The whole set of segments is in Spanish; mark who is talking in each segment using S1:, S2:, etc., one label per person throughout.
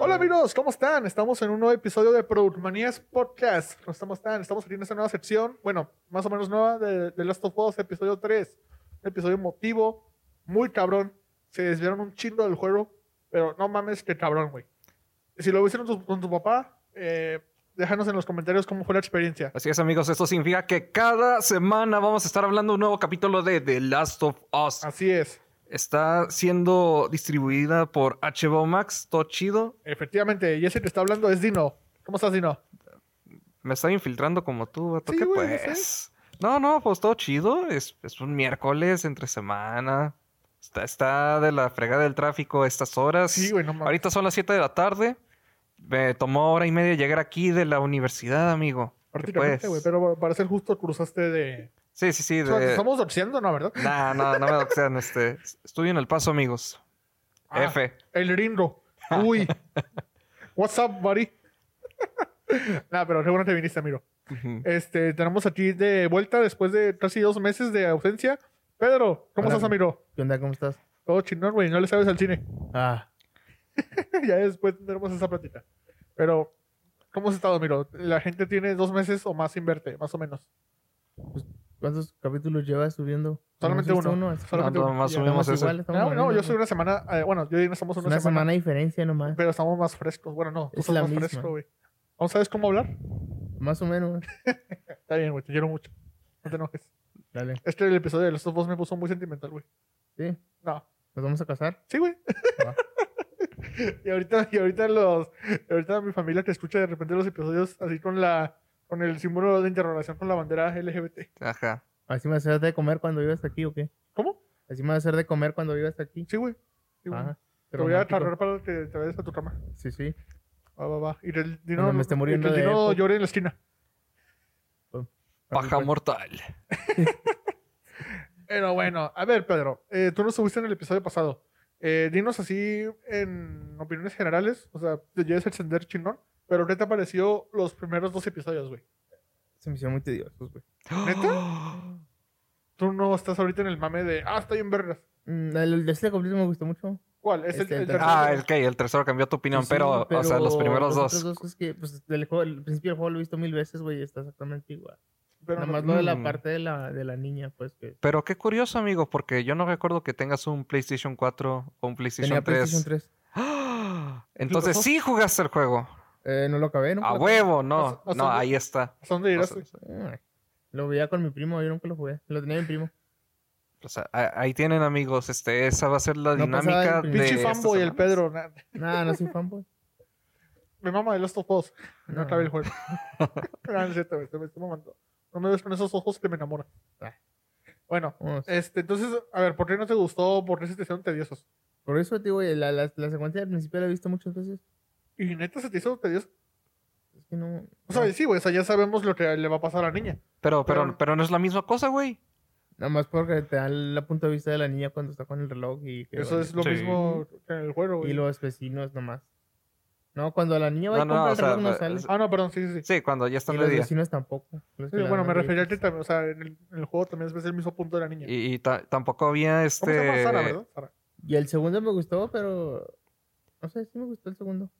S1: Hola amigos, ¿cómo están? Estamos en un nuevo episodio de Productmanías Podcast. ¿Cómo estamos tan? Estamos aquí en esta nueva sección, bueno, más o menos nueva de, de Last of Us, episodio 3. Un episodio emotivo, muy cabrón. Se desviaron un chingo del juego, pero no mames, qué cabrón, güey. Si lo hicieron tu- con tu papá, eh, déjanos en los comentarios cómo fue la experiencia.
S2: Así es, amigos. Esto significa que cada semana vamos a estar hablando un nuevo capítulo de The Last of Us.
S1: Así es,
S2: Está siendo distribuida por HBO Max. Todo chido.
S1: efectivamente. Y ese que está hablando es Dino. ¿Cómo estás, Dino?
S2: Me está infiltrando como tú, vato.
S1: Sí,
S2: ¿Qué
S1: güey, ya sé.
S2: pues? No, no, pues todo chido. Es, es un miércoles entre semana. Está, está de la fregada del tráfico a estas horas.
S1: Sí, güey, no mames.
S2: Ahorita son las 7 de la tarde. Me tomó hora y media llegar aquí de la universidad, amigo. ¿Qué
S1: Prácticamente, güey,
S2: pues?
S1: pero para ser justo cruzaste de...
S2: Sí, sí, sí.
S1: O sea,
S2: de-
S1: Estamos doxiando, ¿no? ¿Verdad?
S2: No, no, no me doxean. Este, estudio en El Paso, amigos.
S1: Ah,
S2: F.
S1: El Ringo. Uy. What's up, buddy? Nada, pero qué bueno que viniste, amigo.
S2: Ujú.
S1: Este, tenemos aquí de vuelta después de casi dos meses de ausencia. Pedro, ¿cómo
S3: Hola,
S1: estás, amigo?
S3: ¿Qué onda? ¿Cómo estás?
S1: Todo chingón, güey. No le sabes al cine.
S3: Ah,
S1: ya después tendremos esa platita. Pero, ¿cómo has estado, amigo? La gente tiene dos meses o más sin verte, más o menos.
S3: ¿cuántos capítulos llevas subiendo?
S1: Solamente
S3: ¿No has visto
S1: uno.
S3: Así que
S1: Solamente
S2: No,
S1: uno.
S2: más
S1: Ya,
S2: o menos.
S3: estamos
S2: ese.
S3: igual, estamos
S1: No,
S3: en la
S1: no, yo
S3: misma.
S1: soy una semana. eh, bueno, yo y no estamos
S3: Es
S1: una,
S3: una
S1: semana,
S3: semana de diferencia nomás.
S1: Pero estamos más frescos. Bueno, no, tú
S3: Es
S1: estás
S3: la
S1: más
S3: misma.
S1: fresco, güey. ¿Aún sabes cómo hablar?
S3: Más o menos.
S1: Está bien, güey, te quiero mucho. No te enojes.
S3: Dale.
S1: Es que el episodio de los dos me puso muy sentimental, güey.
S3: Sí,
S1: No.
S3: nos vamos a casar.
S1: Sí, güey.
S3: Va.
S1: y ahorita, y ahorita los. y ahorita mi familia te escucha de repente los episodios así con la. con el símbolo de interrogación con la bandera LGBT.
S2: Ajá.
S3: ¿Así me vas a hacer de comer cuando vivas aquí o qué?
S1: ¿Cómo?
S3: ¿Así me vas a hacer de comer cuando vivas aquí?
S1: Sí, güey. Sí, güey.
S3: Ajá.
S1: te voy a
S3: romántico.
S1: cargar para que te vayas a tu cama.
S3: Sí, sí.
S1: Va, va, va. Y que el dino,
S3: Cuando me esté
S1: y que
S3: muriendo
S1: el
S3: de
S1: Dino
S3: época.
S1: llore en la esquina.
S2: Paja mortal.
S1: Pero bueno, a ver, Pedro, eh, tú nos subiste en el episodio pasado. Eh, dinos así en opiniones generales, o sea, te lleves a extender chingón, pero ¿qué te pareció los primeros dos episodios, güey?
S3: Se me hicieron muy tediosos, güey.
S1: Tú no estás ahorita en el mame de, ah, está bien vergas.
S3: Mm, el de este completo me gustó mucho.
S1: ¿Cuál? Es
S3: Este,
S1: el,
S3: el
S1: el
S3: tercero.
S2: Ah, el que el tercero cambió tu opinión,
S3: Sí, sí,
S2: pero, o sea, los primeros
S3: los
S2: dos.
S3: otros es que, pues, del juego- el principio del juego lo he visto mil veces, güey, y está exactamente igual.
S1: Pero
S3: Nada
S1: no-
S3: más lo de la
S2: Mm.
S3: parte de la, de la niña, pues, que
S2: Pero qué curioso, amigo, porque yo no recuerdo que tengas un PlayStation 4 o un PlayStation
S3: tenía
S2: 3.
S3: PlayStation 3.
S2: ¡Ah! Entonces
S1: pasó?
S2: sí jugaste el juego.
S3: Eh, no lo acabé, ¿no?
S2: A huevo, no.
S1: Hasta- hasta
S2: No,
S1: yo-
S2: ahí está.
S1: ¿Hasta dónde llegaste?
S2: O sea,
S3: Ay, Lo veía con mi primo, yo nunca lo jugué. Lo tenía mi primo.
S2: o sea, a- ahí tienen, amigos. Este, esa va a ser la
S3: No pasaba
S2: dinámica
S3: el
S2: de.
S1: Pinche
S2: estas
S1: fanboy, el
S2: semanas.
S1: Pedro. na-
S3: Nah, no soy fanboy.
S1: Me mama de Last of Us. No,
S3: No.
S1: acabé el juego. no, no es cierto, güey, te me estoy mamando. No me ves con esos ojos que me enamoran.
S3: Ah.
S1: Bueno,
S3: Vamos.
S1: este, entonces, a ver, ¿por qué no te gustó? ¿Por qué se te hicieron tediosos?
S3: Por eso, te digo, güey, la, la, la secuencia del principio la he visto muchas veces.
S1: ¿Y neta se te hizo tedioso?
S3: Es que no.
S1: O sea,
S3: no.
S1: sí, güey, o sea, ya sabemos lo que le va a pasar a la niña.
S2: Pero,
S1: Pero-
S2: pero, pero no es la misma cosa, güey.
S3: Nada más porque te dan la punto de vista de la niña cuando está con el reloj y. que
S1: Eso
S3: vale.
S1: es lo
S2: Sí.
S1: mismo que en el juego, güey.
S3: Y los vecinos nomás. No, cuando la niña va
S2: No,
S3: y
S2: no,
S3: compra
S2: no, o
S3: el
S2: sea,
S3: reloj no
S2: eh,
S3: sale.
S2: es-
S1: Ah, no, perdón, sí, sí, sí.
S2: Sí, cuando ya está
S3: Y
S2: el
S3: los
S2: mediodía.
S3: vecinos tampoco. Los que
S1: Sí,
S3: la
S1: bueno, me
S3: dan
S1: refería a
S3: gritos.
S1: ti también, o sea, en el, en el juego también es el mismo punto de la niña.
S2: Y, y ta- tampoco había este.
S1: ¿Cómo se llama Sara, verdad? Sara.
S3: Y el segundo me gustó, pero. No sé, sí me gustó el segundo.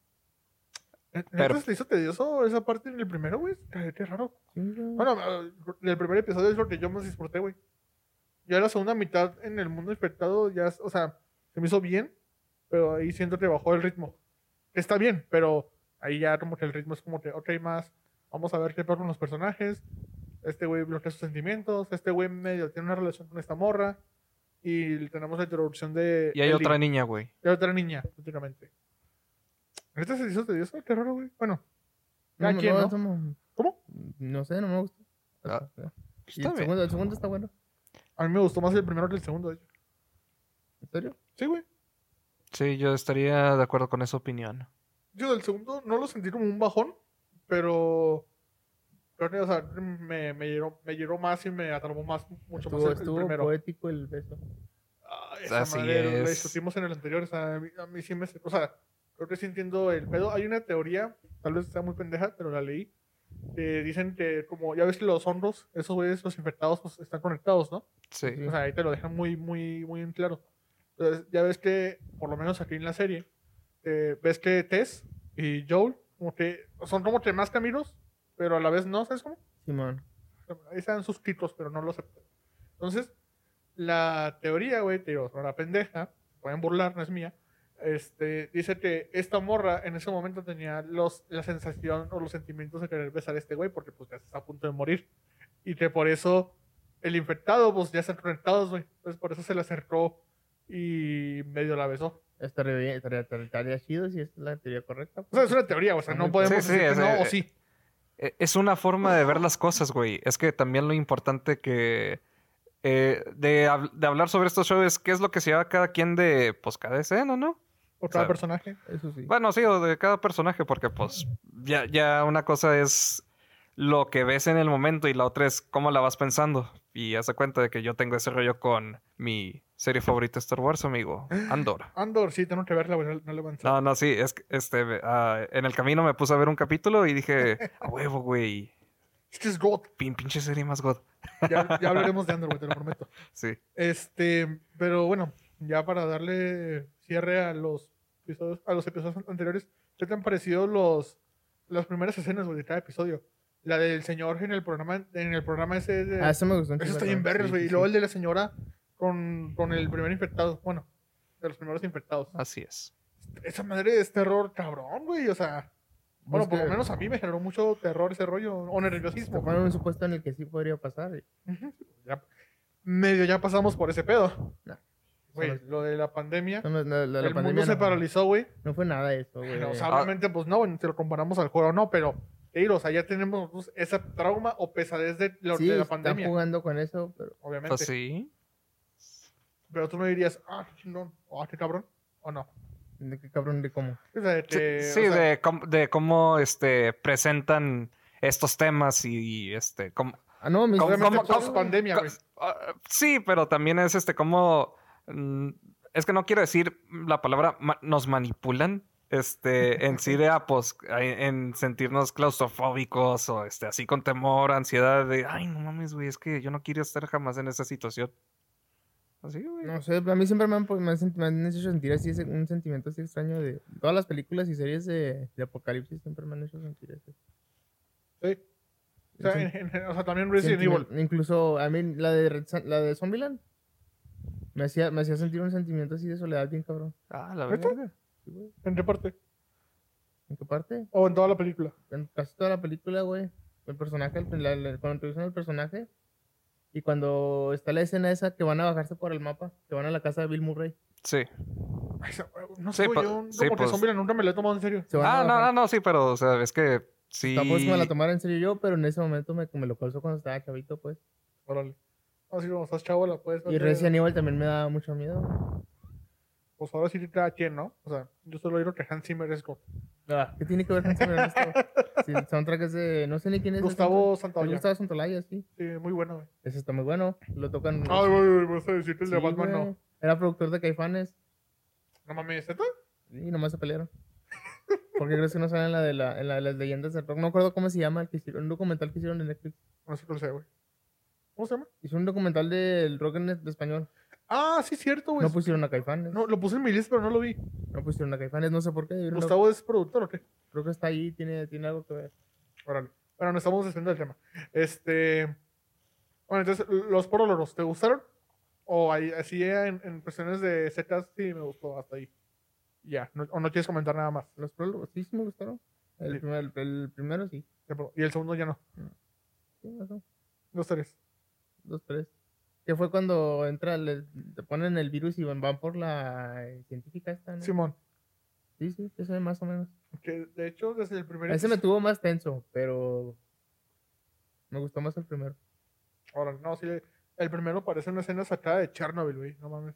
S1: Eh, ¿Neta se te hizo tedioso esa parte en el primero, güey? Qué qué raro.
S3: Sí, güey.
S1: Bueno, eh, el primer episodio es lo que yo más disfruté, güey. Ya la segunda mitad en el mundo infectado, ya, es- o sea, se me hizo bien, pero ahí siento que bajó el ritmo. Está bien, pero ahí ya como que el ritmo es como que, ok, más, vamos a ver qué pasa con los personajes. Este güey bloquea sus sentimientos, este güey medio tiene una relación con esta morra, y tenemos la introducción de.
S2: Y hay
S1: Ellie,
S2: otra niña, güey.
S1: de otra niña, prácticamente. ¿Este se hizo tedioso? Qué raro, güey. Bueno, cada
S3: no,
S1: quien, ¿no?
S3: eso me-
S1: ¿Cómo?
S3: No sé, no me gustó. O
S2: Ah,
S3: sea, y
S2: Está
S3: el,
S2: bien.
S3: segundo, el segundo está bueno.
S1: a mí me gustó más el primero que el segundo, de hecho.
S3: ¿En serio?
S1: Sí, güey.
S2: Sí, yo estaría de acuerdo con esa opinión.
S1: Yo del segundo no lo sentí como un bajón, pero. Creo que, o sea, me, me, llenó, me llenó más y me atrapó más, mucho
S3: estuvo
S1: más el- el,
S3: estuvo
S1: primero.
S3: poético el beso.
S1: Ah, esa
S2: Así
S1: madre, la
S2: es.
S1: discutimos en el anterior, o sea, a mí, a mí sí me. O sea, creo que sí entiendo el pedo. Hay una teoría, tal vez sea muy pendeja, pero la leí, que dicen que, como ya ves que los honros, esos güeyes, los infectados, pues están conectados, ¿no?
S2: Sí.
S3: Sí.
S1: O sea, ahí te lo dejan muy, muy, muy en claro. Entonces, ya ves que, por lo menos aquí en la serie, eh, ves que Tess y Joel, como que son como que más caminos, pero a la vez no, ¿sabes cómo?
S3: Simón.
S1: Ahí están sus títulos, pero no lo aceptan. Entonces, la teoría, güey, te digo, la pendeja, pueden burlar, no es mía, este, dice que esta morra en ese momento tenía los, la sensación o los sentimientos de querer besar a este güey porque pues ya está a punto de morir. Y que por eso el infectado, pues ya están conectados, güey. Entonces por eso se le acercó y medio la besó.
S3: Estaría bien, estaría, estaría- estaría chido si es la teoría correcta.
S1: O sea, es una teoría, o sea, no podemos
S2: Ah, Sí, sí, eh,
S1: decir que
S2: o sea,
S1: no o sí.
S2: E- Es una forma de ver las cosas, güey. Es que también lo importante que... eh, de, hab- de hablar sobre estos shows es qué es lo que se lleva cada quien de, pues, cada escena, ¿no?
S1: O cada
S2: sea,
S1: personaje.
S3: pues, Eso sí.
S2: Bueno, sí, o de cada personaje, porque, pues, ya, ya una cosa es lo que ves en el momento y la otra es cómo la vas pensando. Y hace cuenta de que yo tengo ese rollo con mi serie favorita de Star Wars, amigo, Andor.
S1: Andor, sí, tengo que verla, güey, no, no le avanzé.
S2: No, no, sí, es que este, me- ah, en el camino me puse a ver un capítulo y dije, a huevo, güey,
S1: Es que es God.
S2: pin, pinche serie más god.
S1: Ya, ya hablaremos de Andor, güey, te lo prometo.
S2: Sí.
S1: Este, pero bueno, ya para darle cierre a los episodios, a los episodios an- anteriores, ¿qué te han parecido los las primeras escenas güey, de cada episodio? La del señor en el programa, en el programa ese de,
S3: ah, eso me gustó. un
S1: eso
S3: chingo,
S1: está bien
S3: cabrón.
S1: vergas,
S3: Sí,
S1: güey.
S3: sí,
S1: Y luego
S3: sí.
S1: el de la señora con, con el primer infectado, bueno, de los primeros infectados.
S3: Ah.
S2: Así es.
S1: Esa madre es terror cabrón, güey. O sea, bueno,
S3: Es
S1: por lo
S3: que-
S1: menos a mí me generó mucho terror ese rollo, o
S3: Te
S1: nerviosismo.
S3: ponen un supuesto en el que sí podría pasar. y-
S1: Ujú. Ya- medio ya pasamos por ese pedo.
S3: No.
S1: Güey,
S3: Solo-
S1: lo de la pandemia.
S3: No, no, no, la, la
S1: el
S3: pandemia
S1: mundo se
S3: no,
S1: paralizó, güey.
S3: No fue nada eso, güey.
S1: O sea, obviamente, pues no, bueno, si lo comparamos al juego, no, pero te digo, o sea, ya tenemos nosotros ese trauma o pesadez de, lo-
S3: sí,
S1: de la
S3: están
S1: pandemia,
S3: jugando con eso, pero
S1: obviamente.
S2: Pues sí.
S1: Pero tú me dirías, ah, qué chingón, ah, qué cabrón, o no.
S3: ¿de qué cabrón de cómo?
S1: O sea,
S2: Sí,
S1: que,
S2: sí,
S1: Eh, o sea,
S2: de, cómo, de cómo este, presentan estos temas y, y, este, cómo,
S3: Ah, no, me
S2: ¿Cómo-
S1: obviamente
S2: cómo- cómo-
S1: post-pandemia,
S2: co-
S1: güey.
S2: ah, sí, pero también es este como mm, es que no quiero decir la palabra ma- nos manipulan. Este, en sí de, ah, pues, a- en sentirnos claustrofóbicos o este, así con temor, ansiedad de, ay, no mames, güey, es que yo no quiero estar jamás en esa situación. Así, güey.
S3: No sé, a mí siempre me han, pu- me han sent- me han hecho sentir así ese- un sentimiento así extraño de todas las películas y series de, de apocalipsis siempre me han hecho sentir eso.
S1: sí. O sea, en- en- o sea, también Resident Evil.
S3: Incluso a mí la de Red Sun- la de Zombieland me hacía me hacía sentir un sentimiento así de soledad bien cabrón.
S2: Ah, la
S1: ¿Neta?
S2: verga.
S3: Sí, güey.
S1: ¿En qué parte?
S3: ¿En qué parte?
S1: O en toda la película.
S3: En casi toda la película, güey. El personaje, el- la- la- cuando introducen al personaje y cuando está la escena esa que van a bajarse por el mapa, que van a la casa de Bill Murray.
S2: Sí.
S1: Ay, esa- No
S2: Sí,
S1: sé, güey,
S2: pues-
S1: yo como
S2: sí,
S1: que
S2: pues.
S1: Zombieland nunca me lo he tomado en serio.
S3: Se van a
S2: Ah, no,
S3: bajar.
S2: no, no, sí, pero, o sea, es que sí.
S3: Tampoco es que me la tomara en serio yo, pero en ese momento me, me lo causó cuando estaba chavito, pues.
S1: Órale. Así como Ah, estás chavo, la puedes ver
S3: Y
S1: de-
S3: Resident Evil también me daba mucho miedo.
S1: Pues ahora sí que cada quien, ¿no? O sea, yo solo digo que Hans Zimmer es God.
S3: ¿Qué tiene que ver con Samuel esto? Si el soundtrack es de... No sé ni quién es. el
S1: Gustavo
S3: soundtrack. Es
S1: Santaolalla.
S3: Gustavo Santolaya, sí.
S1: Sí, muy bueno, güey.
S3: Ese está muy bueno. Lo tocan...
S1: Ah, güey, vas a decirte el de
S3: Sí,
S1: Batman,
S3: güey.
S1: no.
S3: Era productor de Caifanes.
S1: No mames, ¿neta?
S3: Y nomás se pelearon. Porque creo que no salen en la de, la, en la de las leyendas del rock. No acuerdo cómo se llama el que hicieron, un documental que hicieron en Netflix.
S1: No sé cómo se güey. ¿Cómo se llama?
S3: Hicieron un documental del rock en de español.
S1: Ah, sí, cierto, güey.
S3: No pues, pusieron a Caifanes. No,
S1: No, lo puse en mi lista, pero no lo vi.
S3: pusieron a Caifanes. No sé por qué. debieron-
S1: ¿Gustavo es productor o qué?
S3: Creo que está ahí. Tiene, tiene algo que ver.
S1: Órale. Bueno, nos estamos desviando del tema. Este. Bueno, entonces, los porolos, ¿te gustaron? O ahí- así en, en cuestiones de setas, sí me gustó hasta ahí. Ya, no- o no quieres comentar nada más.
S3: Los prólogos, sí, sí me gustaron. El,
S1: Sí.
S3: primer- el primero sí.
S1: Ya, pero- Y el segundo ya no.
S3: sí más o menos,
S1: Los tres.
S3: dos, tres. Que fue cuando entra, le, te ponen el virus y van, van por la eh, científica esta, ¿no? Sí,
S1: Simón.
S3: sí, eso es más o menos.
S1: Que de hecho, desde el primer.
S3: Ese me
S1: episodio-
S3: tuvo más tenso, pero me gustó más el primero.
S1: Órale, no, sí. El primero parece una escena sacada de Chernobyl, güey. No mames.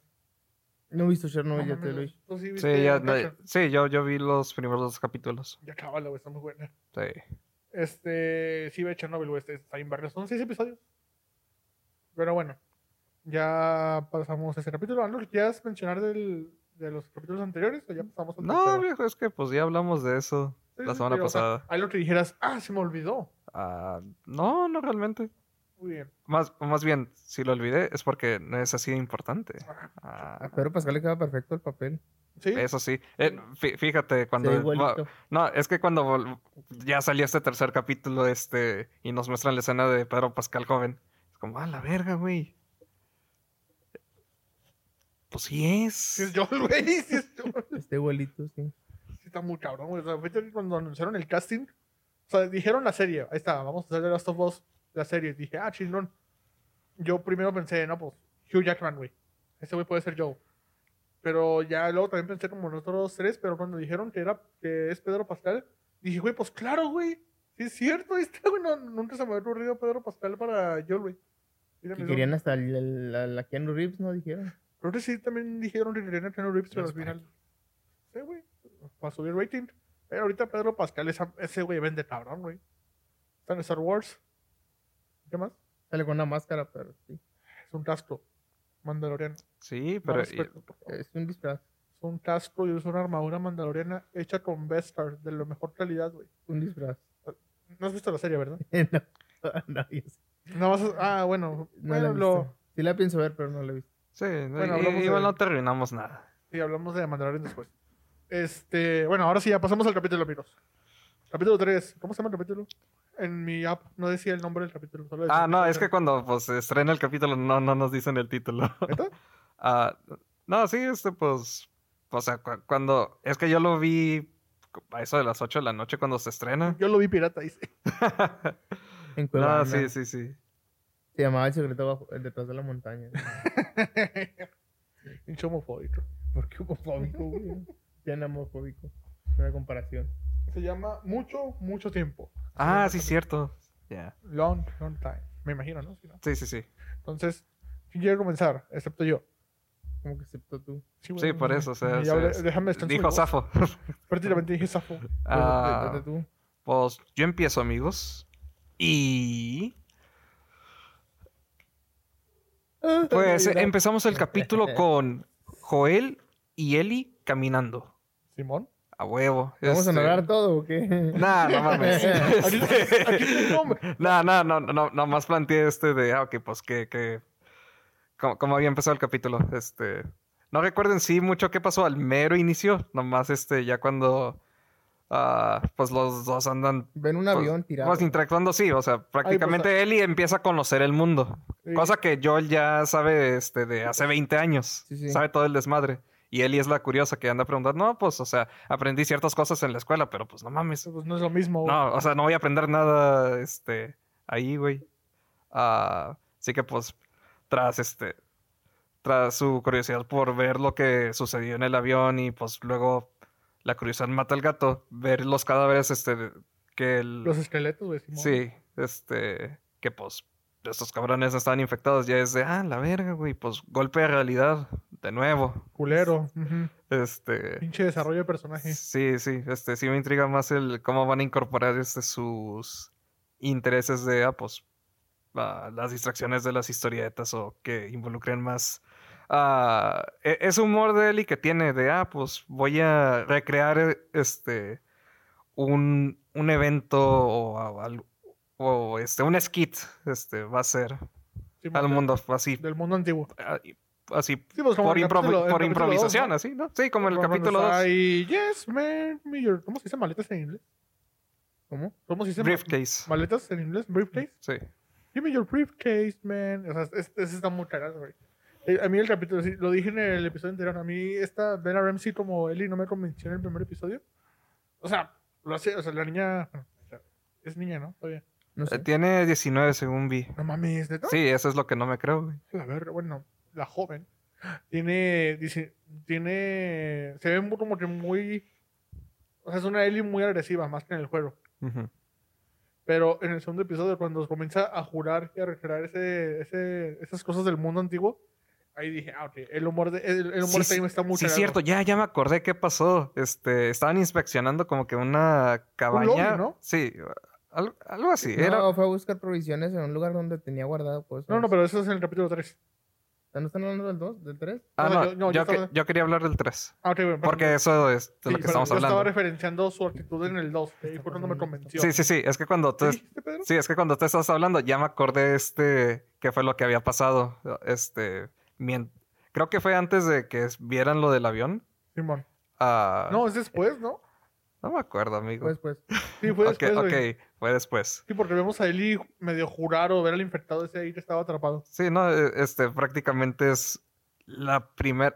S3: No he visto Chernobyl,
S1: No
S3: ya te lo
S1: mames,
S3: dije.
S1: tú sí viste
S2: Sí, ya-
S1: Cacha.
S2: sí, yo, yo vi los primeros dos capítulos.
S1: Ya cábala, güey, está muy buena.
S2: Sí.
S1: Este, sí ve Chernobyl, güey, este, está bien verga. Son seis episodios. Pero bueno, ya pasamos a ese capítulo. ¿Algo que quieras mencionar del, de los capítulos anteriores? O ya pasamos al
S2: No,
S1: tercero?
S2: viejo, es que pues ya hablamos de eso
S1: Sí,
S2: la
S1: sí,
S2: semana
S1: pero, o sea,
S2: pasada.
S1: algo que dijeras, ah, se me olvidó.
S2: Ah, no, no realmente.
S1: Muy bien.
S2: Más, más bien, si lo olvidé, es porque no es así de importante.
S3: A
S2: Ah,
S3: Pedro Pascal pues, le queda perfecto el papel.
S1: ¿Sí?
S2: eso sí. Eh, fí- fíjate,
S3: Se
S2: cuando.
S3: ve igualito.
S2: No, es que cuando vol- ya salía este tercer capítulo este y nos muestran la escena de Pedro Pascal joven, es como, ah, la verga, güey. Pues sí es.
S1: Sí es Joel, güey. Sí es Joel.
S3: Este igualito, sí.
S1: Sí está muy cabrón, güey. O sea, fíjate que cuando anunciaron el casting, o sea, dijeron la serie. Ahí está, vamos a hacer The Last of Us, la serie. Dije, ah, chingón. Yo primero pensé, no, pues, Hugh Jackman, güey. Ese güey puede ser Joe. Pero ya luego también pensé como nosotros tres, pero cuando dijeron que era que es Pedro Pascal, dije, güey, pues claro, güey. Sí es cierto, ahí está, güey. No, nunca se me había ocurrido Pedro Pascal para Joel, güey. Sí,
S3: Que
S1: también-
S3: querían hasta el- el- la, la Keanu Reeves, ¿no? Dijeron.
S1: Creo que sí, también dijeron que querían a Keanu Reeves, pero
S2: No
S1: al
S2: es para
S1: final. Sí, güey. Para subir rating. Pero ahorita Pedro Pascal, esa- ese güey vende cabrón, güey. Está en Star Wars. ¿Qué más?
S3: Sale con una máscara, pero sí.
S1: Es un casco. Mandaloriano. Más
S2: Sí, pero. y-
S1: respeto, por favor.
S3: Es un disfraz.
S1: Es un casco y es una armadura mandaloriana hecha con Vestar, de la mejor calidad, güey.
S3: Un disfraz.
S1: No has visto la serie, ¿verdad?
S3: no, no, yo sí-
S1: Nada más. Ah, bueno.
S3: no la he
S1: bueno,
S3: visto.
S1: lo-
S3: Sí la pienso ver, pero no la he visto.
S2: sí, no,
S1: Bueno,
S2: y-
S1: hablamos
S2: igual
S1: de-
S2: no terminamos nada.
S1: Sí, hablamos de Mandalorian después. Este, bueno, ahora sí, ya pasamos al capítulo, amigos. Capítulo 3. ¿Cómo se llama el capítulo? En mi app no decía el nombre del capítulo. Solo decía
S2: Ah, no, es que
S1: capítulo.
S2: cuando pues, se estrena el capítulo no, no nos dicen el título.
S1: ¿Neta?
S2: Ah, no, sí, este, pues. O sea, cu- cuando. Es que yo lo vi a eso de las 8 de la noche cuando se estrena.
S1: Yo lo vi pirata, dice.
S3: En Cuevana.
S2: No, sí, sí, sí.
S3: Se llamaba El secreto bajo, el detrás de la montaña.
S1: Hincho homofóbico.
S3: ¿Por qué homofóbico, güey? Tiene homofóbico. Una comparación.
S1: Se llama Mucho, Mucho Tiempo.
S2: Ah, sí, cierto. Ya.
S1: Long, long time. Me imagino, ¿no? Sí, ¿no?
S2: Sí, sí, sí.
S1: Entonces, ¿quién quiere comenzar? Excepto yo.
S3: Como que excepto tú.
S2: Sí, por eso, o sea,
S1: ya
S2: se-
S1: hablé- déjame descanso mi
S2: Dijo
S1: voz.
S2: Safo.
S1: Prácticamente dije Safo.
S2: Ah,
S3: Excepto tú.
S2: pues yo empiezo, amigos. Y. Pues eh, empezamos el capítulo con Joel y Eli caminando.
S1: Simón.
S2: A huevo.
S3: ¿Vamos
S2: este,
S3: a narrar todo o qué?
S2: Nah, no mames.
S1: Aquí, aquí está el nombre.
S2: No, no, no, no, no, más planteé este de, ah, ok, pues que, que, como, como había empezado el capítulo, este, no recuerden sí mucho qué pasó al mero inicio, nomás este, ya cuando, ah, pues los dos andan,
S3: Ven un
S2: pues,
S3: avión tirado.
S2: pues interactuando, sí, o sea, prácticamente Eli empieza a conocer el mundo,
S1: pues, Sí.
S2: cosa que Joel ya sabe, este, de hace 20 años,
S3: Sí, sí.
S2: sabe todo el desmadre. Y Eli es la curiosa que anda preguntando, no, pues, o sea, aprendí ciertas cosas en la escuela, pero pues no mames,
S1: Pues no es lo mismo. güey.
S2: no, o sea, no voy a aprender nada este, ahí, güey. Ah, así que, pues, tras este. Tras su curiosidad por ver lo que sucedió en el avión y, pues, luego la curiosidad mata al gato, ver los cadáveres, este, de- que el.
S1: Los esqueletos, güey. Simón.
S2: sí, este. Que, pues, estos cabrones estaban infectados, ya es de, ah, la verga, güey, pues, golpe de realidad, de nuevo.
S1: Culero. ujú.
S2: Este.
S1: Pinche desarrollo de personaje.
S2: Sí, sí, este, sí me intriga más el cómo van a incorporar este, sus intereses de, ah, pues, ah, las distracciones de las historietas o que involucren más. ah, e- ese humor de Eli que tiene de, ah, pues voy a recrear eh, este, un, un evento o, a- al- o, este, un skit, este, va a ser
S1: Simón,
S2: al
S1: del-
S2: mundo así,
S1: Del mundo antiguo.
S2: ah, y- así
S1: Sí, pues, como
S2: por,
S1: en el
S2: improvi-
S1: capítulo- en
S2: por
S1: el capítulo dos,
S2: improvisación,
S1: ¿no?
S2: así, ¿no? Sí, como en el
S1: Cuando
S2: capítulo 2.
S1: hay, yes, man, me your-" ¿Cómo se dice maletas en inglés?
S3: ¿Cómo?
S1: ¿Cómo se dice? ma-
S2: Briefcase.
S1: ¿Maletas en inglés? ¿Briefcase?
S2: Sí.
S1: Give me your briefcase, man. O sea, es- es- está muy cagado, güey. Eh, A mí el capítulo, sí, lo dije en el episodio anterior, a mí esta Bella Ramsey como Ellie no me convenció en el primer episodio. O sea, lo hace, o sea, la niña... bueno, o sea, Es niña, ¿no? Todavía.
S3: No
S2: Eh,
S3: sé.
S2: Tiene 19 según vi.
S1: No mames, ¿neta?
S2: Sí, eso es lo que no me creo, güey.
S1: La verga, bueno, la joven. Tiene, dice, tiene, se ve muy- como que muy, o sea, es una Ellie muy agresiva, más que en el juego.
S2: Ujú.
S1: Pero en el segundo episodio, cuando comienza a jurar y a recrear ese, ese- esas cosas del mundo antiguo, ahí dije, ah, ok, el humor de, el, el humor
S2: Sí,
S1: de ahí está muy
S2: Sí,
S1: cagado.
S2: cierto, ya, ya me acordé qué pasó. Este, estaban inspeccionando como que una cabaña.
S1: lobby, ¿no? Eh,
S2: Sí, al- algo así.
S3: No,
S2: Era...
S3: fue a buscar provisiones en un lugar donde tenía guardado cosas.
S1: No, no, pero eso es en el capítulo 3.
S3: sea, ¿no están hablando del 2, del 3?
S2: Ah,
S1: No,
S2: no,
S1: yo- no, yo
S2: yo, que-
S1: estaba-
S2: yo quería hablar del 3.
S1: Ah, ok, bueno,
S2: Porque
S1: perdón.
S2: eso es
S1: Sí,
S2: de lo que
S1: pero
S2: estamos
S1: yo
S2: hablando.
S1: estaba referenciando su actitud en el 2. Y por eso no me convenció.
S2: Sí, sí, sí. Es que cuando
S1: ¿Qué
S2: tú,
S1: dijiste, Pedro?
S2: Sí, es que cuando te estás hablando, ya me acordé este qué fue lo que había pasado. Este, mien- creo que fue antes de que es- vieran lo del avión.
S1: Simón.
S2: Ah, no.
S1: No, es después, ¿no?
S2: me acuerdo, amigo.
S3: Pues, pues.
S1: Sí, fue
S2: Ok,
S1: después.
S2: ok,
S1: güey.
S2: fue después.
S1: Sí, porque vemos a Eli medio jurado ver al infectado ese ahí que estaba atrapado.
S2: Sí, no, e- este prácticamente es la primera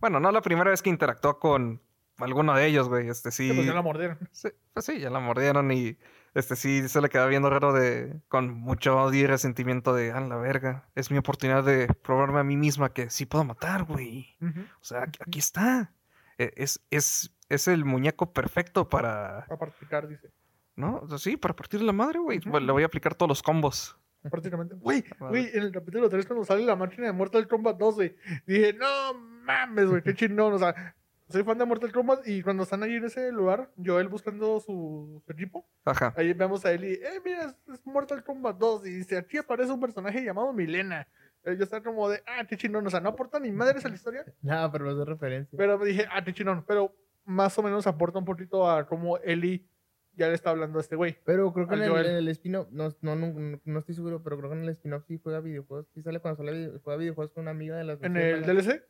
S2: bueno, no la primera vez que interactuó con alguno de ellos, güey. Este sí.
S1: Que pues ya la mordieron.
S2: Sí, pues sí, ya la mordieron y este sí se le queda viendo raro de con mucho odio y resentimiento de, ah, la verga, es mi oportunidad de probarme a mí misma que sí puedo matar, güey. O sea, aquí, aquí está. E- Es, es, es el muñeco perfecto para,
S1: A practicar, dice.
S2: ¿no? O sea, sí, para partir la madre, güey.
S1: Ujú.
S2: Bueno, Le voy a aplicar todos los combos.
S1: Prácticamente. Güey,
S2: Madre.
S1: güey, en el capítulo 3 cuando sale la máquina de Mortal Kombat 2, güey. Dije, no mames, güey, qué chingón. O sea, soy fan de Mortal Kombat y cuando están ahí en ese lugar, Joel buscando su, su equipo,
S2: Ajá.
S1: ahí vemos a él y, eh, mira, es, es Mortal Kombat 2. Y dice, aquí aparece un personaje llamado Milena. Eh, Yo estaba como de, ah, qué chingón. O sea, no aporta ni madres a la historia,
S3: Nada, pero es de referencia.
S1: Pero me dije, ah, qué chingón. Pero más o menos aporta un poquito a cómo Eli ya le está hablando a este güey.
S3: Pero creo que en
S1: Al
S3: el,
S1: Joel.
S3: en el spin-off, no, no, no, no estoy seguro, pero creo que en el spin-off sí juega videojuegos. Sí sale cuando sale video- juega videojuegos con una amiga de las
S1: En
S3: Lucía
S1: el
S3: Palas.
S1: DLC,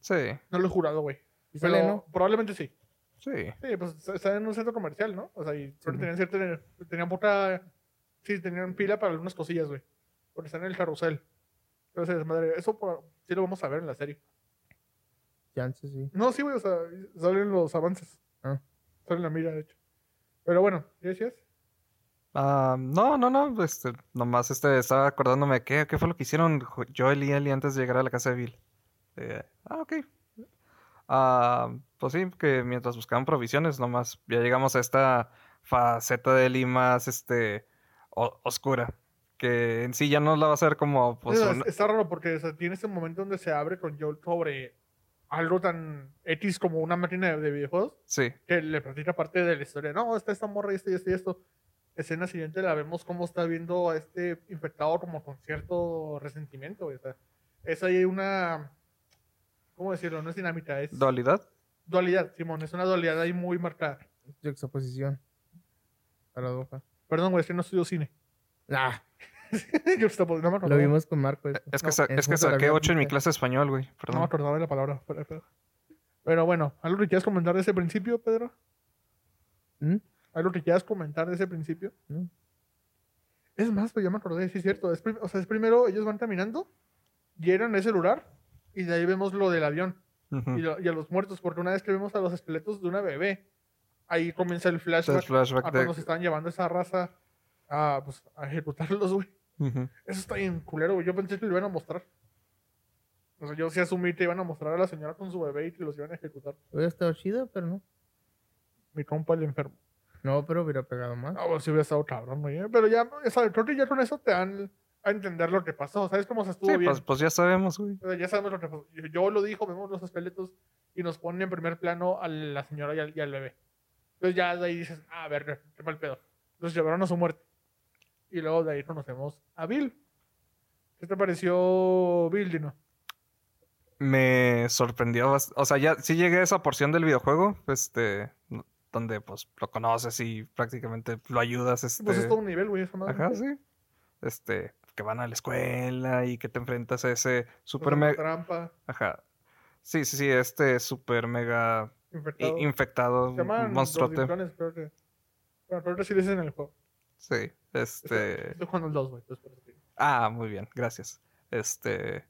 S2: Sí,
S1: no lo he jurado, güey.
S3: Sí
S1: Pero
S3: sale, ¿no?
S1: probablemente sí.
S2: sí.
S1: Sí, pues est- están en un centro comercial, ¿no? O sea, y creo que
S3: Ujú.
S1: tenían cierta. Tenían poca. Sí, tenían pila para algunas cosillas, güey. Porque están en el carrusel. Entonces, madre, eso por- sí lo vamos a ver en la serie.
S3: Chance, sí.
S1: No, sí, güey, o sea, salen los avances.
S3: Ah.
S1: Salen la mira, de hecho. Pero bueno, ¿qué decías?
S2: Ah, no, no, no. Este, nomás este, estaba acordándome de qué, qué fue lo que hicieron Jo- Joel y Ellie antes de llegar a la casa de Bill. Eh, ah, ok. Ah, pues sí, que mientras buscaban provisiones, nomás ya llegamos a esta faceta de Ellie más este, o- oscura. Que en sí ya no la vas a ver como pues,
S1: No, es-
S2: una-
S1: Está raro porque o sea, tiene ese momento donde se abre con Joel sobre algo tan X como una máquina de, de videojuegos
S2: Sí,
S1: que le platica parte de la historia. No, está esta morra y esto y esto y esto. Escena siguiente la vemos como está viendo a este infectado como con cierto resentimiento. güey, o sea, es ahí una... ¿Cómo decirlo? No es dinámica, es
S2: dualidad.
S1: dualidad, Simón. Es una dualidad ahí muy marcada.
S3: Yo exposición. Paradoja.
S1: Perdón, güey, es que no estudio cine.
S3: Nah,
S1: Yo estaba- no me acordaba,
S3: lo vimos con Marco. eso.
S2: Es que,
S1: No,
S2: sa- es
S3: eso
S2: que
S3: es dualidad,
S2: saqué 8 en mi
S3: dice.
S2: clase de español, güey.
S1: no me
S2: Perdón.
S1: acordaba de la palabra. fuera de pedo. Pero bueno, ¿algo que quieras comentar desde el principio, Pedro?
S3: ¿Mm?
S1: ¿Algo que quieras comentar desde el principio?
S3: No.
S1: Es más, pues ya me acordé, sí es cierto. Es prim- o sea, es primero ellos van caminando, llegan a ese lugar y de ahí vemos lo del avión
S2: Ujú.
S1: y, lo- y a los muertos, porque una vez que vemos a los esqueletos de una bebé, ahí comienza el
S2: Este
S1: flashback
S2: flashback
S1: a
S2: de-
S1: cuando se están llevando esa raza a, pues, a ejecutarlos, güey.
S2: Ujú.
S1: Eso está bien culero, güey. Yo pensé que lo iban a mostrar. O sea, yo sí asumí que iban a mostrar a la señora con su bebé y que los iban a ejecutar.
S3: Hubiera estado chido, pero no.
S1: Mi compa el enfermo.
S3: No, pero hubiera pegado más.
S1: Ah, bueno, sí hubiera estado cabrón, güey. ¿eh? Pero ya, o sea, creo que ya con eso te dan a entender lo que pasó. ¿Sabes cómo se estuvo
S2: Sí,
S1: bien?
S2: pues, pues ya sabemos, güey.
S1: O sea, ya sabemos lo que pasó. Yo, yo lo dijo, vemos los esqueletos y nos ponen en primer plano a la señora y al, y al bebé. Entonces ya de ahí dices, ah, a ver, qué mal pedo. Los llevaron a su muerte. Y luego de ahí conocemos a Bill. ¿Qué te pareció Bill, Dino?
S2: Me sorprendió. bast- O sea, ya sí llegué a esa porción del videojuego, este, no- donde pues lo conoces y prácticamente lo ayudas, este.
S1: Pues es todo un nivel, güey, esa madre.
S2: Ajá, sí. Este, que van a la escuela y que te enfrentas a ese super
S1: Haciendo
S2: mega.
S1: Trampa,
S2: Ajá. Sí, sí, sí, este super mega i-
S1: infectado.
S2: infectado
S1: Se llaman
S2: monstruote.
S1: gordinflones, creo que. Bueno, creo que sí le dicen en el juego.
S2: Sí, este.
S1: Estoy jugando el 2, güey. entonces por eso te digo.
S2: Ah, muy bien, gracias. Este.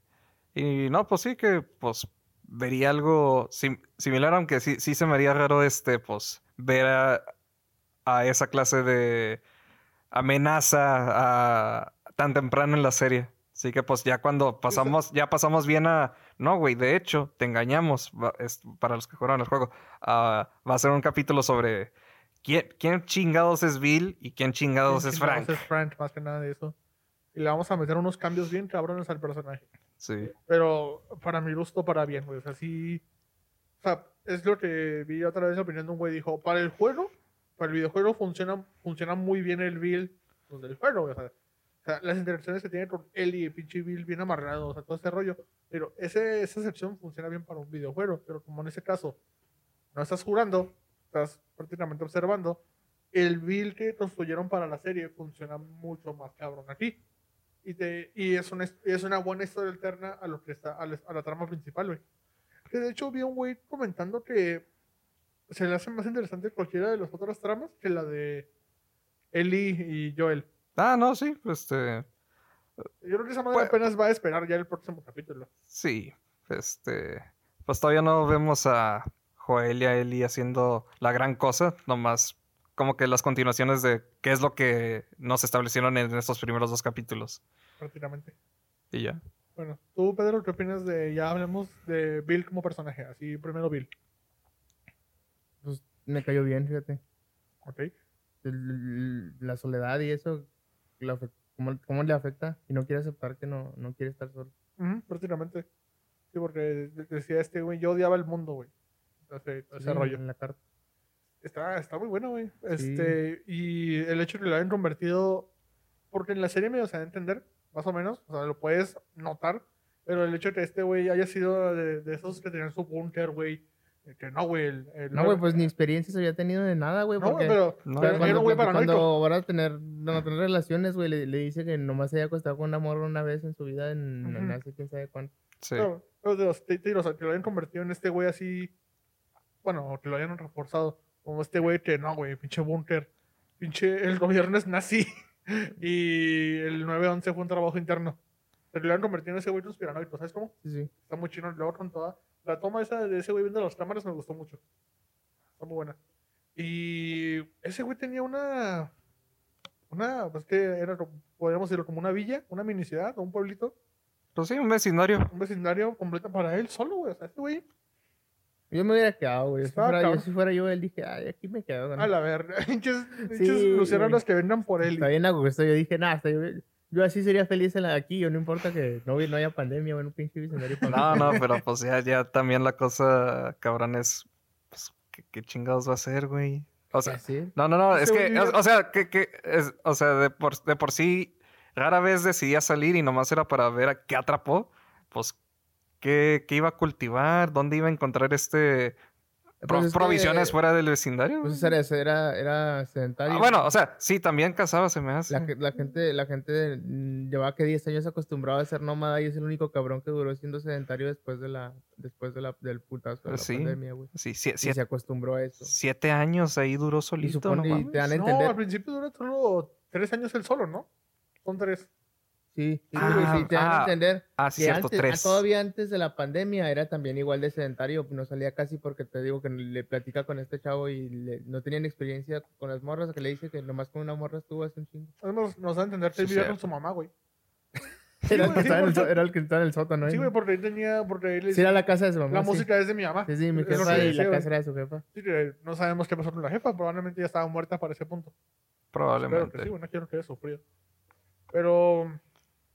S2: Y no, pues sí que, pues, vería algo sim- similar, aunque sí, sí se me haría raro, este, pues, ver a, a esa clase de amenaza a- tan temprano en la serie. Así que, pues, ya cuando pasamos, ya pasamos bien a. No, güey, de hecho, te engañamos, va- es- para los que jugaron el juego. Ah, va a ser un capítulo sobre quién, quién chingados es Bill y quién chingados
S1: Sí,
S2: es
S1: chingados,
S2: Frank.
S1: Es Frank, más que nada de eso. Y le vamos a meter unos cambios bien cabrones al personaje.
S2: Sí.
S1: Pero para mi gusto, para bien, güey. O sea, sí. O sea, es lo que vi otra vez la opinión de un güey. Dijo: Para el juego, para el videojuego funciona, funciona muy bien el build del juego, güey. O sea, sea, las interacciones que tiene con Ellie y pinche Bill bien amarrados, o sea, todo ese rollo. Pero ese, esa sección funciona bien para un videojuego, pero como en ese caso no estás jurando, estás prácticamente observando, el Bill que construyeron para la serie funciona mucho más cabrón aquí. Y, te, y es, una, es una buena historia alterna a, lo que está, a, la, a la trama principal, güey. Que de hecho vi a un güey comentando que se le hace más interesante cualquiera de las otras tramas que la de Ellie y Joel.
S2: Ah, no, sí, este,
S1: Yo creo que esa madre
S2: Pues-
S1: apenas va a esperar ya el próximo capítulo.
S2: sí, este, pues todavía no vemos a Joel y a Eli haciendo la gran cosa, nomás como que las continuaciones de qué es lo que nos establecieron en estos primeros dos capítulos
S1: prácticamente.
S2: y ya.
S1: Bueno, tú, Pedro, ¿qué opinas de, ya hablamos de Bill como personaje? Así, primero Bill,
S3: Pues me cayó bien, fíjate.
S1: ¿ok?
S3: El- la soledad y eso, la afe- cómo, cómo le afecta y no quiere aceptar que no, no quiere estar solo.
S1: Ujú, prácticamente. Sí, porque de- decía este güey, yo odiaba el mundo, güey. Entonces, todo ese
S3: Sí,
S1: rollo.
S3: En la carta.
S1: Está, está muy bueno, güey.
S3: Sí.
S1: Este, y el hecho de que lo hayan convertido, porque en la serie medio se da a entender, más o menos, o sea, lo puedes notar, pero el hecho de que este güey haya sido de, de esos que tenían su búnker, güey, eh, que no, güey. el- el-
S3: No, güey, pues ni experiencias había tenido de nada, güey.
S1: No,
S3: porque-
S1: güey, pero, pero
S2: No,
S3: Pero
S1: era
S3: cuando,
S1: un güey
S3: cuando-
S1: paranoico.
S3: cuando van a tener, van a tener relaciones, güey, le, le dice que nomás se haya acostado con una morra una vez en su vida, en, en
S1: Ujú.
S3: hace quién sabe cuánto.
S2: Sí,
S1: Pero, pero de los, te- te digo, o sea, que lo hayan convertido en este güey así. Bueno, o que lo hayan reforzado. Como este güey que no, güey, pinche búnker. Pinche, el gobierno es nazi. y el 9-11 fue un trabajo interno. Pero lo hayan convertido en ese güey conspiranoico, ¿sabes cómo?
S3: Sí, sí.
S1: Está muy chino. Luego con toda. La toma esa de ese güey viendo las cámaras me gustó mucho. Está muy buena. Y ese güey tenía una. Una, pues que era, como- podríamos decirlo, como una villa, una mini ciudad o un pueblito
S2: pues sí, un vecindario.
S1: un vecindario completo para él solo, güey. O sea, este güey,
S3: Yo me hubiera quedado, güey. Si,
S1: Estaba
S3: fuera
S1: cabrón.
S3: yo- si fuera yo, él dije, ay, aquí me quedo. ¿no?
S1: a la verga. Pinches
S3: Sí,
S1: lucieron
S3: güey.
S1: los que vendan por él.
S3: Está bien a gusto. Yo dije, nada, yo, yo así sería feliz en la, aquí. Yo no importa que no, hubi- no haya pandemia, bueno, un pinche bicentenario.
S2: No, no, pero pues ya, ya también la cosa, cabrón, es, pues, ¿qué, qué chingados va a ser, güey? O sea,
S3: sí.
S2: No, no, no, es
S1: Según
S2: que,
S1: yo
S2: o,
S1: ya-
S2: o sea, que, que es- o sea, de por, de por sí, rara vez decidía salir y nomás era para ver a qué atrapó, pues, qué, qué iba a cultivar, dónde iba a encontrar este pro-
S3: Pues es que-
S2: provisiones fuera del vecindario.
S3: Pues
S2: güey.
S3: eso era, eso era, era sedentario.
S2: Ah, bueno, o sea, sí, también cazaba, se me hace.
S3: La, ge- la gente, la gente mm, llevaba que 10 años acostumbrado a ser nómada y es el único cabrón que duró siendo sedentario después de la, después de la, del putazo de la
S2: Pues Sí.
S3: pandemia, güey.
S2: Sí, sie-
S3: Y se
S2: siete,
S3: acostumbró a eso.
S2: siete años ahí duró solito,
S3: supone-
S2: no
S3: y
S2: mames.
S3: te dan a
S1: No, al
S3: entender.
S1: principio dura solo tres años él solo, ¿no? Son tres.
S3: Sí, sí,
S2: Ah,
S3: güey, sí, te dan
S2: ah,
S3: a entender.
S2: Ah, sí,
S3: que
S2: cierto,
S3: antes- ah,
S2: tres.
S3: todavía antes de la pandemia era también igual de sedentario, no salía casi porque te digo que le platica con este chavo y le- no tenían experiencia con las morras, que le dice que nomás con una morra estuvo hace un chingo.
S1: Además, nos da a entender que él
S2: Sí,
S1: vivía con
S2: cierto.
S1: su mamá, güey.
S3: era, el
S1: güey,
S3: que
S1: sí,
S3: estaba en el,
S1: porque-
S3: so- era el que estaba en el sótano, ¿eh?
S1: Sí, güey, porque él tenía. Porque él
S3: Sí, era la casa de su mamá.
S1: la
S3: sí.
S1: música es de mi mamá.
S3: Sí, sí, mi
S1: Es lo que
S3: jefa y
S1: decía,
S3: la
S1: güey.
S3: casa era de su jefa.
S1: Sí, que no sabemos qué pasó con la jefa, probablemente ya estaba muerta para ese punto. Claro que sí,
S2: Probablemente.
S1: güey, no quiero que haya sufrido. Pero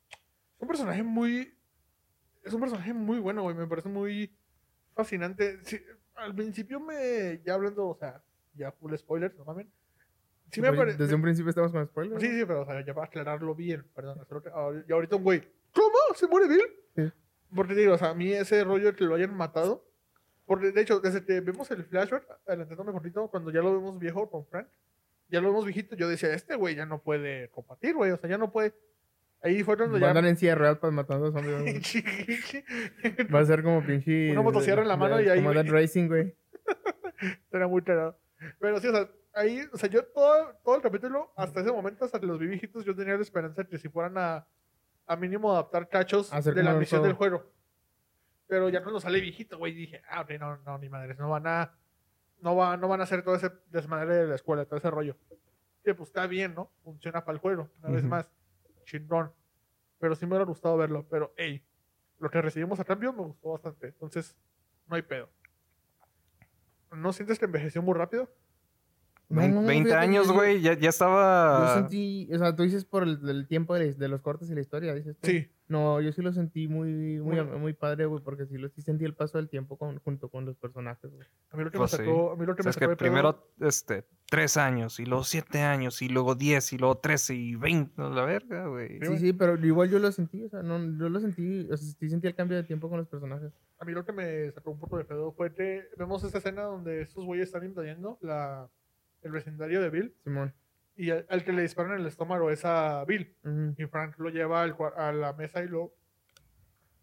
S1: es un personaje muy. Es un personaje muy bueno, güey. Me parece muy fascinante. Sí, al principio me. Ya hablando, o sea, ya full spoiler, no mamen. Sí, me
S3: Pues,
S1: parece.
S3: Desde un principio estamos con spoilers.
S1: Sí, sí, pero o sea, ya para aclararlo bien, perdón. hacer otra- ahor- ah, Y ahorita un güey, ¿cómo? ¿Se muere Bill?
S3: Sí.
S1: Porque te digo, o sea, a mí ese rollo de que lo hayan matado, porque de hecho, desde que vemos el flashback, adelantándome poquito, cuando ya lo vemos viejo con Frank, ya lo vemos viejito, yo decía, este güey ya no puede combatir, güey, o sea, ya no puede. Ahí fue cuando
S3: Mandan
S1: ya...
S3: en silla de ruedas para matando zombies. güey. Va a ser como pinche.
S1: Una motosierra en la mano y ahí,
S3: Como
S1: güey.
S3: Dead Racing, güey.
S1: Era muy cagado. Pero sí, o sea, ahí, o sea, yo todo, todo el capítulo, hasta ese momento, hasta que los vi viejitos, yo tenía la esperanza de que si fueran a, a mínimo adaptar cachos
S3: A hacer
S1: de la
S3: como el
S1: misión
S3: juego.
S1: del juego. Pero ya cuando sale viejito, güey, dije, ah, ok, no, no, ni madres, no van a, no, va, no van a hacer todo ese desmadre de la escuela, todo ese rollo. Que pues está bien, ¿no? Funciona para el juego, una vez
S2: Ujú.
S1: más. Chingón. Pero sí me hubiera gustado verlo. Pero, hey, lo que recibimos a cambio me gustó bastante. Entonces, no hay pedo. ¿No sientes que envejeció muy rápido?
S2: Vein-
S3: No, no,
S2: 20
S3: fíjate que
S2: años,
S3: yo-
S2: güey, ah. ya, ya
S3: Yo
S2: estaba...
S3: sentí. O sea, tú dices por el, el tiempo de, de los cortes y la historia, dices tú.
S1: Sí,
S3: No, yo sí lo sentí muy, muy,
S1: Muy-
S3: muy padre, güey, porque sí, lo, sí sentí el paso del tiempo con- junto con los personajes, güey.
S1: A mí lo que
S2: Pues
S1: me
S2: sí.
S1: sacó, a mí lo que
S2: O sea,
S1: me
S2: es que
S1: sacó de pedo-
S2: primero, este, tres años, y luego siete años, y luego diez, y luego trece, y veinte, a la verga, güey.
S1: Sí,
S3: Sí,
S1: güey.
S3: sí, pero igual yo lo sentí, o sea, no, yo lo sentí, o sea, sí sentí el cambio de tiempo con los personajes.
S1: a mí lo que me sacó un poco de pedo fue que vemos esta escena donde estos güeyes están invadiendo la, el vecindario de Bill
S3: Simón.
S1: y al, al que le disparan en el estómago es a Bill.
S3: Ujú.
S1: Y Frank lo lleva al cua- a la mesa y lo...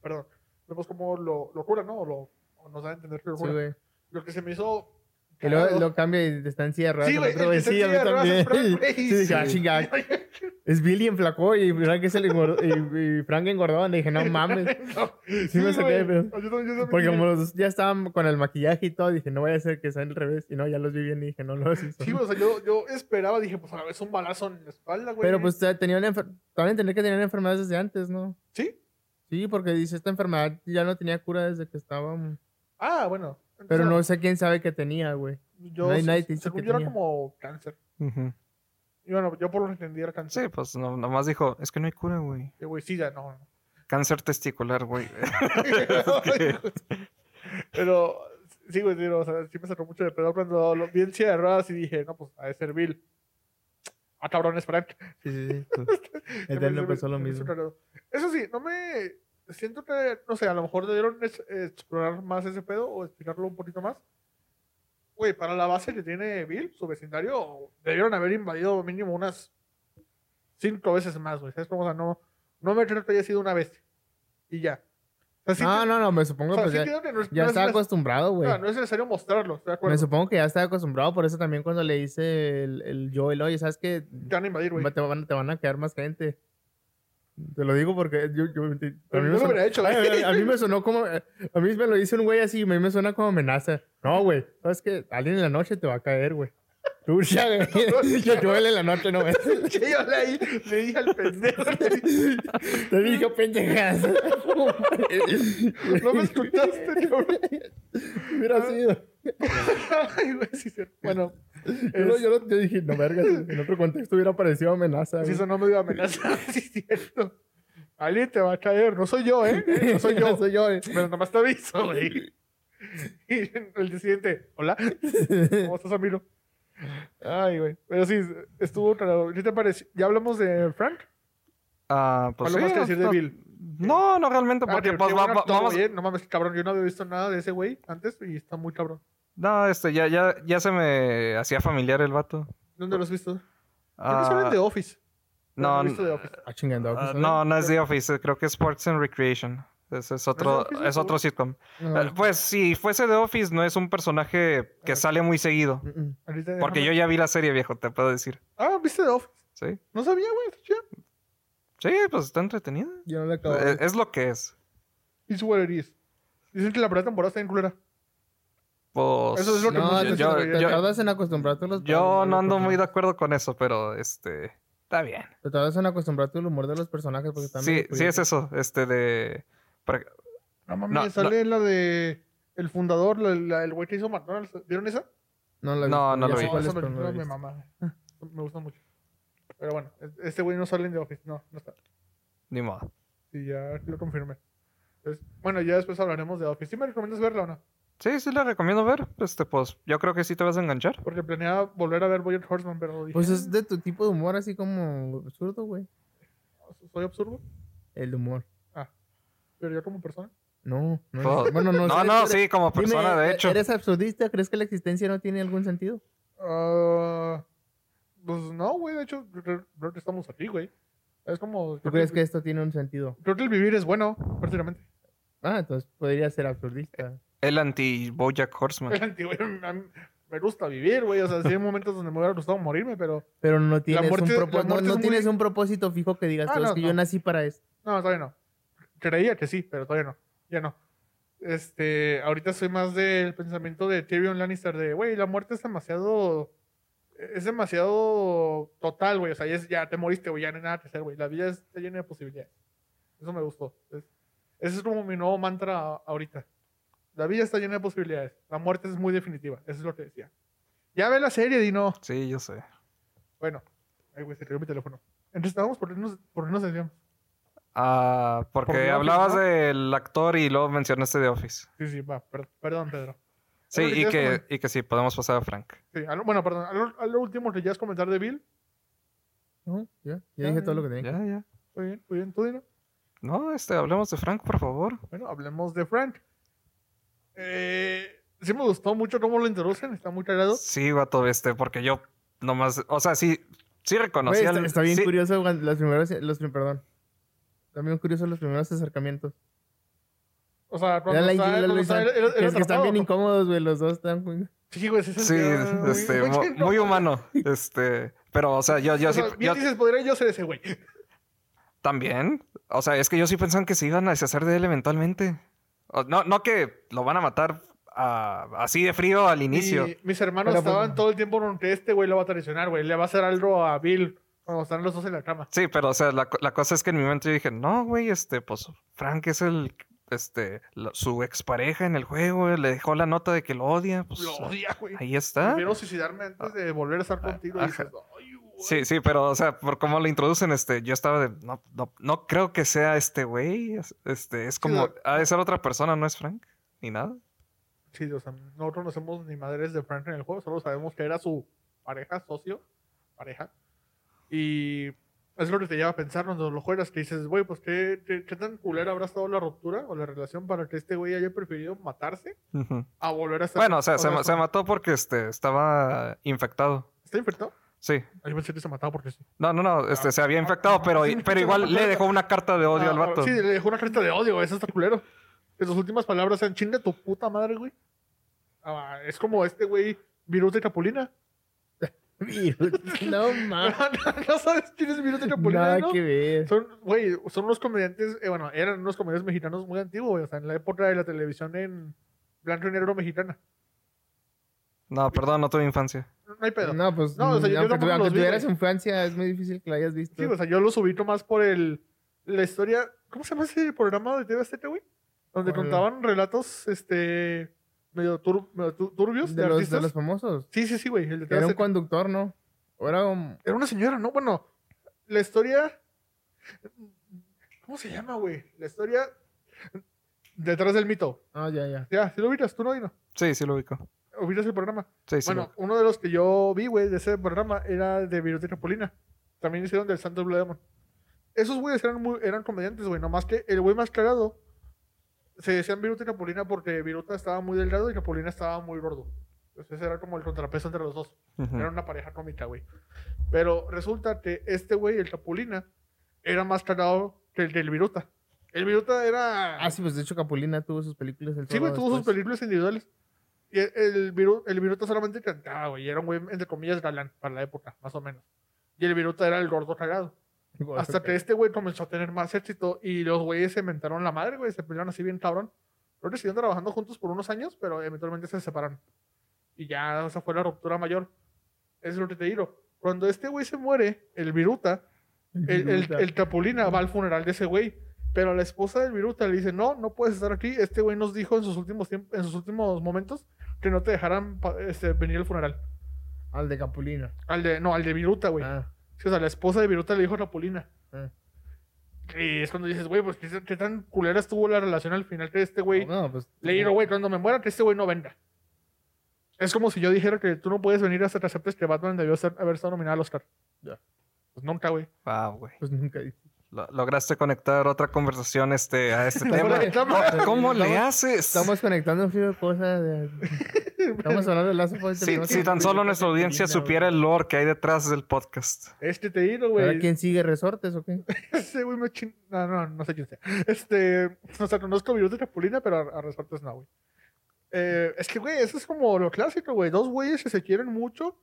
S1: Perdón. Vemos como lo, lo cura, ¿no? O, lo, o nos da a entender que lo
S3: Sí,
S1: cura.
S3: güey.
S1: lo que se me hizo...
S3: Y luego
S1: cagado-
S3: lo cambia y está en silla de ruedas
S1: Sí,
S3: el
S1: güey,
S3: otro
S1: el
S3: güey,
S1: que está en
S3: sí, a mí
S1: silla de ruedas es Frank,
S3: también.
S1: güey.
S3: Sí, dije, ah,
S2: Sí.
S3: chinga, Es Billy enflacó y Frank, es el engordo- y, y Frank engordó. Le dije, no mames.
S1: sí,
S3: me saqué de
S1: güey.
S3: pedo.
S1: Yo también- yo también
S3: Porque
S1: dije-
S3: como los dos ya estaban con el maquillaje y todo, dije, no vaya a ser que sea al revés. Y no, ya los vi bien y dije, no los hizo.
S1: Sí, güey, o sea, yo, yo esperaba, dije, pues a la vez un balazo en la espalda, güey.
S3: Pero pues ya tenían enfer- también tener que tenían enfermedades desde antes, ¿no?
S1: ¿Sí?
S3: Sí, porque dice, esta enfermedad ya no tenía cura desde que estábamos.
S1: Ah, bueno. Entonces,
S3: Pero no
S1: era-
S3: sé quién sabe qué tenía, güey.
S1: Yo,
S3: nadie-
S1: se-
S3: nadie te dice
S1: según
S3: que
S1: yo era
S3: tenía.
S1: como cáncer.
S2: Ujú.
S1: Y bueno, yo por lo que entendí era cáncer.
S2: Sí, pues no- nomás dijo, es que no hay cura, güey.
S1: Y, güey, sí, ya no. no.
S2: Cáncer testicular, güey.
S1: Pero sí, güey, digo, o sea, sí me sacó mucho de pedo cuando lo vi en silla de ruedas y dije, no, pues a de ser Bill. Ah, cabrón, es Frank.
S3: Sí, sí, sí.
S1: Se me-
S3: Él
S1: se
S3: le
S1: me-
S3: pasó lo
S1: se me hizo
S3: mismo.
S1: cagado. Eso sí, no me. Siento que, no sé, a lo mejor debieron es- explorar más ese pedo o explicarlo un poquito más. Güey, para la base que tiene Bill, su vecindario, debieron haber invadido mínimo unas cinco veces más, güey. ¿Sabes cómo? O sea, no, no me creo que haya sido una vez. Y ya. O sea, sí
S3: No,
S1: que-
S3: no, no, me
S1: o
S3: supongo
S1: sea,
S3: pues
S1: sí
S3: ya,
S1: creo que no es-
S3: ya
S1: no es
S3: estaba
S1: neces-
S3: acostumbrado, güey.
S1: no, no es necesario mostrarlo, estoy de
S3: Me
S1: acuerdo.
S3: supongo que ya está acostumbrado, por eso también cuando le dice el, el Joel, oye, ¿sabes qué?
S1: Te van a invadir, güey.
S3: Va- Te van, te van a quedar más gente. Te lo digo porque yo, yo- te- a,
S1: Pero
S3: mí
S1: yo
S3: me
S1: lo
S3: sonó,
S1: hubiera hecho, ¿eh?
S3: Ay, a
S1: güey.
S3: mí- a mí me sonó como... eh, A mí me lo dice un güey así, a mí me suena como amenaza. No, güey, ¿sabes qué? Alguien en la noche te va a caer, güey. Tú ya, güey. Yo Joel en la noche, no, güey.
S1: Yo le, ahí le dije al pendejo, le dije,
S3: Te dije pendejas.
S1: no me escuchaste, cabrón. Ah.
S3: Hubiera sido.
S1: Ay, güey, sí, cierto. Bueno,
S3: Yo, lo- yo lo- yo dije, no, verga, en otro contexto hubiera parecido amenaza,
S1: si
S3: güey.
S1: eso no me dio amenaza, sí, es cierto. Alguien te va a caer, no soy yo, ¿eh? No soy yo.
S3: soy yo. eh.
S1: Pero nomás te aviso, güey. Y el día siguiente, hola, ¿cómo estás, amigo? Ay, güey. Pero sí, estuvo claro. ¿Qué te parece? ¿Ya hablamos de Frank?
S2: Ah, pues
S1: ¿Algo
S2: sí,
S1: más que decir de
S2: no,
S1: Bill?
S2: No, no realmente,
S1: Ah,
S2: porque
S1: que-
S2: pues
S1: que
S2: va-
S1: buen
S2: va-
S1: actor,
S2: vamos...
S1: güey, ¿eh? No mames, cabrón, yo no había visto nada de ese güey antes y está muy cabrón.
S2: No, este, ya, ya, ya se me hacía familiar el vato.
S1: ¿Dónde lo has visto? Creo que
S2: Ah,
S1: solo en The Office. pero
S2: no,
S1: he visto The Office.
S3: Ah, chingando.
S2: ah, no, no es The Office, creo que es Sports and Recreation. Ese es otro,
S1: Office?
S2: es otro sitcom.
S3: No.
S2: Eh, Pues si fuese The Office, no es un personaje que
S1: Ah.
S2: sale muy seguido.
S3: Mm-mm.
S1: Ahorita
S2: Porque yo
S1: déjame-
S2: ya vi la serie, viejo, te puedo decir.
S1: Ah, ¿viste The Office?
S2: Sí,
S1: No sabía, güey. está chida.
S2: sí pues está entretenida.
S3: Yo no le acabo.
S2: Eh, Es, lo que es.
S1: It's what it is. Dicen que la primera temporada está en culera.
S2: Pues,
S1: Eso es lo que
S3: no,
S1: muchos
S3: te,
S1: dicen,
S2: yo,
S1: güey,
S3: te
S2: yo-
S3: tardas en acostumbrarte a los
S2: yo
S3: a los
S2: no ando muy de
S3: personajes.
S2: acuerdo con eso, pero este está bien.
S3: Te tardas en acostumbrarte al humor de los personajes porque
S2: Sí,
S3: también. pues,
S2: sí es eso, este de para-
S1: No
S2: No,
S1: mames,
S2: no.
S1: sale la de el fundador, la, la- el güey que hizo McDonald's. ¿Vieron esa?
S3: No, la he
S2: No,
S3: visto,
S2: no
S3: ya
S2: lo
S3: sé
S2: vi.
S1: No,
S3: cuál es,
S1: esa
S3: pero no
S1: película
S3: la he
S1: me
S3: visto.
S1: mama. Me gusta mucho. Pero bueno, e- este güey no sale en The Office. No, no está.
S2: ni modo.
S1: Sí, ya lo confirmé. Entonces, bueno, ya después hablaremos de The Office. ¿Sí me recomiendas verla o no?
S2: Sí, sí la recomiendo ver, este pues yo creo que sí te vas a enganchar.
S1: Porque planeaba volver a ver Boyer Horseman, pero dije,
S3: Pues es de tu tipo de humor así como absurdo, güey.
S1: soy absurdo,
S3: El humor.
S1: pero yo como persona.
S3: No, no.
S2: Pues,
S3: es- bueno, no.
S2: No,
S3: sé,
S2: no,
S3: eres-
S2: sí, como
S3: dime,
S2: persona de
S3: ¿e-
S2: hecho.
S3: ¿Eres absurdista? ¿Crees que la existencia no tiene algún sentido?
S1: Ah, pues no, güey. De hecho, yo creo creo que estamos aquí, güey. Es como.
S3: ¿Tú
S1: creo
S3: crees que
S1: el-
S3: esto tiene un sentido?
S1: Creo que el vivir es bueno, prácticamente.
S3: Ah, entonces podría ser absurdista.
S2: El anti Bojack
S1: El
S2: Horseman.
S1: antiguo, a mí me gusta vivir, güey. O sea, sí hay momentos donde me hubiera gustado morirme, pero.
S3: Pero no tienes,
S1: muerte-
S3: un,
S1: la
S3: propósito, no,
S1: muerte es muy-
S3: tienes un propósito fijo que digas,
S1: Ah,
S3: "Tú, es
S1: no,
S3: que
S1: no.
S3: yo nací para esto.
S1: No, todavía no. Creía que sí, pero todavía no. Ya no. Este, ahorita soy más del pensamiento de Tyrion Lannister de, güey, la muerte es demasiado, es demasiado total, güey. O sea, ya, es- ya te moriste, güey, ya no hay nada que hacer, güey. La vida está llena de posibilidades. Eso me gustó. Es- ese es como mi nuevo mantra a- ahorita. La vida está llena de posibilidades. La muerte es muy definitiva. Eso es lo que decía. Ya ve la serie, Dino.
S2: Sí, yo sé.
S1: Bueno, ay, güey, se cayó mi teléfono. Entonces estábamos por irnos, por irnos de tema.
S2: Ah, porque
S1: Por The Office,
S2: hablabas
S1: ¿no?
S2: del actor y luego mencionaste The Office.
S1: Sí, sí, va, per- perdón, Pedro.
S2: Sí,
S1: Algo que
S2: y
S1: quieras
S2: que,
S1: comentar.
S2: y que sí, podemos pasar a Frank.
S1: Sí, a lo- bueno, perdón, a lo, a lo último que ya es comentar de Bill.
S3: Ujú, Ya, ya
S1: Ya,
S3: dije
S1: ya,
S3: todo lo que tenía.
S2: Ya, ya.
S1: Muy bien, muy bien, tú dilo.
S2: No, este, hablemos de Frank, por favor.
S1: Bueno, hablemos de Frank. Eh, sí me gustó mucho cómo lo introducen, está muy cagado.
S2: Sí, vato, este, porque yo nomás, o sea, sí, sí
S3: Güey,
S2: reconocía.
S3: está,
S2: el-
S3: está bien
S2: sí,
S3: curioso cuando los primeros, los, prim- perdón. También curioso los primeros acercamientos.
S1: O sea, cuando
S3: Era la,
S1: está-
S3: la-
S1: cuando
S3: la-
S1: está- era-
S3: que
S1: era
S3: es que están
S1: atrapado,
S3: bien
S1: ¿no?
S3: incómodos, güey. Los dos están muy-
S1: Sí, güey, sí, se
S2: Sí,
S1: sentía muy-
S2: este,
S1: muy
S2: mo-
S1: chino.
S2: muy humano. Este, pero, o sea, yo, yo
S1: O
S2: sí,
S1: sea,
S2: yo
S1: bien dices, podría yo ser ese güey.
S2: también. O sea, es que yo sí pensaba que se iban a deshacer de él eventualmente. O- no, no que lo van a matar ah, así de frío al inicio.
S1: Y mis hermanos
S3: Pero, pues,
S1: estaban todo el tiempo con que este güey lo va a traicionar, güey. Le va a hacer algo a Bill cuando están los dos en la cama.
S2: Sí, pero, o sea, la, co- la cosa es que en mi mente yo dije, no, güey, este, pues, Frank es el, este, la- su expareja en el juego, le dejó la nota de que lo odia, pues,
S1: Lo odia, güey.
S2: ahí está.
S1: Prefiero suicidarme antes de volver a estar
S2: Ah,
S1: contigo. Y
S2: ajá.
S1: dices, "Ay, güey".
S2: Sí, sí, pero, o sea, por cómo lo introducen, este, yo estaba de, no, no, no creo que sea este güey, es- este, es como,
S1: la-
S2: ha de ser otra persona, ¿no es Frank? Ni nada.
S1: Sí, o sea, nosotros no somos ni madres de Frank en el juego, solo sabemos que era su pareja, socio, pareja. Y es lo que te lleva a pensar cuando lo juegas, que dices, güey, pues ¿qué, qué, qué tan culera habrá estado la ruptura o la relación para que este güey haya preferido matarse
S2: Ujú.
S1: a volver a estar.
S2: Bueno, o sea, se, ma- se
S1: está-
S2: mató porque, este, estaba infectado,
S1: ¿Está infectado?
S2: sí.
S1: Ay, Yo pensé que se mataba porque sí.
S2: No, no, no, este,
S1: Ah,
S2: se había
S1: ah,
S2: infectado,
S1: ah,
S2: pero,
S1: sí,
S2: pero
S1: sí,
S2: igual
S1: no,
S2: le
S1: no,
S2: dejó una carta de odio
S1: Ah,
S2: al
S1: ah,
S2: vato.
S1: Sí, le dejó una carta de odio, güey, eso está culero. Que sus últimas palabras sean chinga tu puta madre, güey. Ah, es como este güey, Virus de Capulina.
S3: no
S1: no,
S3: mames.
S2: Ah.
S1: no sabes quién es Virus de Capulina,
S3: Nada
S1: ¿no?
S3: que ver.
S1: Son, güey, son unos comediantes, eh, bueno, eran unos comediantes mexicanos muy antiguos, güey, o sea, en la época de la televisión en blanco y negro mexicana.
S2: No, perdón, no tuve infancia.
S1: No hay pedo.
S3: No, pues.
S1: No, o sea, yo- yo
S3: aunque
S1: tampoco
S3: tu- aunque
S1: los vi,
S3: tuvieras
S1: güey.
S3: infancia, es muy difícil que la hayas visto.
S1: Sí, o sea, yo los ubico más por el, la historia, ¿cómo se llama ese programa de TV Azteca, güey? Donde
S3: ¿Cuál?
S1: contaban relatos, este, medio, tur- medio tu- turbios de,
S3: de, los, de
S1: artistas. eh,
S3: los famosos.
S1: Sí, sí, sí, güey, el de TV
S3: Era un
S1: Azteca.
S3: conductor, ¿no? O Era un.
S1: Era una señora, ¿no? Bueno, la historia, ¿cómo se llama, güey? La historia detrás del mito.
S3: Ah, ya, ya.
S1: Ya, si lo ubicas, tú no, Dino.
S2: Sí, sí lo ubico.
S1: Ubicas el programa.
S2: Sí, sí. lo
S1: Bueno,
S2: ubico.
S1: uno de los que yo vi, güey, de ese programa era de Viruteca Polina. También hicieron del Santos Blue Demon. Esos güeyes eran, muy- eran comediantes, güey. Nomás que el güey más cagado se decían Viruta y Capulina porque Viruta estaba muy delgado y Capulina estaba muy gordo. Entonces ese era como el contrapeso entre los dos.
S2: Ujú.
S1: Era una pareja cómica, güey. Pero resulta que este güey, el Capulina, era más cagado que el del Viruta. El Viruta era...
S3: Ah, sí, pues de hecho Capulina tuvo sus películas. El
S1: Sí, güey, tuvo sus películas individuales. Y el, el, Viru- el Viruta solamente cantaba, güey. y Era un güey, entre comillas, galán para la época, más o menos. Y el Viruta era el gordo cagado.
S3: películas.
S1: Hasta que este güey comenzó a tener más éxito y los güeyes se inventaron la madre, güey. Se pelearon así bien cabrón. Creo que siguieron trabajando juntos por unos años, pero eventualmente se separaron. Y ya esa fue la ruptura mayor. Es lo que te digo. Cuando este güey se muere, el Viruta, el, el, el Capulina va al funeral de ese güey. Pero la esposa del Viruta le dice, no, no puedes estar aquí. Este güey nos dijo en sus últimos, tiemp- en sus últimos momentos que no te dejaran pa- este, venir al funeral.
S3: Al de Capulina.
S1: Al de, no, al de Viruta, güey.
S3: Ah,
S1: Sí, o sea, la esposa de Viruta le dijo a Capulina.
S3: Ah.
S1: Y es cuando dices, güey, pues ¿qué, qué tan culera estuvo la relación al final que este güey.
S3: no, pues.
S1: Le digo, güey, cuando me muera, que este güey no venga. Es como si yo dijera que tú no puedes venir hasta que aceptes que Batman debió ser- haber estado nominado al Oscar.
S3: Ya.
S1: Pues nunca, güey.
S2: Wow, Ah, güey.
S3: Pues nunca.
S2: Lo- lograste conectar otra conversación este, a este tema.
S1: Ahora que estamos-
S2: Oh, ¿Cómo le
S3: Estamos-
S2: haces?
S3: Estamos conectando un frío de cosas. de- Estamos hablando de lazo. Pues,
S2: si,
S3: terminamos
S2: si
S3: con
S2: tan solo nuestra
S3: Capulina,
S2: audiencia
S3: güey.
S2: supiera el lore que hay detrás del podcast.
S1: Es que te digo,
S3: ¿Ahora
S1: güey.
S3: quién sigue resortes o qué?
S1: Ese güey me chin... No, no, no sé quién sea. Este, o sea, conozco virus de Capulina, pero a, a resortes no, güey. Eh, es que, güey, eso es como lo clásico, güey. Dos güeyes que se quieren mucho,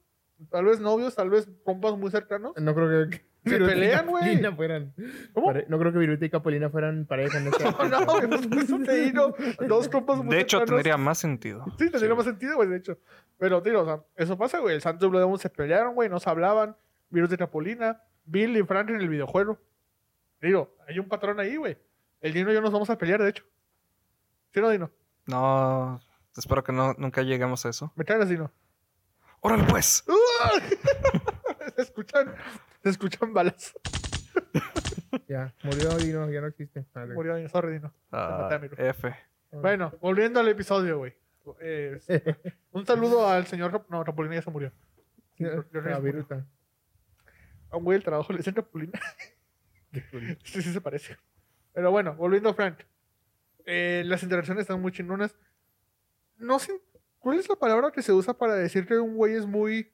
S1: tal vez novios, tal vez compas muy cercanos.
S3: No creo que.
S1: Se
S3: Viruta y
S1: pelean, güey.
S3: Capulina fueran.
S1: ¿Cómo?
S3: pare- No creo que Viruta y Capulina fueran pareja. en esta-
S1: No, güey, pues por eso te digo, dos compas muy
S2: De hecho,
S1: cercanos.
S2: tendría más sentido.
S1: Sí, tendría más sentido, güey, de hecho. Pero, tío, o sea, eso pasa, güey. El Santos y Blue Demon se pelearon, güey, no se hablaban. Virus de Capulina, Bill y Frank en el videojuego. Digo, hay un patrón ahí, güey. El Dino y yo nos vamos a pelear, de hecho. ¿Sí no, Dino?
S2: No, espero que no, nunca lleguemos a eso.
S1: Me cagas, Dino.
S2: ¡Órale, pues!
S1: se escuchan, se escuchan balas.
S3: Ya, murió y no, ya no existe. Vale.
S1: Murió ahí, sorry, Dino.
S2: Ah,
S1: Matamiro.
S2: F.
S1: Bueno, volviendo al episodio, güey. Eh, un saludo al señor... Rap- No, Rapolina ya se murió.
S3: Sí,
S1: yo- yo no
S3: la
S1: es-
S3: viruta.
S1: A un güey del trabajo le dicen Rapolina. Sí, sí se parece. Pero bueno, volviendo a Frank. Eh, las interacciones están muy chingonas. No sé, ¿cuál es la palabra que se usa para decir que un güey es muy...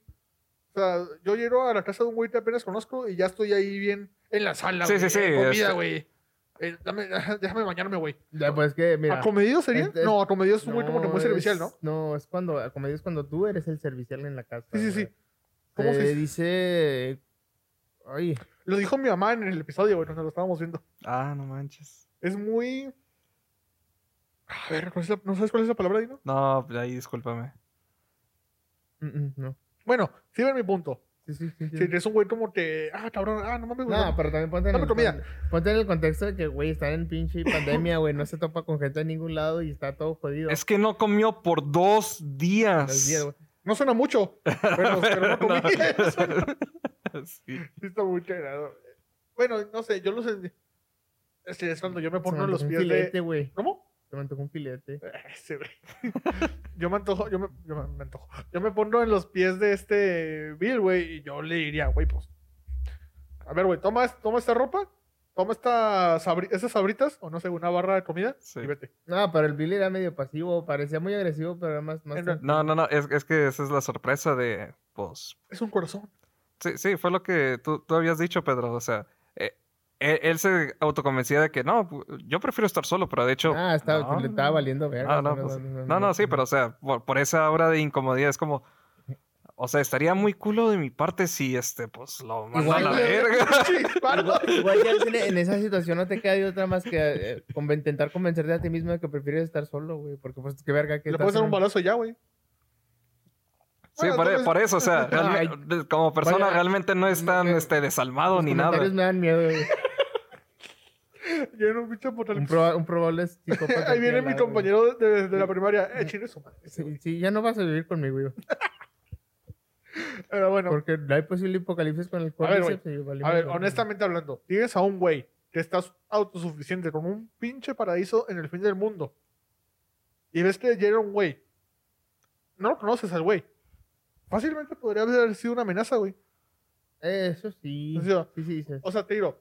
S1: O sea, yo llego a la casa de un güey que apenas conozco y ya estoy ahí bien en la sala,
S2: Sí,
S1: güey,
S2: sí, sí,
S1: en comida,
S2: este-
S1: güey. Eh, dame- déjame bañarme, güey.
S3: Ya, pues que, mira.
S1: ¿Acomedido sería?
S3: este-
S1: no, acomedido Ah, es un güey como que
S3: no,
S1: muy servicial,
S3: es-
S1: ¿no?
S3: No, es cuando, a comedia es cuando tú eres el servicial en la casa.
S1: Sí, sí, sí.
S3: güey.
S1: ¿Cómo
S3: Te
S1: se dice?
S3: dice. Ay,
S1: Lo dijo mi mamá en el episodio, güey, cuando lo estábamos viendo.
S2: Ah, no manches.
S1: Es muy... A ver, ¿cuál es la- ¿no sabes cuál es la palabra, Dino?
S2: No, ahí discúlpame.
S3: mm, mm, no.
S1: Bueno, sí ven mi punto.
S3: Sí, sí, sí. sí.
S1: Si eres un güey como que, ah, cabrón, ah, no mames, güey.
S3: No, pero también ponte en,
S1: Dame
S3: el,
S1: comida.
S3: pon- ponte en el contexto de que, güey, están en pinche pandemia, güey, no se topa con gente en ningún lado y está todo jodido.
S2: Es que no comió por dos días.
S3: Los días, güey.
S1: No suena mucho. Bueno, pero no comí. Suena-
S2: Sí.
S1: sí está muy cagado. Bueno, no sé, yo lo sentí. Es que es cuando yo me
S3: Se me
S1: pongo en los
S3: antojó un
S1: pies
S3: filete,
S1: de.
S3: güey.
S1: ¿Cómo?
S3: Se me antojó un filete.
S1: Ese güey. Yo me antojo, yo me, yo me- me antojo. Yo me pongo en los pies de este Bill, güey, y yo le diría, güey, pues. A ver, güey, toma, es- toma esta ropa, toma estas sabri- esas sabritas, o no sé, una barra de comida,
S2: Sí.
S1: y vete.
S3: No, pero el Billy era medio pasivo, parecía muy agresivo, pero era más... más
S1: En realidad-
S2: No, no, no. Es, es que esa es la sorpresa de. Pues.
S1: Es un corazón.
S2: Sí, sí, fue lo que tú, tú habías dicho, Pedro. O sea, eh, él, él se autoconvencía de que no, yo prefiero estar solo, pero de hecho.
S3: ah, estaba,
S2: no,
S3: le estaba valiendo verga.
S2: No, no, pues, No, no, sí, pero o sea, por, por esa hora de incomodidad es como. O sea, estaría muy culo de mi parte si este, pues lo mando a
S3: Igual,
S2: la
S3: güey.
S2: verga.
S1: Sí, claro.
S3: Igual ya en, en esa situación no te queda de otra más que eh, conven- intentar convencerte a ti mismo de que prefieres estar solo, güey, porque pues qué verga que
S1: Le
S3: estás
S1: puedes dar
S3: en
S1: un
S3: un-
S1: balazo ya, güey.
S2: Sí,
S1: Bueno,
S2: por, e-,
S1: entonces-
S2: por eso, o sea, realme-
S3: Ay.
S2: de- como persona
S3: Vaya,
S2: realmente no es
S3: no,
S2: tan
S3: eh,
S2: este, desalmado
S3: Los
S2: ni nada.
S3: comentarios me dan miedo, güey.
S1: Yo era un bicho por
S3: Un, proba- un probable psicópata.
S1: Ahí viene
S3: aquí
S1: mi
S3: al lado, güey.
S1: compañero de, de la primaria. Eh, chingue su madre.
S3: Sí, sí, ya no vas a vivir conmigo, güey.
S1: Pero bueno,
S3: Porque no hay posible apocalipsis con el
S1: A ver, güey.
S3: cordyceps. y valimos
S1: a ver,
S3: verga.
S1: honestamente hablando, tienes a un güey que estás autosuficiente con un pinche paraíso en el fin del mundo. Y ves que llega un güey. No lo conoces al güey. Fácilmente podría haber sido una amenaza, güey.
S3: Eso sí.
S1: O sea,
S3: Sí, sí, sí.
S1: O sea, te digo,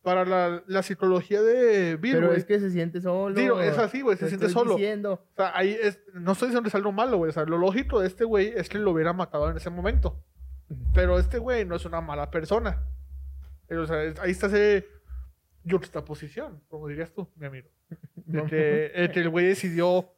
S1: para la, la psicología de Bill,
S3: Pero
S1: güey,
S3: es que se siente solo.
S1: digo, es así, güey, se
S3: te
S1: siente
S3: estoy
S1: solo.
S3: diciendo.
S1: O sea, ahí es, no estoy diciendo que es algo malo, güey. O sea, lo lógico de este güey es que lo hubiera matado en ese momento. Pero este güey no es una mala persona. Pero, o sea, es- ahí está ese juxtaposición, como dirías tú, mi amigo. De que, eh, que el güey decidió,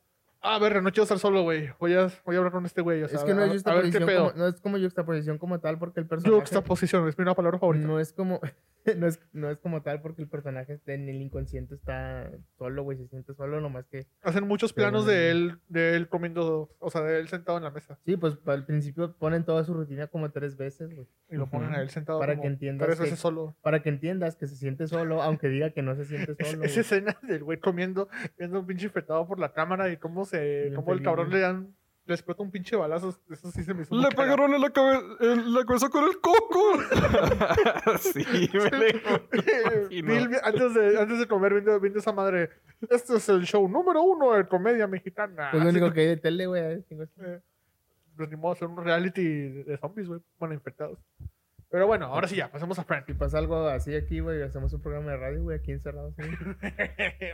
S1: ah, a ver, no quiero estar solo, güey. Voy a, voy a hablar con este güey. O sea,
S3: es que no
S1: a-
S3: es
S1: a ver qué
S3: juxtaposición
S1: pedo.
S3: como, no es como juxtaposición como tal porque el personaje
S1: Juxtaposición, es mi nueva palabra favorita.
S3: no es como no es, no es como tal porque el personaje está en el inconsciente está solo, güey, se siente solo nomás que
S1: Hacen muchos
S3: Pero-
S1: planos de él, de él comiendo, o sea, de él sentado en la mesa.
S3: sí, pues al principio ponen toda su rutina como tres veces, güey,
S1: Y lo ponen
S2: Ujú.
S1: a él sentado
S3: Para
S1: como
S3: que entiendas
S1: tres
S3: que-
S1: veces solo.
S3: para que entiendas que se siente solo aunque diga que no se siente
S1: Es-
S3: solo.
S1: esa
S3: güey.
S1: escena del güey comiendo, viendo un pinche infectado por la cámara y cómo se,
S3: Bien
S1: cómo el
S3: feliz,
S1: cabrón
S3: güey.
S1: le dan, le explota un pinche balazo, eso sí se me hizo muy
S2: Le
S1: cagado.
S2: pegaron en la, cabe- en la cabeza con el coco. sí, me le- imagino.
S1: Bill, antes de, antes de comer, viendo, viendo esa madre, este es el show número uno de comedia mexicana.
S3: Pues lo
S1: Así
S3: único que hay de tele, güey, es-
S1: nos animó a hacer un reality de de zombies, güey, bueno, infectados. Pero bueno, ahora sí ya, pasemos a Frank.
S3: Si pasa algo así aquí, güey, hacemos un programa de radio, güey, aquí encerrados. güey.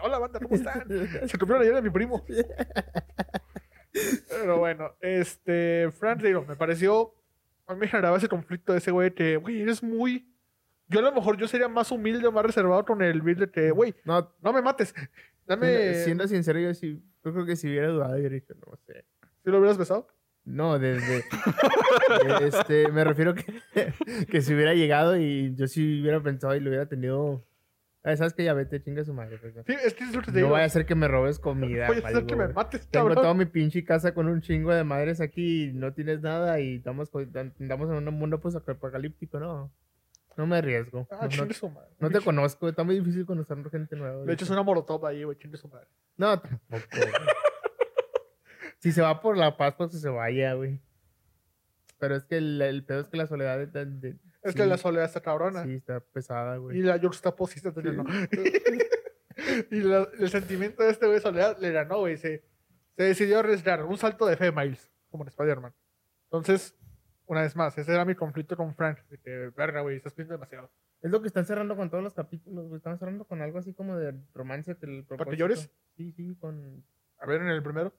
S1: Hola, banda, ¿cómo están? Se cumplió ayer de mi primo. Pero bueno, este, Fran, te digo, me pareció, a mí me generaba ese conflicto de ese güey que, güey, eres muy, yo a lo mejor yo sería más humilde o más reservado con el Bill de que, güey,
S3: No,
S1: no me mates, dame,
S3: siendo, siendo sincero, yo sí, yo creo que si hubiera dudado, yo hubiera dicho, no sé.
S1: ¿sí lo hubieras besado?
S3: No, desde. este, me refiero que, que si hubiera llegado y yo sí hubiera pensado y lo hubiera tenido. "Ah, ¿Sabes que Ya vete, chinga su madre. pues, no.
S1: Sí, es que es lo que te
S3: No
S1: digo,
S3: vaya a ser que me robes comida.
S1: voy a hacer
S3: malgo,
S1: que me
S3: güey.
S1: mates,
S3: Tengo toda
S1: cabrón.
S3: mi pinche casa con un chingo de madres aquí y no tienes nada y estamos, co- andamos en un mundo pues apocalíptico, ¿no? No me arriesgo.
S1: Ah,
S3: No- no,
S1: chingue su madre.
S3: no te conozco, está muy difícil conocer gente nueva.
S1: Le echas una
S3: ahorita.
S1: molotov ahí, güey, chingue su madre.
S3: No, tampoco. güey. si se va por la paz, pues que se vaya, güey. Pero es que el, el pedo es que la soledad de, de- de-
S1: Es
S3: Sí.
S1: que la soledad está cabrona.
S3: Sí, está pesada,
S1: Y
S3: güey.
S1: la juxtaposición está teniendo. y la- el sentimiento de este güey de soledad le ganó, güey. Se, se decidió arriesgar un salto de fe, Miles, como en Spider-Man. Entonces, una vez más, ese era mi conflicto con Frank. De que, verga, güey, estás pidiendo demasiado.
S3: Es lo que están cerrando con todos los capítulos, güey. Están cerrando con algo así como de romance. que el
S1: ¿Para que
S3: propósito-
S1: llores?
S3: Sí, sí, con.
S1: A ver, en el primero.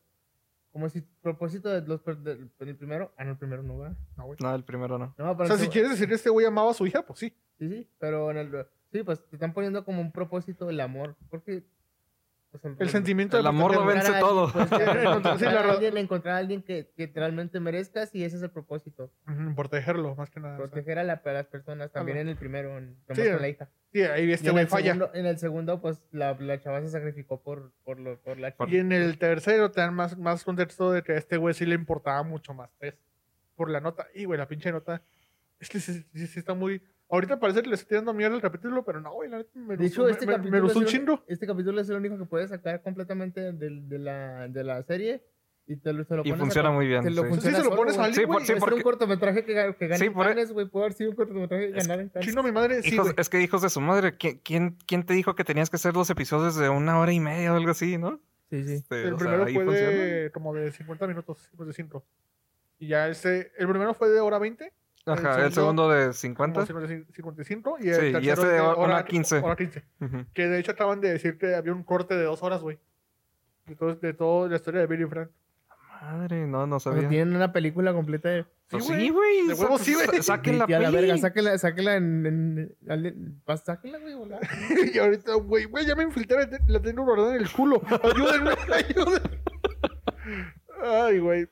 S3: Como si propósito de los. per- del- del primero. Ah, no, el primero no va.
S1: No, güey.
S2: No, el primero no.
S3: No,
S1: O
S3: pero
S1: sea,
S3: el
S1: si
S3: seg-
S1: quieres decir que este güey amaba a su hija, pues sí.
S3: Sí, sí, pero en el. Sí, pues te están poniendo como un propósito el amor. Porque. pues,
S1: El sentimiento
S2: El amor lo
S1: proteger-
S2: vence
S3: encontrar a
S2: todo.
S3: alguien, pues,
S1: Sí,
S3: encontrar
S1: sí, la
S3: a
S1: verdad.
S3: alguien, encontrar a alguien que, que realmente merezcas y ese es el propósito.
S1: Ujú, Protegerlo, más que nada. Ah, o sea.
S3: Proteger a, la- a las personas también
S1: Ah,
S3: en el primero, en,
S1: Sí,
S3: nomás con la hija.
S1: Sí, ahí
S3: Y
S1: este
S3: en,
S1: güey
S3: el
S1: falla.
S3: segundo, en el segundo, pues la, la chava se sacrificó por, por, lo, por la
S1: Y en el tercero te dan más, más contexto de que a este güey sí le importaba mucho más tres. Por la nota. Y, güey, la pinche nota. Es que sí, sí- sí está muy. Ahorita parece que le estoy dando mierda al capítulo, pero no, güey, la neta me
S3: De hecho,
S1: gustó-
S3: este,
S1: me- me-
S3: capítulo
S1: me gustó un
S3: es el-
S1: chingo.
S3: este capítulo es el único que puedes sacar completamente de, de la, de la serie y te lo, se lo
S2: Y
S3: pones
S2: funciona
S3: a-
S2: muy bien.
S3: se
S2: sí.
S3: lo
S1: Sí, se
S3: funciona
S1: lo pones
S3: solo,
S1: a
S3: güey.
S1: alguien,
S2: Sí, por-
S1: güey.
S2: sí,
S3: Puede ser
S2: porque-
S3: un cortometraje que, ga- que gane
S2: Sí, por-
S3: Cannes, güey. Puede haber sido un cortometraje que
S2: Es-
S3: ganara en Cannes.
S1: e Chino, mi madre, sí,
S2: Hijos-
S1: güey.
S2: es que hijos de eh, su madre, ¿qui- ¿quién, quién te dijo que tenías que hacer dos episodios de una hora y media o algo así, no?
S3: Sí, sí.
S2: Este,
S1: El
S2: o sea,
S1: primero
S2: ahí
S1: fue
S2: funciona.
S1: de como de 50 minutos, pues de 5. Y ya ese. El primero fue de hora 20.
S2: Ajá, el segundo de 50.
S1: como 55. Y el
S2: Sí, y
S1: tercero
S2: este
S1: es
S2: de hora 15.
S1: Hora 15.
S2: Ujú.
S1: Que de hecho acaban de decir que había un corte de dos horas, güey. De, todo- de toda la historia de Billy Frank.
S2: Madre, no, no
S3: Pero
S2: sabía.
S3: tienen una película completa de...
S2: Pues
S1: Sí, güey.
S2: sí, güey.
S1: De
S2: sa-
S1: huevo, sí, güey.
S2: sa- Saquen la
S3: Y a la verga,
S2: peli.
S3: sáquela, sáquela en... en, al- pa- sáquela, güey, volá.
S1: y ahorita, güey, güey, ya me infiltré, te- la tengo guardada en el culo. Ayúdenme, ayúdenme. Ay, güey.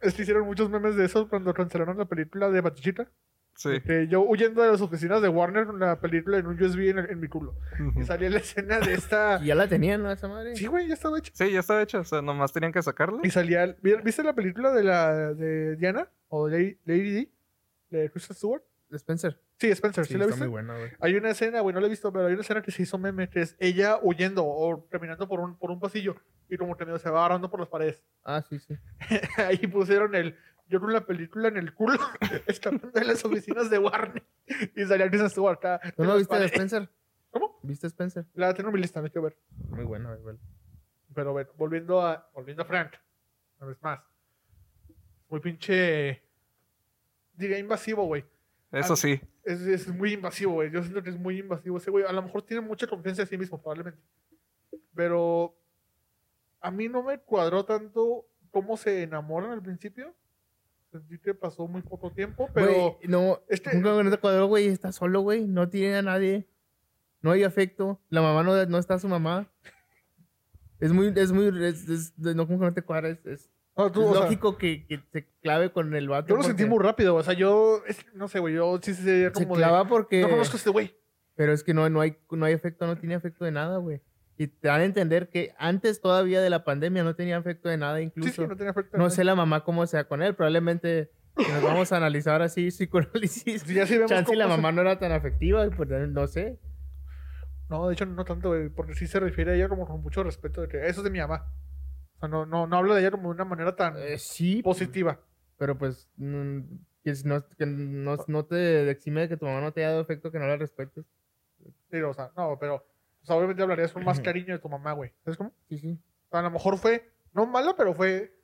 S1: Es que hicieron muchos memes de eso cuando cancelaron la película de Batichita.
S2: Sí.
S1: Que yo huyendo de las oficinas de Warner con la película en un USB en, el- en mi culo. Y
S2: Ujú.
S1: salía la escena de esta.
S3: Y ya la tenían, ¿no? Esa madre.
S1: Sí, güey, ya estaba hecha.
S2: Sí, ya está hecha. O sea, nomás tenían que sacarla.
S1: Y salía. ¿vi- ¿Viste la película de la de Diana? ¿O Lady, Lady D? ¿De Kristen Stewart?
S3: De Spencer.
S1: Sí, Spencer, ¿sí, la
S3: está
S1: viste?
S3: muy buena, güey.
S1: Hay una escena, güey, no la he visto, pero hay una escena que se hizo meme, que es ella huyendo o caminando por un, por un pasillo y como que medio se va agarrando por las paredes.
S3: Ah, sí, sí.
S1: Ahí pusieron el, yo con la película en el culo, escapando de las oficinas de Warner y salía Kristen Stewart acá.
S3: ¿Tú
S1: en
S3: no
S1: las
S3: viste a
S1: paredes.
S3: Spencer?
S1: ¿Cómo?
S3: ¿Viste a Spencer?
S1: La tengo en mi lista, no quiero ver.
S3: Muy buena, güey. vale.
S1: Pero bueno, volviendo a, volviendo a Frank, una vez más. Muy pinche, diría invasivo, güey.
S2: Eso
S1: Ah,
S2: sí.
S1: Es, es muy invasivo, güey. Yo siento que es muy invasivo ese güey. A lo mejor tiene mucha confianza en sí mismo, probablemente. Pero a mí no me cuadró tanto cómo se enamoran al principio. Sentí que pasó muy poco tiempo, pero
S3: Güey, no,
S1: es que-
S3: nunca con este cuadro, güey, está solo, güey. No tiene a nadie. No hay afecto. La mamá no, no está su mamá. Es muy, es muy, es, es- no como que no te cuadra, es, es-
S1: no, tú,
S3: es
S1: o sea,
S3: lógico que, que se clave con el vato.
S1: yo lo sentí
S3: porque
S1: muy rápido. O sea, yo, es- no sé, güey. Yo sí sería
S3: Se
S1: como de,
S3: clava porque...
S1: No conozco a este güey.
S3: Pero es que no, no, hay, no hay efecto, no tiene efecto de nada, güey. Y te dan a entender que antes todavía de la pandemia no tenía efecto de nada, incluso.
S1: Sí, sí, no tenía afecto.
S3: no sé la mamá cómo sea con él, probablemente si nos vamos a analizar así, psicoanálisis.
S1: Sí, ya sí vemos
S3: Chance y
S1: cómo
S3: la
S1: se-
S3: mamá no era tan afectiva, y pues, no sé.
S1: No, de hecho, no tanto, güey, porque sí se refiere a ella como con mucho respeto. De que eso es de mi mamá. O sea, no, no, no habla de ella como de una manera tan
S3: Eh, sí,
S1: positiva.
S3: pero pues mm, que si no, que no, no te exime de que tu mamá no te haya dado efecto, que no la respetes.
S1: Digo, o sea, no, pero o sea, obviamente hablarías con más cariño de tu mamá, güey. ¿Sabes cómo?
S3: Sí, sí.
S1: O sea, a lo mejor fue, no mala, pero fue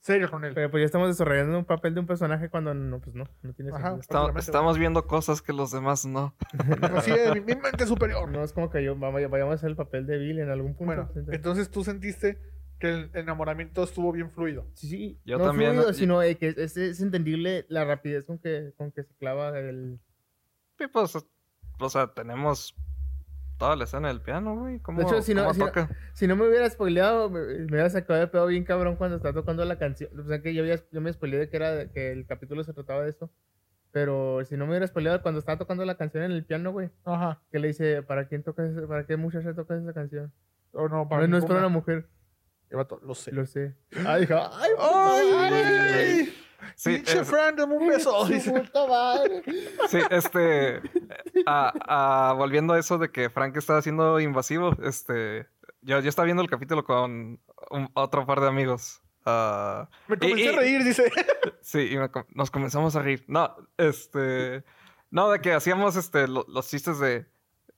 S1: serio con él.
S3: Pero pues ya estamos desarrollando un papel de un personaje cuando no, pues no, no tiene
S1: Ajá.
S3: sentido.
S2: Está-
S1: prácticamente, güey.
S2: estamos viendo cosas que los demás no.
S1: Así de mi, mi mente superior.
S3: No es como que yo vamos- vayamos a hacer el papel de Bill en algún punto.
S1: bueno, eh, entonces tú sentiste que el enamoramiento estuvo bien fluido.
S3: Sí, sí.
S2: Yo
S3: no
S2: también,
S3: fluido,
S2: yo-
S3: sino eh, que es, es- es entendible la rapidez con que, con que se clava el...
S2: Sí, pues, o sea, tenemos toda la escena del piano, güey. ¿Cómo,
S3: hecho, si no-
S2: cómo
S3: si no-
S2: toca?
S3: Si no me hubiera spoileado, me, me hubiera sacado de pedo bien cabrón cuando estaba tocando la canción. O sea, que yo, había, yo me spoileé de que, era, de que el capítulo se trataba de eso. Pero si no me hubiera spoileado cuando estaba tocando la canción en el piano, güey.
S1: Ajá.
S3: Que le dice, ¿para quién tocas, ese- para qué muchacha tocas esa canción?
S1: O no,
S3: No, no es para
S1: ninguna.
S3: una mujer,
S1: Eh, vato, lo sé.
S3: lo sé. Ah, dijo, ¡ay,
S1: ¡Ay!
S2: Sí,
S1: ¡Pinche
S2: es-
S1: Fran, dame un beso!
S3: su
S1: Dice.
S3: puta madre!
S2: Sí, este. a- a- volviendo a eso de que Frank estaba siendo invasivo, este. Yo, yo estaba viendo el capítulo con un- otro par de amigos. ah,
S1: Me comencé
S2: Y- y-
S1: a reír, dice.
S2: sí, y me com- nos comenzamos a reír. No, este. No, de que hacíamos este, lo- los chistes de.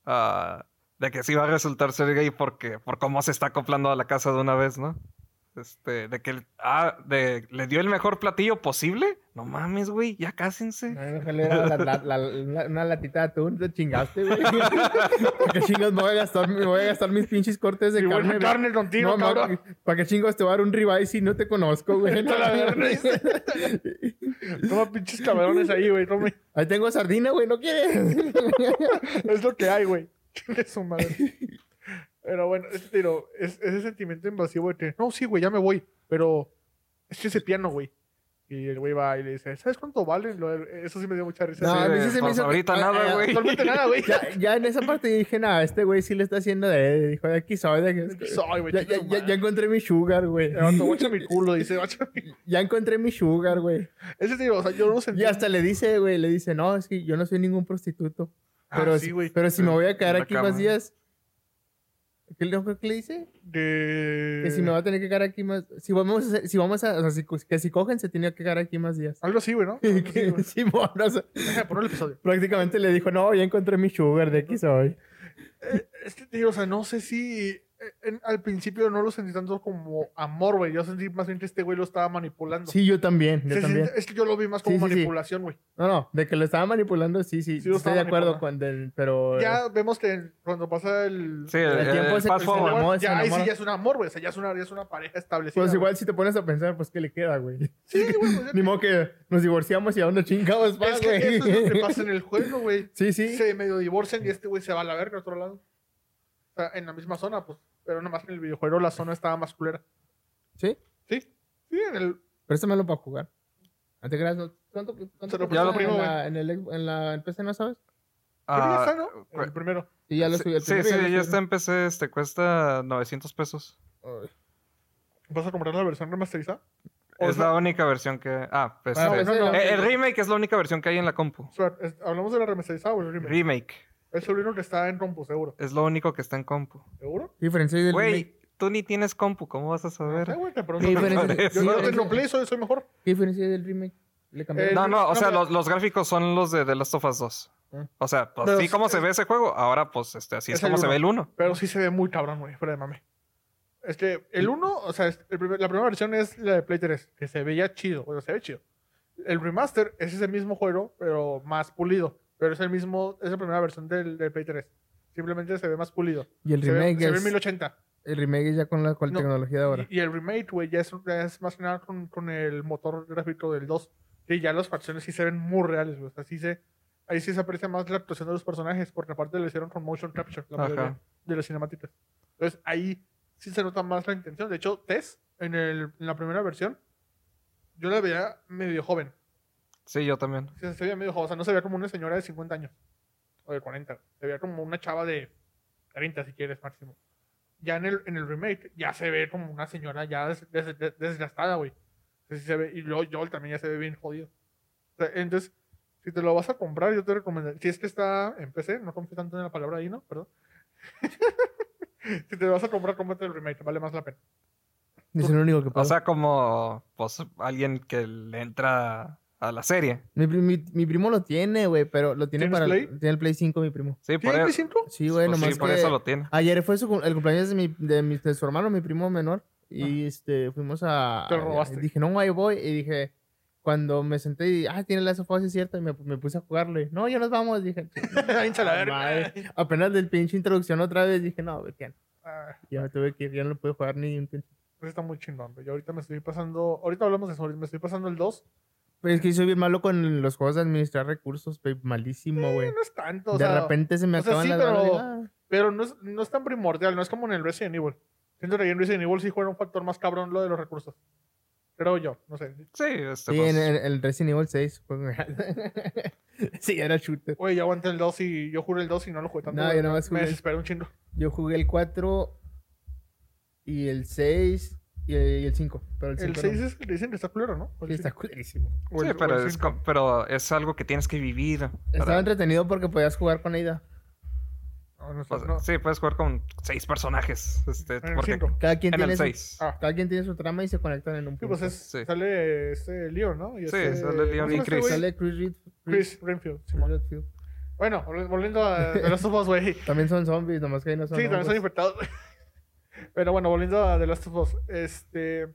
S2: ah, de que sí va a resultar ser gay porque, por cómo se está acoplando a la casa de una vez, ¿no? Este, de que ah, de, le dio el mejor platillo posible. No mames, güey, ya cásense.
S3: Ay, Ojalá era la- la- la- la- una latita de atún, te chingaste, güey. ¿Para qué chingos me voy a gastar, me voy a gastar mis pinches cortes de
S1: Y
S3: carne?
S1: vuelve
S3: güey?
S1: carne contigo,
S3: no, no,
S1: cabrón.
S3: ¿Para qué chingos te voy a dar un ribeye si no te conozco, güey?
S1: Vete a la verga, dice. Toma pinches cabrones ahí, güey. no me-
S3: Ahí tengo sardina, güey, ¿no quieres?
S1: Es lo que hay, güey. Chingue su madre. Pero bueno, es, pero es- ese sentimiento invasivo de que, no, sí, güey, ya me voy. Pero es que ese piano, güey. Y el güey va y le dice, ¿sabes cuánto vale? Lo- Eso sí me dio mucha risa.
S3: No,
S1: Sí,
S3: a mí
S2: de,
S3: sí se me
S2: pues,
S3: hizo-
S2: ahorita
S3: ah,
S2: nada,
S3: ah,
S2: güey.
S1: Actualmente nada, güey.
S3: ya, ya en esa parte dije, nada, este güey sí le está haciendo de... Dijo, de aquí soy, de aquí soy".
S1: Soy, güey.
S3: Ya, ya, ya- ya encontré mi sugar, güey.
S1: Guacha mi culo, dice. "Guacha mi-".
S3: Ya encontré mi sugar, güey.
S1: Ese tío, o sea, yo no sentí.
S3: Y hasta le dice, güey, le dice, no, es que yo no soy ningún prostituto.
S1: Ah,
S3: Pero,
S1: sí,
S3: si-
S1: güey.
S3: pero si me voy a quedar
S2: En la
S3: aquí más
S2: cama.
S3: días. ¿Qué le, qué le dice?
S1: De...
S3: Que si me va a tener que quedar aquí más. Si vamos a. hacer- Si vamos a o sea, si, que si cogen, se tenía que quedar aquí más días.
S1: Algo así, güey, ¿no? Algo así,
S3: Que-
S1: Ah, güey.
S3: Simón, o sea,
S1: Deja poner el episodio.
S3: prácticamente le dijo, no, ya encontré mi sugar, de aquí soy.
S1: Este tío, o sea, no sé si. eh, en- al principio no lo sentí tanto como amor, güey. Yo sentí más bien que este güey lo estaba manipulando.
S3: Sí, yo también, yo
S1: Se
S3: también.
S1: siente- es que yo lo vi más como
S3: Sí, sí, sí.
S1: manipulación, güey.
S3: No, no, de que lo estaba manipulando, sí, sí,
S1: Sí, lo
S3: estoy
S1: estaba
S3: de acuerdo
S1: manipulando.
S3: con del, pero.
S1: Ya vemos que en- cuando pasa el.
S2: Sí, el,
S3: El
S2: el
S3: tiempo se-
S2: fast
S3: se
S2: forward.
S3: enamora. amor, se
S1: ya, ahí sí
S3: enamora.
S1: ya es un amor, güey. O sea, ya es una, ya es una pareja establecida.
S3: Pues
S1: güey.
S3: igual si te pones a pensar, pues qué le queda, güey.
S1: Sí, güey. pues,
S3: Ni modo que nos divorciamos y aún nos chingamos
S1: es
S3: más,
S1: que
S3: güey.
S1: eso es lo que pasa en el juego, güey.
S3: Sí, sí.
S1: se medio divorcian y este güey se va a la verga a otro lado. O sea, en la misma zona, pues. Pero nomás en el videojuego la zona estaba más culera.
S3: Sí.
S1: Sí. Sí, en el.
S3: Préstamelo para jugar. No te creas, no- ¿Cuánto,
S1: Se
S3: cuánto
S1: lo
S3: cuesta
S2: ya lo
S1: primo,
S3: en, la, en, el, ex- en la en PC no sabes?
S1: Creo que ya
S2: Ah,
S1: está, ¿no?
S2: cu-
S1: El primero.
S3: Y ya lo subí
S2: Sí,
S3: al
S2: sí,
S3: principio,
S2: sí,
S3: lo
S2: ya
S3: subí.
S2: está en PC, este, cuesta 900 pesos.
S3: Ay.
S1: ¿Vas a comprar la versión remasterizada? O
S2: Es
S1: sea,
S2: la única versión que... Ah, pues...
S3: Para
S1: no,
S2: eh,
S3: PC,
S1: no,
S3: la-
S1: no.
S2: eh, el remake es la única versión que hay en la compu.
S1: espera, es- ¿Hablamos de la remasterizada o el remake?
S2: Remake.
S1: Es el único que está en Rompo, seguro.
S2: Es lo único que está en compu.
S1: ¿Seguro?
S3: ¿Qué diferencia hay del remake?
S2: Güey, tú ni tienes compu, ¿cómo vas a
S1: No sé,
S2: saber?
S1: güey, te
S3: ¿Qué
S1: pregunto.
S3: diferencia,
S2: Por eso.
S1: Yo no tengo
S3: sí,
S1: play, soy, soy mejor.
S3: ¿Qué diferencia hay del remake? ¿Le cambiaron?
S1: Eh,
S2: No, no, o
S1: no,
S2: sea,
S1: mira.
S2: los, los gráficos son los de The Last of Us 2.
S3: Ah.
S2: O sea, pues,
S1: Pero
S2: así
S1: sí
S2: como se
S1: es-
S2: ve ese juego, ahora pues este, así es,
S1: es el
S2: como se
S1: uno.
S2: ve el 1.
S1: Pero sí se ve muy cabrón, güey. Fuera de mame. Es que el 1, o sea, es- el primer- la primera versión es la de Play 3, que se veía chido. Bueno, se ve chido. El remaster es ese mismo juego, pero más pulido. Pero es el mismo, es la primera versión del, del Play 3. Simplemente se ve más pulido.
S3: y el
S1: Se ve,
S3: remake,
S1: se ve en
S3: es,
S1: 1080.
S3: el remake es ya con la con la
S1: No.
S3: tecnología de ahora.
S1: Y, y el remake, güey, ya es, ya es más que nada con, con el motor gráfico del 2. Que ya las facciones sí se ven muy reales, güey. O sea, sí se, ahí sí se aprecia más la actuación de los personajes, porque aparte lo hicieron con motion capture, la mayoría
S2: Ajá.
S1: de las cinemáticas. Entonces ahí sí se nota más la intención. De hecho, Tess, en, el- en la primera versión, yo la veía medio joven.
S2: Sí, yo también.
S1: Se, se veía medio joven. O sea, no se veía como una señora de 50 años o de 40. Se veía como una chava de 30, si quieres, máximo. Ya en el, en el remake, ya se ve como una señora ya des- des- des- desgastada, güey. O sea, sí se ve- y luego Joel también ya se ve bien jodido. O sea, entonces, si te lo vas a comprar, yo te recomendaría. Si es que está en PC, no confío tanto en la palabra ahí, ¿no? Perdón. si te lo vas a comprar, cómprate el remake, vale más la pena.
S3: Es el único que
S2: O
S3: pasa.
S2: sea, como pues alguien que le entra a la serie.
S3: mi, pri- mi- mi primo lo tiene, güey, pero lo tiene
S1: ¿Tienes
S3: para...
S1: Play?
S3: Tiene el Play 5, mi primo.
S2: Sí,
S1: ¿Sí,
S2: por, e-
S1: Play 5?
S3: Sí, güey,
S2: pues sí,
S3: nomás
S2: por
S3: que-
S2: eso lo tiene.
S3: Ayer fue su, cum- el cumpleaños de, mi, de, mi- de su hermano, mi primo menor. Y este, fuimos a.
S1: Te lo robaste.
S3: Dije, no, ahí voy. Y dije, cuando me senté y. Ah, tiene la sofá, sí, es cierto. Y me, me puse a jugarlo. Y, no, ya nos vamos. Dije,
S1: Hincha la
S3: "Ah,
S1: verga.
S3: madre". apenas del pinche introducción otra vez. Dije, no, güey, ya,
S1: Ah.
S3: ya me tuve que ir. Ya no pude jugar ni un pinche.
S1: Pues está muy chingón, güey. Yo ahorita me estoy pasando. Ahorita hablamos de eso. ahorita Me estoy pasando el 2.
S3: Pero Pues es que soy bien malo con los juegos de administrar recursos, güey. Malísimo, güey.
S1: Eh, No es tanto, o
S3: De
S1: sea,
S3: repente se me
S1: o sea,
S3: acaban
S1: sí,
S3: las
S1: pero-
S3: balas, digo, "Ah".
S1: Pero no es, no es tan primordial. No es como en el Resident Evil. Siento que ahí en Resident Evil sí juega un factor más cabrón lo de los recursos. Creo yo. No sé.
S2: Sí, este,
S3: Sí,
S2: pues,
S3: en el, el Resident Evil 6. pues, sí, era shooter.
S1: Oye, yo aguanté el 2 y yo jugué el 2 y no lo jugué tanto.
S3: No,
S1: güey.
S3: yo nomás
S1: Me
S3: jugué-
S1: desesperé un chingo.
S3: Yo jugué el 4 y el 6 y el, y el 5. Pero el 5
S1: El 6 es el que dicen que está culero, ¿no? O el
S3: está
S1: cinco.
S3: culerísimo.
S1: O
S2: sí,
S1: el- o
S2: pero,
S1: el
S2: es,
S1: cinco.
S2: co- pero es algo que tienes que vivir. para-
S3: Estaba entretenido porque podías jugar con Aida.
S1: No,
S2: O
S1: nosotros
S2: sea,
S1: no.
S2: pues, Sí, puedes jugar con seis personajes. Este,
S1: En el
S2: porque-
S1: 5.
S3: Cada quien,
S2: en
S3: Ah, tiene
S2: el
S3: su,
S2: 6.
S1: Ah,
S3: cada quien tiene su trama y se conectan en un
S1: sí,
S3: punto.
S1: pues es,
S2: Sí.
S1: sale este Leon, ¿no? Y
S2: Sí,
S1: este-
S2: sale
S1: ¿cómo
S2: Leon
S1: se
S2: y
S1: llama este
S2: Chris.
S1: güey?
S3: Sale Chris Reed.
S1: Chris Renfield.
S3: Chris
S1: Simón.
S3: Redfield.
S1: Bueno, vol- volviendo a The Last of Us, güey.
S3: También son zombies, nomás que ahí no son.
S1: Sí, también son
S3: hongos.
S1: infectados. Pero bueno, volviendo a The Last of Us, este.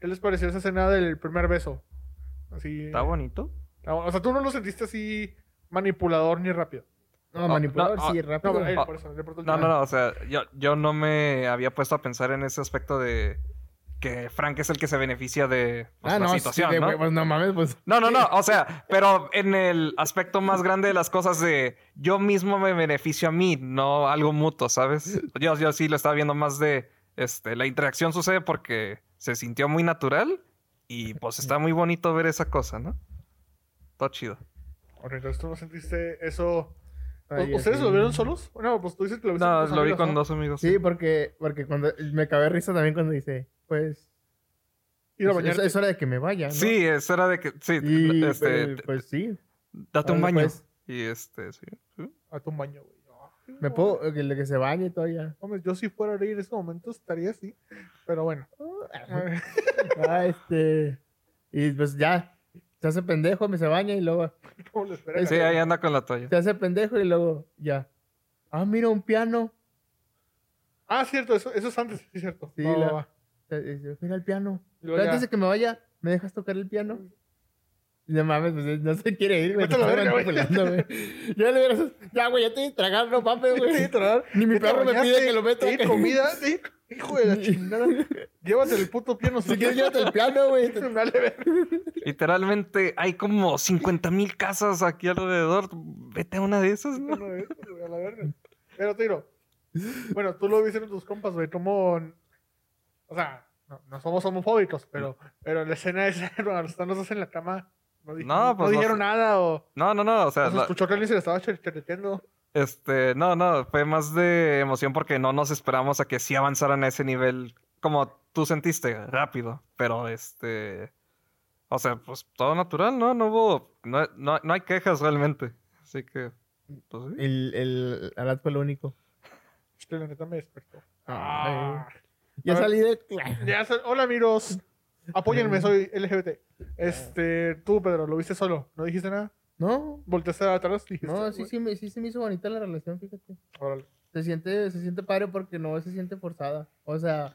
S1: ¿Qué les pareció esa escena del primer beso? Así.
S2: Está bonito.
S1: Ah, O sea, tú no lo sentiste así manipulador ni rápido.
S3: No,
S2: Ah, No,
S3: manipulador,
S2: no,
S3: sí,
S1: No,
S3: rápido.
S1: pero, eh,
S2: Ah.
S1: por eso, le
S3: Pues
S1: pregunto el
S2: No,
S1: tema.
S2: no, no. O sea, yo, yo no me había puesto a pensar en ese aspecto de que Frank es el que se beneficia de pues,
S3: ah,
S2: la
S3: no, sí,
S2: situación,
S3: de
S2: ¿no?
S3: huevos, no mames, pues.
S2: No, no, no, o sea, pero en el aspecto más grande de las cosas de yo mismo me beneficio a mí, no algo mutuo, ¿sabes? Yo, yo sí lo estaba viendo más de, este, la interacción sucede porque se sintió muy natural y pues está muy bonito ver esa cosa, ¿no? Todo chido.
S1: Ok, entonces tú no sentiste eso.
S3: Ay,
S1: ¿Ustedes
S3: así.
S1: lo vieron solos? No, pues tú dices que lo viste
S2: No,
S1: tus
S2: lo vi
S1: amigos,
S2: con
S1: ¿no?
S2: dos amigos.
S3: Sí, porque, porque cuando me cabe risa también cuando dice, pues.
S1: Ir a
S3: es- es,
S1: bañarte.
S3: hora de que me vaya. ¿no?
S2: Sí, eso era de que, sí,
S3: Y,
S2: este,
S3: pues, pues sí.
S2: date un
S3: ahora,
S2: baño.
S3: pues.
S2: Y este, sí. sí.
S1: A tu baño, güey. Ay,
S3: Me
S1: no,
S3: puedo. eh, Que, le- que se bañe y todo ya.
S1: mames, yo si fuera a reír en ese momento estaría así. Pero bueno.
S3: Ah, este. Y pues ya. Se hace pendejo, me se baña y luego.
S1: ¿Cómo lo esperas?
S2: Sí, ahí anda con la toalla.
S3: Se hace pendejo y luego ya. Ah, mira un piano.
S1: Ah, cierto, eso, eso es antes, sí, cierto.
S3: Sí,
S1: Va, va,
S3: la-
S1: va.
S3: Eh, dice, Mira el piano.
S1: Y
S3: Pero
S1: luego ya,
S3: antes de que me vaya, ¿me dejas tocar el piano? Y No mames, pues no se quiere ir, güey.
S1: Vete a la
S3: está
S1: verga, güey.
S3: manipulando, güey. Yo le hubiera Ya, güey, ya te tragar, no mames,
S1: te
S3: güey.
S1: di tragar,
S3: Ni mi
S1: te
S3: perro me
S1: bañaste,
S3: pide que lo meta.
S1: te di comida, sí. Hijo de la chingada. Llévate el puto piano.
S3: Si quieres, llévate el piano, güey.
S1: Dale, verga.
S2: Literalmente hay como 50 mil casas aquí alrededor. Vete a una de esas, ¿no?
S1: Uno de estos, este, güey, a la verga. Pero tiro. Bueno, tú lo viste en tus compas, güey. Como. O sea, no, no somos homofóbicos, pero, pero la escena es. Cuando están los dos en la cama. No, dij-
S2: No, pues, no
S1: dijeron
S2: sé.
S1: nada o.
S2: No, no, no, o sea,
S1: o se
S2: la-
S1: escuchó que alguien se le estaba cher- cherreteando.
S2: este, no, no, fue más de emoción porque no nos esperamos a que sí avanzaran a ese nivel como tú sentiste, rápido, pero este, o sea, pues todo natural, ¿no? No hubo, no, no, no hay quejas realmente, así que, pues sí.
S3: El, el Alat fue lo único.
S1: Es que la neta me despertó.
S3: Ah,
S1: Ah.
S3: ya
S1: A ver.
S3: salí de.
S1: Ya sal- Hola, amigos. Apóyenme, soy LGBT.
S3: Ah.
S1: Este, tú, Pedro, lo viste solo. ¿No dijiste nada?
S3: No,
S1: ¿Volteaste atrás? Dijiste,
S3: no, sí,
S1: güey,
S3: sí, me, sí se me hizo bonita la relación, fíjate.
S1: órale.
S3: Se siente, se siente padre porque no se siente forzada. O sea,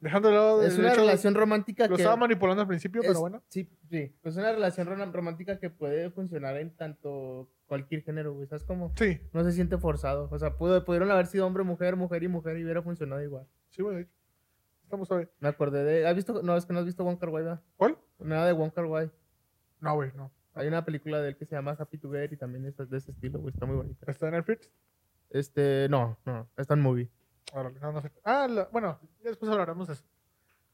S1: Dejando de lado
S3: es
S1: el
S3: una
S1: hecho de-
S3: relación romántica
S1: Lo
S3: que.
S1: estaba manipulando al principio,
S3: es-
S1: pero bueno.
S3: Sí, sí. Es una relación rom- romántica que puede funcionar en tanto cualquier género, güey. ¿Sabes cómo?
S1: Sí,
S3: No se siente forzado. O sea, pudo, pudieron haber sido hombre, mujer, mujer y mujer y hubiera funcionado igual.
S1: sí, güey. de hecho. Estamos a ver.
S3: Me acordé de. ¿Has visto? No, es que no has visto Wong Kar Wai, ¿verdad?
S1: ¿Cuál?
S3: Nada de Wong Kar Wai.
S1: No, güey, no.
S3: Hay una película de él que se llama Happy Together y también es de ese estilo, güey. Está muy bonita.
S1: ¿Está en el fit?
S3: Este, no, no. Está en movie.
S1: Órale, no, no sé. Ah, la- bueno, ya después hablaremos de eso.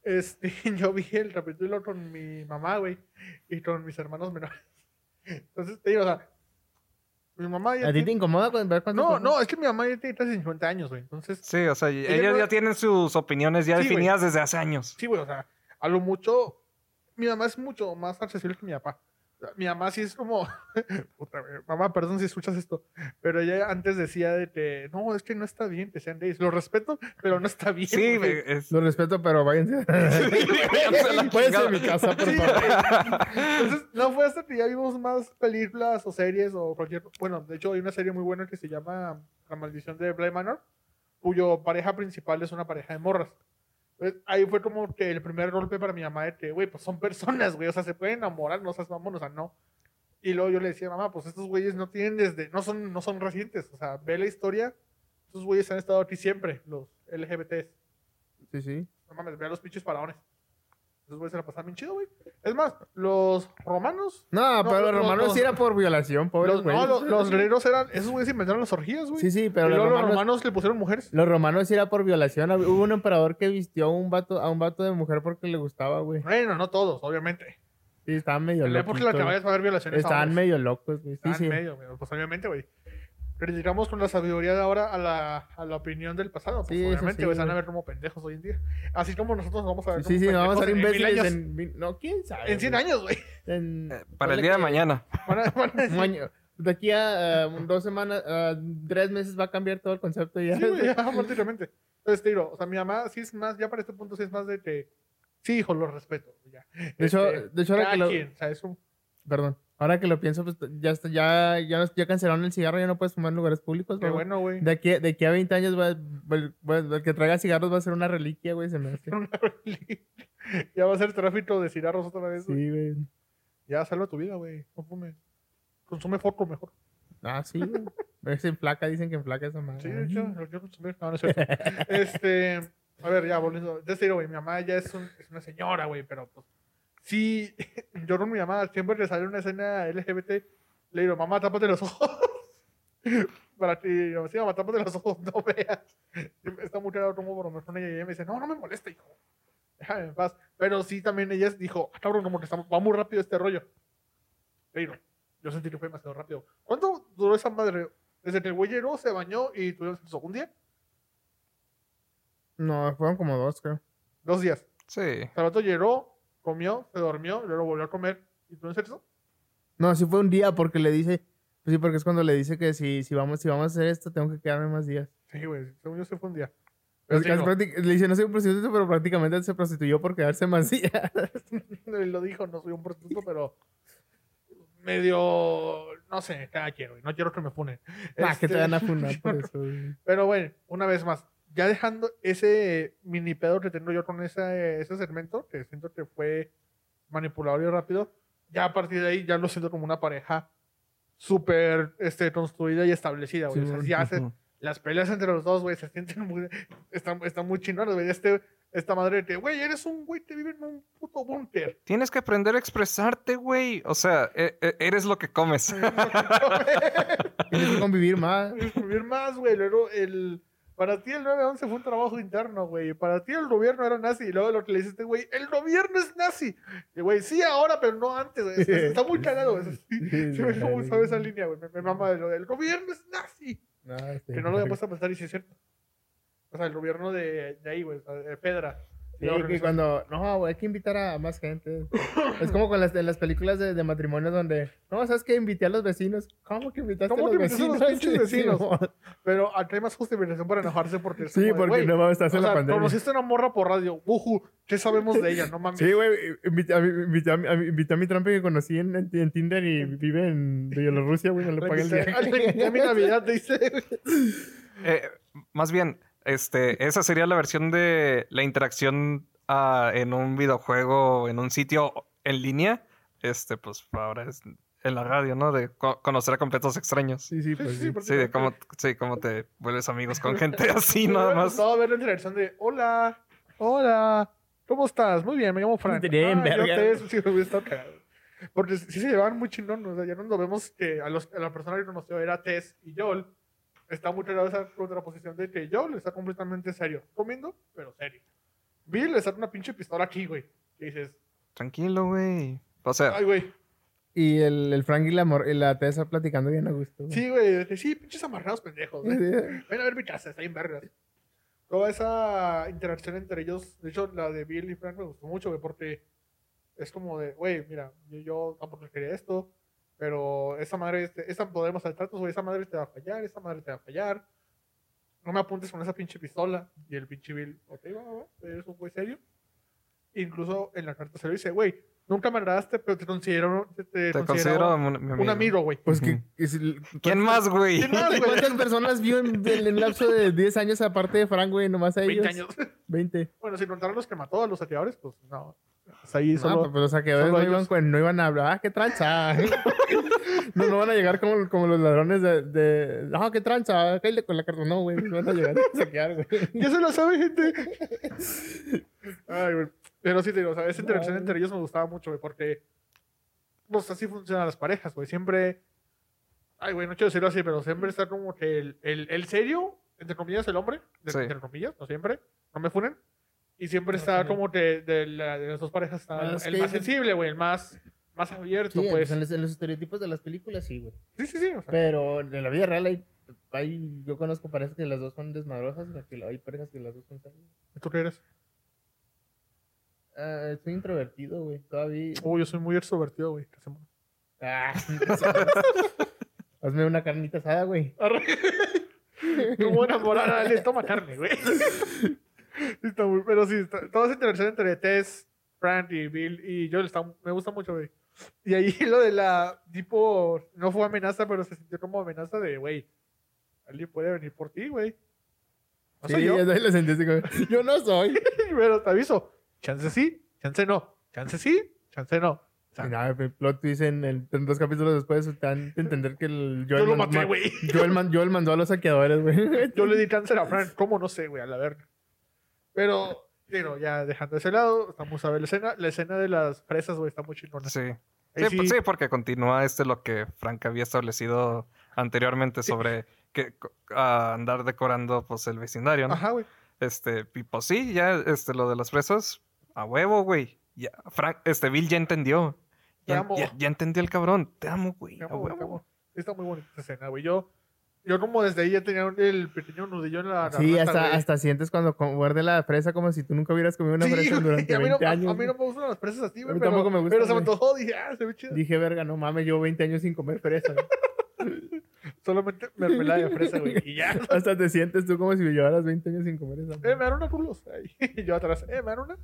S1: Este, yo vi el capítulo con mi mamá, güey, y con mis hermanos menores. Entonces, te digo, o sea, mi mamá ya
S3: ¿A ti te
S1: tiene-
S3: incomoda cu- ver cuántos
S1: No,
S3: son?
S1: no, es que mi mamá ya tiene casi 50 años, güey. Entonces,
S2: Sí, o sea,
S1: no-
S2: ellos ya tienen sus opiniones ya
S1: Sí, güey.
S2: definidas desde hace años.
S1: sí, güey, o sea, a lo mucho, mi mamá es mucho más accesible que mi papá. O sea, Mi mamá sí es como, puta, güey, mamá, perdón si escuchas esto, pero ella antes decía de que, no, es que no está bien que sean gays. Lo respeto, pero no está bien. güey.
S2: Sí, güey, es-
S3: Lo respeto, pero váyanse.
S2: váyanse a la
S3: Váyanse
S2: chingada.
S3: a mi casa, por
S1: Sí,
S3: favor.
S1: güey. Entonces, no fue hasta que ya vimos más películas o series o cualquier. Bueno, de hecho, hay una serie muy buena que se llama La Maldición de Bly Manor, cuyo pareja principal es una pareja de morras. Entonces, ahí fue como que el primer golpe para mi mamá de que, güey, pues son personas, güey, o sea, se pueden enamorar, no seas mamón, o sea, no. Y luego yo le decía, mamá, pues estos güeyes no tienen desde. No son, no son recientes, o sea, ve la historia, estos güeyes han estado aquí siempre, los LGBTs.
S3: Sí, sí.
S1: No mames, ve a los pinches faraones. Esos güeyes se la pasaban bien chido, güey. Es más, los romanos.
S3: No,
S1: No,
S3: pero
S1: no,
S3: los
S1: no,
S3: romanos
S1: no.
S3: sí era por violación, pobre
S1: los, no, los, los guerreros eran. Esos güeyes inventaron las orgías, güey.
S3: Sí, sí, pero
S1: y
S3: los
S1: luego los
S3: romanos,
S1: romanos le pusieron mujeres.
S3: los romanos sí era por violación. Hab- Hubo un emperador que vistió a un vato, a un vato de mujer porque le gustaba, güey.
S1: Bueno, no todos, obviamente.
S3: Sí, estaban medio
S1: En la
S3: locos.
S1: época en la que vayas a haber violaciones.
S3: Estaban
S1: hombres.
S3: medio locos, güey. Sí,
S1: Estaban
S3: sí.
S1: medio, güey, pues obviamente, güey. Criticamos con la sabiduría de ahora a la, a la opinión del pasado. Pues
S3: Sí, eso
S1: obviamente,
S3: sí,
S1: güey, se van a
S3: güey.
S1: ver como pendejos hoy en día. Así como nosotros nos vamos a ver
S3: Sí,
S1: como
S3: sí, no vamos a ser
S1: pendejos en mil
S3: imbéciles
S1: años.
S3: en... No, quién sabe.
S1: En 100
S3: güey.
S1: años, güey.
S3: En-
S2: Eh, Para el
S3: ponle
S2: día de
S3: que
S2: mañana.
S1: Van a- van a decir,
S3: Un año, de aquí a eh, dos semanas, a tres meses va a cambiar todo el concepto y ya.
S1: Sí, güey, ya, prácticamente. Entonces, te digo, o sea, mi mamá sí es más, ya para este punto sí es más de que, sí, hijo, los respeto. Ya.
S3: De hecho- de hecho,
S1: Este,
S3: ahora
S1: cada
S3: que lo-
S1: quien, o sea, es un-
S3: Perdón. Ahora que lo pienso, pues ya, está- ya, ya, nos- ya cancelaron el cigarro, ya no puedes fumar en lugares públicos,
S1: qué
S3: güey.
S1: bueno, güey.
S3: De aquí, de aquí a 20 años, va, va- va- el que traiga cigarros va a ser una reliquia, güey, se me hace.
S1: ya va a ser tráfico de cigarros otra vez. güey.
S3: Sí, güey.
S1: Ya salva tu vida, güey. No fumes. Consume foco mejor.
S3: Ah, sí, güey. Es en placa, dicen que en placa esa
S1: Sí,
S3: madre.
S1: yo, yo- yo consumí. No, no es cierto. este, a ver, ya volviendo. Yo te digo, güey, mi mamá ya es, un- es una señora, güey, pero pues. Sí, yo con mi mamá siempre le sale una escena LGBT. Le digo, mamá, tápate los ojos. Para ti, yo, sí, mamá, tápate los ojos, no veas. Está muy claro cómo bromear con ella y ella me dice, no, no me molesta, hijo. Déjame en paz. Pero sí, también ella dijo, ah, cabrón, no molestamos, va muy rápido este rollo. Le digo, yo sentí que fue demasiado rápido. ¿Cuánto duró esa madre? Desde que el güey llegó, se bañó y tuvieron sexo. ¿Un día?
S3: No, fueron como dos, creo.
S1: Dos días.
S2: Sí.
S1: O sea, el vato llegó, comió, se durmió, luego volvió a comer y tuvieron sexo.
S3: No, sí fue un día porque le dice, pues sí, porque es cuando le dice que si, si, vamos, si vamos a hacer esto, tengo que quedarme más días.
S1: Sí, güey. Según yo, se fue un día. Pero
S3: Pero
S1: te digo,
S3: le dice, no soy un prostituto, pero prácticamente él se prostituyó por quedarse más días.
S1: él lo dijo, no soy un prostituto, pero medio, no sé, cada quien, güey. No quiero que me funen.
S3: Ah, que
S1: Este,
S3: te van a funar por eso. güey.
S1: Pero bueno, una vez más, ya dejando ese mini pedo que tengo yo con ese, ese segmento, que siento que fue manipulador y rápido, ya a partir de ahí ya lo siento como una pareja súper este, construida y establecida, güey.
S3: Sí,
S1: o sea,
S3: güey.
S1: ya se-
S2: Ujú.
S1: las peleas entre los dos, güey, se sienten muy... Están, están muy chingonas, güey. Este, esta madre de que, güey, eres un güey que vive en un puto búnker.
S2: Tienes que aprender a expresarte, güey. O sea, e- e- eres lo que comes.
S3: Tienes que convivir más.
S1: escribir más, güey. Luego, el, para ti el 9-11 fue un trabajo interno, güey. Para ti el gobierno era nazi. Y luego lo que le dijiste, güey, el gobierno es nazi. Y, güey, sí ahora, pero no antes. güey. Está, está muy cagado. güey. Sí, Se me hizo muy suave esa línea, güey. Me, me mama de lo del gobierno es nazi.
S3: No, este, sí.
S1: Que no lo había puesto a pensar y sí es cierto. O sea, el gobierno de, de ahí, güey, o sea, de Pedra.
S3: Sí, que cuando, no, güey, hay que invitar a más gente. Es como con las, en las películas de, de matrimonio donde, no, ¿sabes qué? Invité a los vecinos. ¿Cómo que invitaste
S1: ¿Cómo
S3: a
S1: que
S3: los
S1: invitaste a los
S3: vecinos?
S1: pinches vecinos?
S3: Sí, mo-
S1: Pero acá hay más justificación para enojarse porque. es
S3: Sí,
S1: como de,
S3: porque
S1: güey,
S3: no mames, estás
S1: o
S3: en la
S1: sea,
S3: pandemia.
S1: conociste una morra por radio. Ujú, ¿qué sabemos de ella? No mames.
S3: Sí, güey, eh, invité a, mi- invité a mi- a mi- invité a mi trampa que conocí en, en- en Tinder y vive en Bielorrusia, güey, no le pagué el
S1: Revisé-
S3: día.
S1: Ah, revisé mi Navidad, dice.
S2: Eh, más bien, este, esa sería la versión de la interacción ah, en un videojuego, en un sitio en línea. Este, pues ahora es en la radio, ¿no? De co- conocer a completos extraños. Sí,
S3: Sí, sí, pues sí.
S2: de cómo, sí, cómo te vuelves amigos con gente así, nada más.
S1: No, a ver la interacción de hola, hola, ¿cómo estás? Muy bien, me llamo Frank.
S3: Bien,
S1: Ah, yo
S3: verga.
S1: te- sí, me hubiera estado cagado. Porque sí se llevaban muy chingón, o sea, ya nos vemos que a, los- a la persona que conoció era Tess y Joel. Está muy clara esa contraposición de que Joel está completamente serio, comiendo, pero serio. Bill le saca una pinche pistola aquí, güey. Y dices,
S2: Tranquilo, güey. O sea,
S1: ay, güey.
S3: Y el, el Frank y la, mor- y la Tessa platicando bien a gusto. güey.
S1: Sí, güey. dice, Sí, pinches amarrados pendejos, ¿eh? güey. Ven a ver mi casa, está bien vergas. Toda esa interacción entre ellos, de hecho, la de Bill y Frank me gustó mucho, güey, porque es como de, güey, mira, yo, yo tampoco quería esto, pero esa madre, este- esa podemos al tratos, güey, esa madre te va a fallar, esa madre te va a fallar. No me apuntes con esa pinche pistola. Y el pinche Bill, ok, va, va, va, eres un güey serio. Incluso en la carta se lo dice, güey, nunca me agradaste, pero te considero, te, te
S2: te
S1: considero
S2: considero mi- mi
S1: un amigo, güey.
S3: Pues que...
S2: Ujú.
S3: es el-
S2: ¿Quién más, güey?
S1: ¿Quién más, güey?
S3: ¿Cuántas personas vio en, en un lapso de 10 años aparte de Frank, güey? Nomás a ellos.
S1: 20 años.
S3: 20.
S1: Bueno, si contaron los que mató a los saqueadores, pues no. Pues ahí
S3: Ah,
S1: solo.
S3: pues, o sea, que
S1: solo
S3: no iban,
S1: ellos.
S3: con- no iban a hablar. ¡Ah, qué tranza! no, no van a llegar como, como los ladrones de... de, ¡Ah, qué tranza! Cállate con la carta. No, güey. Van a llegar a saquear, güey.
S1: Ya se lo sabe, gente. Ay, güey. Pero sí te digo, o sea, esa interacción entre ellos me gustaba mucho, güey, porque. Pues así funcionan las parejas, güey. Siempre. Ay, güey, no quiero decirlo así, pero siempre está como que el, el, el serio, entre comillas, el hombre, de-
S2: Sí.
S1: entre comillas, no siempre, no me funen. Y siempre está como que de, la- de las dos parejas está
S3: Ah,
S1: el,
S3: es
S1: el
S3: que
S1: más
S3: dicen-
S1: sensible, güey, el más, más abierto,
S3: Sí,
S1: pues.
S3: en, los, en los estereotipos de las películas, sí, güey.
S1: Sí, sí, sí. o sea,
S3: Pero en la vida real hay... hay- yo conozco parejas que las dos son desmadrosas, güey, que hay parejas que las dos son... serias.
S1: ¿Tú qué eres?
S3: Ah, soy
S1: Uh.
S3: introvertido, güey. Todavía...
S1: Uy, yo soy muy extrovertido, güey. qué se mo-
S3: Ah, Hazme una carnita asada, güey.
S1: Arre. ¿Cómo enamorar a alguien? Toma carne, güey. Está muy- pero sí, está, toda esa interacción entre Tess, Brand y Bill y Joel está, me gusta mucho, güey. Y ahí lo de la, tipo, no fue amenaza, pero se sintió como amenaza de, güey, alguien puede venir por ti, güey. No
S3: Sí,
S1: ¿Ah, soy yo,
S3: yo soy la sentencia, güey. Yo no soy.
S1: pero te aviso, chance sí, chance no, chance sí, chance no. O sea,
S3: Y nada, el plot twist en, el- en dos capítulos después te dan a entender que el
S1: yo lo
S3: mandó-
S1: maté,
S3: ma-
S1: güey.
S3: Joel, man- Joel mandó a los saqueadores, güey.
S1: Yo le di cáncer a Frank. ¿Cómo? No sé, güey, a la verga. Pero, digo, ya dejando ese lado, estamos a ver la escena. La escena de las fresas, güey, está muy chingona.
S2: Sí.
S1: Ahí
S2: Sí,
S1: Eh, sí.
S2: pues sí, porque continúa este lo que Frank había establecido anteriormente sobre que co- a andar decorando pues el vecindario, ¿no?
S1: Ajá, güey.
S2: Este, y pues sí, ya este lo de las fresas a huevo, güey. Ya Frank, este Bill ya entendió.
S1: Te
S2: Ya,
S1: amo.
S2: ya- ya entendió el cabrón. Te amo, güey.
S1: Te
S2: A
S1: amo, güey, te
S2: huevo.
S1: amo. Está muy bonita esa escena, güey. Yo, yo como desde ahí ya tenía un- el pequeño nudillo en la
S3: Sí,
S1: garganta,
S3: hasta,
S1: güey.
S3: hasta sientes cuando com- muerde la fresa como si tú nunca hubieras comido una
S1: Sí,
S3: fresa
S1: güey,
S3: durante
S1: a, mí no,
S3: 20
S1: a-
S3: años.
S1: a mí no
S3: güey.
S1: me gustan las fresas así,
S3: A
S1: güey.
S3: mí
S1: Pero,
S3: tampoco me
S1: pero
S3: gustan,
S1: se me
S3: güey.
S1: antojó, dije, ah, se ve chido.
S3: Dije, verga, no mames, llevo 20 años sin comer fresa. güey.
S1: Solamente mermelada de fresa, güey. Y ya.
S3: hasta te sientes tú como si llevaras 20 años sin comer esa.
S1: Eh, me dan una por los. Ay, y yo atrás, eh, me dan una.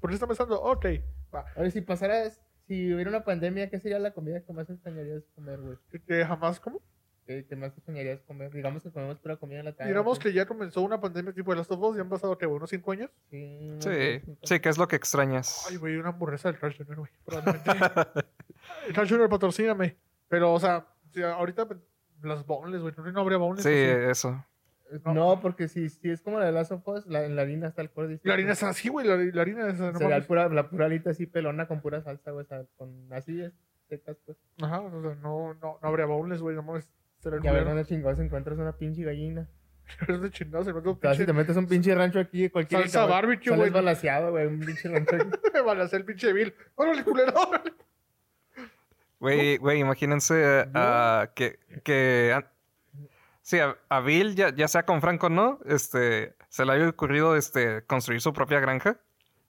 S1: ¿Por qué está pensando? Ok, va.
S3: Ahora, si pasaras, si hubiera una pandemia, ¿qué sería la comida que más extrañarías comer, güey?
S1: Que- Que jamás, ¿cómo?
S3: ¿Qué, qué más extrañarías comer? Digamos que comemos pura comida en la tarde.
S1: Digamos que ya comenzó una pandemia tipo de Last of Us, ya han pasado que unos 5 años.
S3: Sí,
S2: Sí, sí, que es lo que extrañas.
S1: Ay, güey, una hamburguesa del Carl Jr., güey, probablemente. El Carl Jr., patrocíname. Pero, o sea, si ahorita pues, las boneless, güey, no, no habría boneless.
S2: sí,
S1: o sea.
S2: eso.
S3: No, porque si, si es como la de las sopas, la, en la harina está el core.
S1: Y La harina es así, güey, la, la harina es... No
S3: Sería
S1: mames.
S3: el pura, la pura alita así pelona con pura salsa, güey. O sea, con así es, secas, pues.
S1: Ajá, o sea, no, no, no habría boneless, güey, no mames. Será el
S3: Y a ver
S1: culero.
S3: dónde chingados encuentras una pinche gallina.
S1: Es de chingados, se me hace un
S3: Casi te
S1: pinche...
S3: metes un pinche rancho aquí, cualquier.
S1: Salsa barbecue, güey.
S3: Sales balaseado, güey, un pinche rancho. aquí.
S1: Me balacé el pinche Bill. ¡Órale, culero!
S2: Güey, güey, imagínense ah, que, que an- sí, a, a Bill, ya, ya sea con Franco o no, este, se le haya ocurrido este, construir su propia granja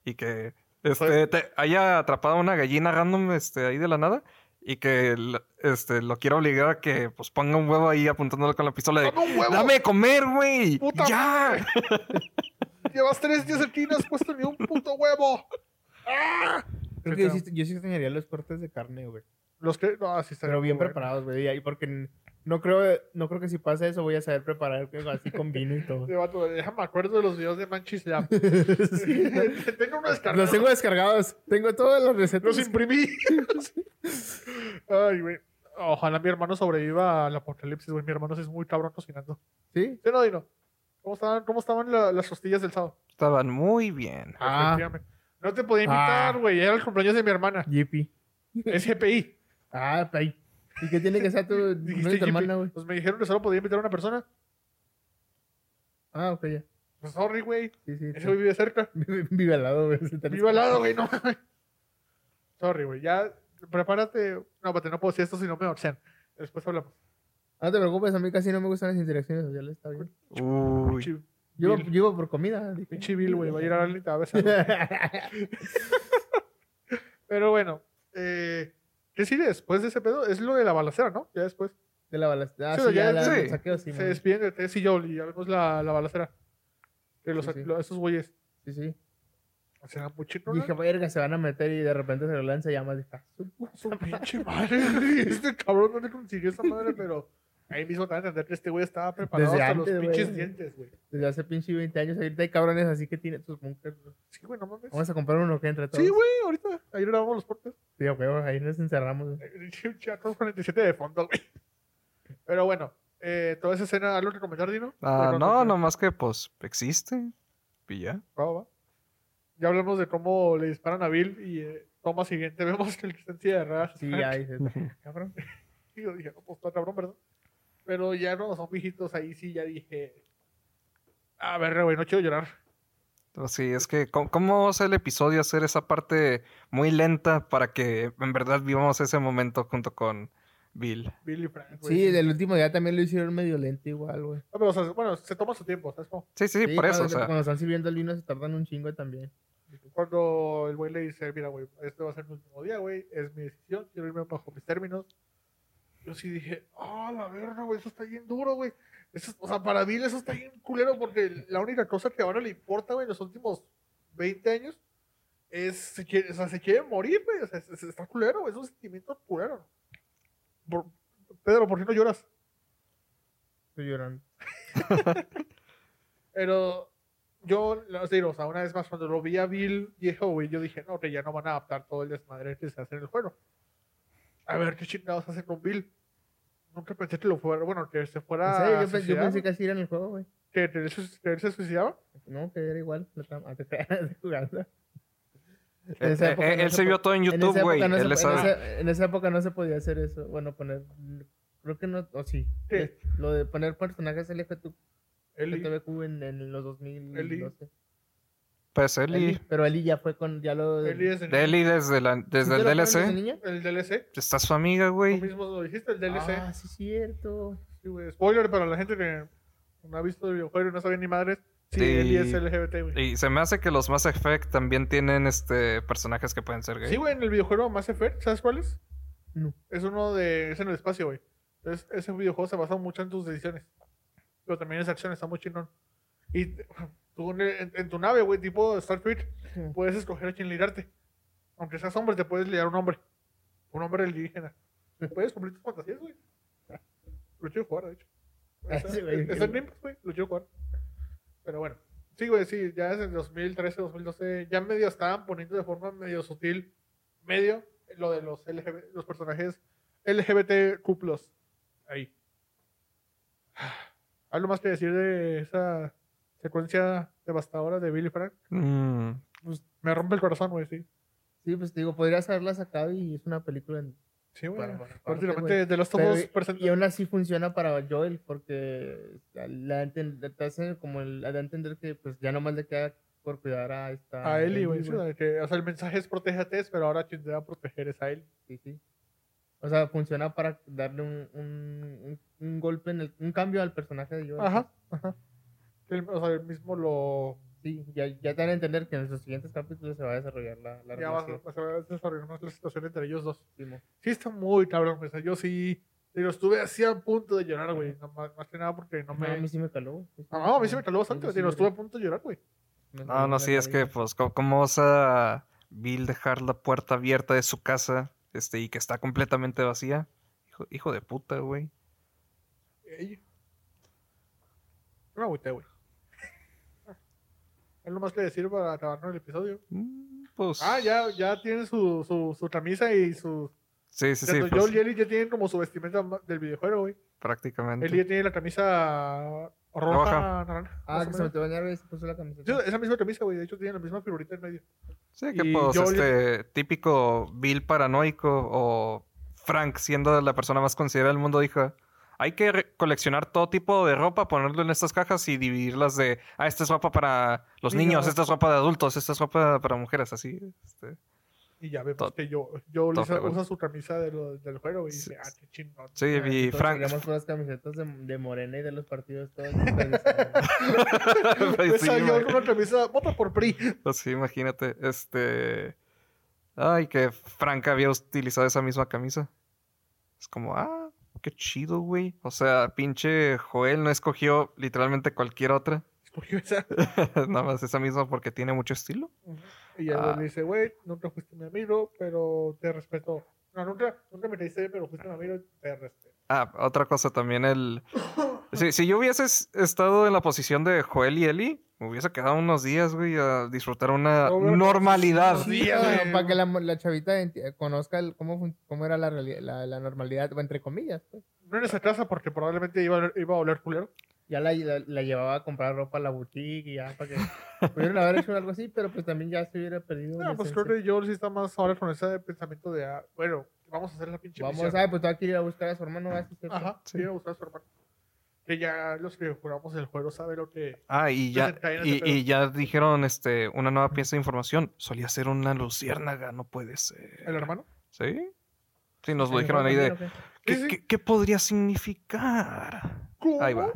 S2: y que este, te haya atrapado una gallina random este, ahí de la nada y que l- este, lo quiera obligar a que pues, ponga un huevo ahí apuntándole con la pistola de
S1: ¡Dame un huevo!
S2: ¡Dame de comer, güey!
S1: ¡Puta
S2: ¡Ya!
S1: Llevas tres días aquí y no has puesto ni un puto huevo.
S3: Creo que yo sí, yo sí extrañaría los cortes de carne, güey.
S1: Los que... No, así está.
S3: Pero bien
S1: preparado.
S3: preparados, güey. Y ahí porque n- no creo, no creo que si pasa eso voy a saber preparar que así con vino y todo.
S1: De vato, déjame me acuerdo de los videos de Manchis Lab.
S3: Sí.
S1: tengo uno descargado.
S3: Los tengo descargados. Tengo todas las recetas.
S1: Los imprimí. Ay, güey. Ojalá mi hermano sobreviva al apocalipsis, güey. Mi hermano sí es muy cabrón cocinando.
S3: ¿Sí?
S1: ¿Sí o no, Dino? ¿Cómo estaban, cómo estaban la- las costillas del sábado?
S2: Estaban muy bien.
S3: Ah.
S1: Efectivamente. No te podía
S3: Ah.
S1: invitar, güey. Era el cumpleaños de mi hermana.
S3: Yipi.
S1: Es GPI.
S3: Ah, pay. ¿Y qué tiene que ser tu, no
S1: Dijiste
S3: de tu
S1: GPI.
S3: hermana, güey?
S1: Pues me dijeron que solo podía invitar a una persona.
S3: Ah, ok, ya.
S1: Pues sorry, güey.
S3: Sí, sí.
S1: Ese güey vive cerca.
S3: Vive vive al lado, güey. se te-
S1: Vive al lado, güey. No mames. Sorry, güey. Ya, prepárate. No, pate, no puedo decir esto si no me orcean. Después hablamos.
S3: No te preocupes, a mí casi no me gustan las interacciones sociales, está bien.
S2: Uy.
S1: Pinche-
S3: Yo
S1: Bill.
S3: llevo por comida. dije.
S1: Pinche Bill, güey, va a ir a darle y te va a besar, güey. Pero bueno, eh, ¿qué sigue después de ese pedo? Es lo de la balacera, ¿no? Ya después.
S3: De la balacera. Ah,
S1: Sí,
S3: sí, ya,
S1: ya-
S3: la,
S2: sí.
S3: del saqueo, sí,
S1: se
S3: man.
S1: despiden de Tess y Joel y ya vemos la, la balacera. Que los,
S3: Sí, sí.
S1: lo- esos güeyes
S3: sí, sí.
S1: serán muy
S3: Y
S1: chingón.
S3: Dije, verga, se van a meter y de repente se lo lanza y llamas. Dije, ah, su
S1: Su pinche madre, güey. Este cabrón no le consiguió esa madre, pero ahí mismo te van a entender que este güey estaba preparado
S3: Desde
S1: hasta
S3: antes,
S1: los pinches
S3: güey.
S1: dientes, güey.
S3: Desde hace pinche 20 años, ahorita hay cabrones así que tienen sus bunkers. güey.
S1: Sí, güey, no mames.
S3: Vamos a comprar uno que entre todos.
S1: Sí, güey, ahorita. Ahí grabamos los portes.
S3: Sí, a huevo, ahí nos encerramos. güey.
S1: Chatos 47 de fondo, güey. Pero bueno, eh, toda esa escena, ¿algo que comentar, Dino?
S2: Ah,
S1: De
S2: no,
S1: cuando-
S2: nomás que pues existe. Y ya.
S1: Va, Ah, va. Ya hablamos de cómo le disparan a Bill y eh, toma siguiente vemos que el que está en silla de ruedas es
S3: Sí,
S1: Frank.
S3: ahí se cabrón.
S1: Y yo dije, no, pues está cabrón, ¿verdad? Pero ya no son viejitos, ahí sí ya dije... A ver, güey, no quiero llorar.
S2: Oh, Sí, es que ¿cómo, cómo osa el episodio hacer esa parte muy lenta para que en verdad vivamos ese momento junto con Bill?
S1: Bill y Frank, güey.
S3: Sí, del último día también lo hicieron medio lento igual, güey.
S1: No, pero, o sea, bueno, se toma su tiempo, ¿sabes? cómo?
S2: Sí, sí, por eso,
S3: cuando,
S2: o sea,
S3: cuando están sirviendo el vino se tardan un chingo también.
S1: Cuando el güey le dice, mira, güey, este va a ser mi último día, güey, es mi decisión, quiero irme bajo mis términos. Yo sí dije, ah, la verga, güey, eso está bien duro, güey. Eso- o sea, para Bill eso está bien culero porque la única cosa que ahora le importa, güey, en los últimos 20 años es, se quiere, o sea, se quiere morir, güey. O sea, se- se- está culero, güey, es un sentimiento culero. Por- Pedro, ¿por qué no lloras?
S3: Estoy llorando.
S1: Pero yo, no sé, o sea, una vez más, cuando lo vi a Bill viejo, güey, yo dije, no, que ya no van a adaptar todo el desmadre que se hace en el juego. A ver qué chingados hacen con Bill. Nunca pensé que lo fuera, bueno, que se
S3: En
S1: fuera.
S3: serio,
S1: a
S3: yo, pe- yo
S1: suicidar,
S3: pensé que así era en el juego, güey.
S1: que, que él se- que él se suicidaba.
S3: No, que era igual. la tam- ah, te creas, jugando. En
S2: Eh,
S3: esa
S2: eh,
S3: época
S2: él
S3: no se
S2: se vio
S3: po-
S2: todo en
S3: en esa
S2: YouTube,
S3: época
S2: güey.
S3: no se
S2: él le
S3: po- en,
S2: sabe.
S3: esa, en esa época no se podía hacer eso. Bueno, poner. Creo que no. O sí.
S1: Sí.
S3: Lo de poner personajes LGTQ
S1: Eli.
S3: LGTBQ en, en los 2012.
S2: Pues
S3: Eli,
S2: Eli.
S3: Pero Eli ya fue con. Ya lo.
S1: Eli es el,
S2: Eli desde, la,
S3: ¿Sí
S2: desde el
S3: te lo ponen desde
S2: DLC.
S3: niña?
S1: el DLC.
S2: Está su amiga,
S1: Tú
S2: güey.
S1: mismo lo dijiste, el DLC.
S3: Ah, sí, cierto.
S1: Sí, güey. Spoiler para la gente que no ha visto el videojuego y no sabe ni madres. Sí,
S2: Sí.
S1: Eli es LGBT, güey.
S2: Y se me hace que los Mass Effect también tienen este personajes que pueden ser gay.
S1: Sí, güey, en el videojuego Mass Effect, ¿sabes cuál es?
S3: No.
S1: Es uno de. Es en el espacio, güey. Entonces, ese videojuego se basa mucho en tus decisiones. Pero también es acción, está muy chingón. Y t- tú en, en- en tu nave, güey, tipo Starfleet,
S3: Sí.
S1: puedes escoger a quién ligarte. Aunque seas hombre, te puedes ligar a un hombre. Un hombre indígena. Puedes cumplir tus fantasías, güey. Lo quiero jugar, de hecho.
S3: Ah,
S1: Está-
S3: sí, güey.
S1: Está en Game Pass, güey. Lo quiero jugar. Pero bueno. Sí, güey, sí. Ya desde el 2013, 2012, ya medio estaban poniendo de forma medio sutil, medio, lo de los, LGB los personajes LGBTQ+. Ahí. ¿Algo más que decir de esa secuencia devastadora de Billy Frank?
S2: Mm,
S1: pues, Me rompe el corazón, güey, sí.
S3: Sí, pues te digo, podrías haberla sacado y es una película. En,
S1: Sí, güey.
S3: para- para- para-
S1: Prácticamente de los
S3: Pero,
S1: tomos
S3: y aún así funciona para Joel porque la enten- te hace como el, la de entender que pues ya nomás le queda por cuidar a esta
S1: a Eli, güey. sí,
S3: güey.
S1: de que, o sea, el mensaje es protégete, pero ahora quien te va a proteger es a él.
S3: Sí, sí. O sea, funciona para darle un, un, un- un golpe en el, un cambio al personaje de Joel.
S1: Ajá, ajá. Él, o sea, él mismo lo.
S3: Sí, ya, ya te van a entender que en los siguientes capítulos se va a desarrollar la, la
S1: Ya vas,
S3: relación.
S1: vas a ver desarrollar más la situación entre ellos dos.
S3: Simón.
S1: Sí, está muy cabrón, güey. o sea, yo sí. Pero estuve así a punto de llorar, güey. no, más, más que nada porque no
S3: No, Ah, a
S1: me.
S3: mí sí me caló. güey.
S1: Ah, No, a mí sí me caló bastante,
S3: Sí,
S1: güey. Lo
S3: sí,
S1: estuve a punto de llorar, güey.
S3: me-
S2: No, no,
S3: me
S2: sí, es que,
S3: caló.
S2: pues, co- ¿cómo vas a Bill dejar la puerta abierta de su casa este, y que está completamente vacía? Hijo, hijo de puta, güey.
S1: Ey. No me agüité, güey. Es lo más que decir para acabar el episodio.
S2: Mm, Pues.
S1: Ah, ya, ya tiene su, su, su camisa y su.
S2: Sí, sí, sí.
S1: tanto
S2: pues,
S1: Joel y Ellie ya tienen como su vestimenta ma- del videojuego, güey.
S2: prácticamente.
S1: Ellie ya tiene la camisa roja,
S2: Roja.
S1: naranja.
S3: Ah,
S1: más o
S3: que se
S1: menos.
S3: metió a bañar y se puso la
S1: Sí,
S3: camiseta.
S1: Esa misma camisa, güey. Pues De hecho, tiene la misma figurita en medio.
S2: Sí, que
S1: Y
S2: pues
S1: yo-
S2: este típico Bill paranoico o Frank, siendo la persona más considerada del mundo, dijo, hay que re- coleccionar todo tipo de ropa, ponerlo en estas cajas y dividirlas de, ah, esta es ropa para los
S1: Niños.
S2: niños, esta es ropa de adultos, esta es ropa para mujeres, así. este.
S1: Y ya vemos
S2: Tot-
S1: que yo, yo
S2: tot
S1: usa,
S2: fregón.
S1: usa su camisa de lo- del juego y
S2: Sí,
S1: dice, ah, qué chingón.
S2: Sí, y Frank,
S3: Tenemos puras camisetas de, de Morena y de los partidos todos. organizados.
S2: pues, sí,
S1: Esa yo
S2: ima-
S1: con una camisa, vota por PRI.
S2: pues, sí, imagínate, este, ay, que Frank había utilizado esa misma camisa. Es como, ah, qué chido, güey. O sea, pinche Joel no escogió literalmente cualquier otra.
S1: Escogió esa.
S2: Nada más esa misma porque tiene mucho estilo.
S1: Y ya
S2: Ah.
S1: le dice, güey, nunca fuiste mi amigo, pero te respeto. No, nunca, nunca me trajiste, pero fuiste mi amigo, te respeto.
S2: Ah, otra cosa también el... Si, si yo hubiese s- estado en la posición de Joel y Eli, me hubiese quedado unos días, güey, a disfrutar una
S1: No, güey,
S2: normalidad.
S1: unos
S3: Sí,
S1: días.
S3: bueno,
S1: güey.
S3: para que la, la chavita enti- conozca el- cómo, fun- cómo era la, reali- la, la normalidad, bueno, entre comillas. pues.
S1: No en esa casa porque probablemente iba a, oler- iba a oler culero.
S3: Ya la, la- la llevaba a comprar ropa a la boutique y ya, para que pudieran haber hecho algo así, pero pues también ya se hubiera perdido. la
S1: No, pues
S3: esencia.
S1: creo que yo sí está más ahora con ese pensamiento de, ah, bueno, vamos a hacer la pinche
S3: Vamos,
S1: misión.
S3: ay, pues tengo que ir a buscar a su hermano. ¿verdad? Sí, cierto.
S1: Ajá,
S2: Sí.
S1: sí, a buscar a su hermano. Que ya los que jugamos el juego saben lo que...
S2: Ah, y ya,
S1: Entonces, caen en
S2: y,
S1: ese pedo.
S2: y ya dijeron este, una nueva pieza de información. Solía ser una luciérnaga, no puede ser.
S1: ¿El hermano?
S2: ¿Sí? Sí, nos lo
S3: ¿El
S2: dijeron ahí
S3: hermano
S2: de...
S3: también, o
S2: ¿Qué,
S1: Sí, sí.
S2: qué- qué podría significar?
S1: ¿Cómo?
S2: Ahí va.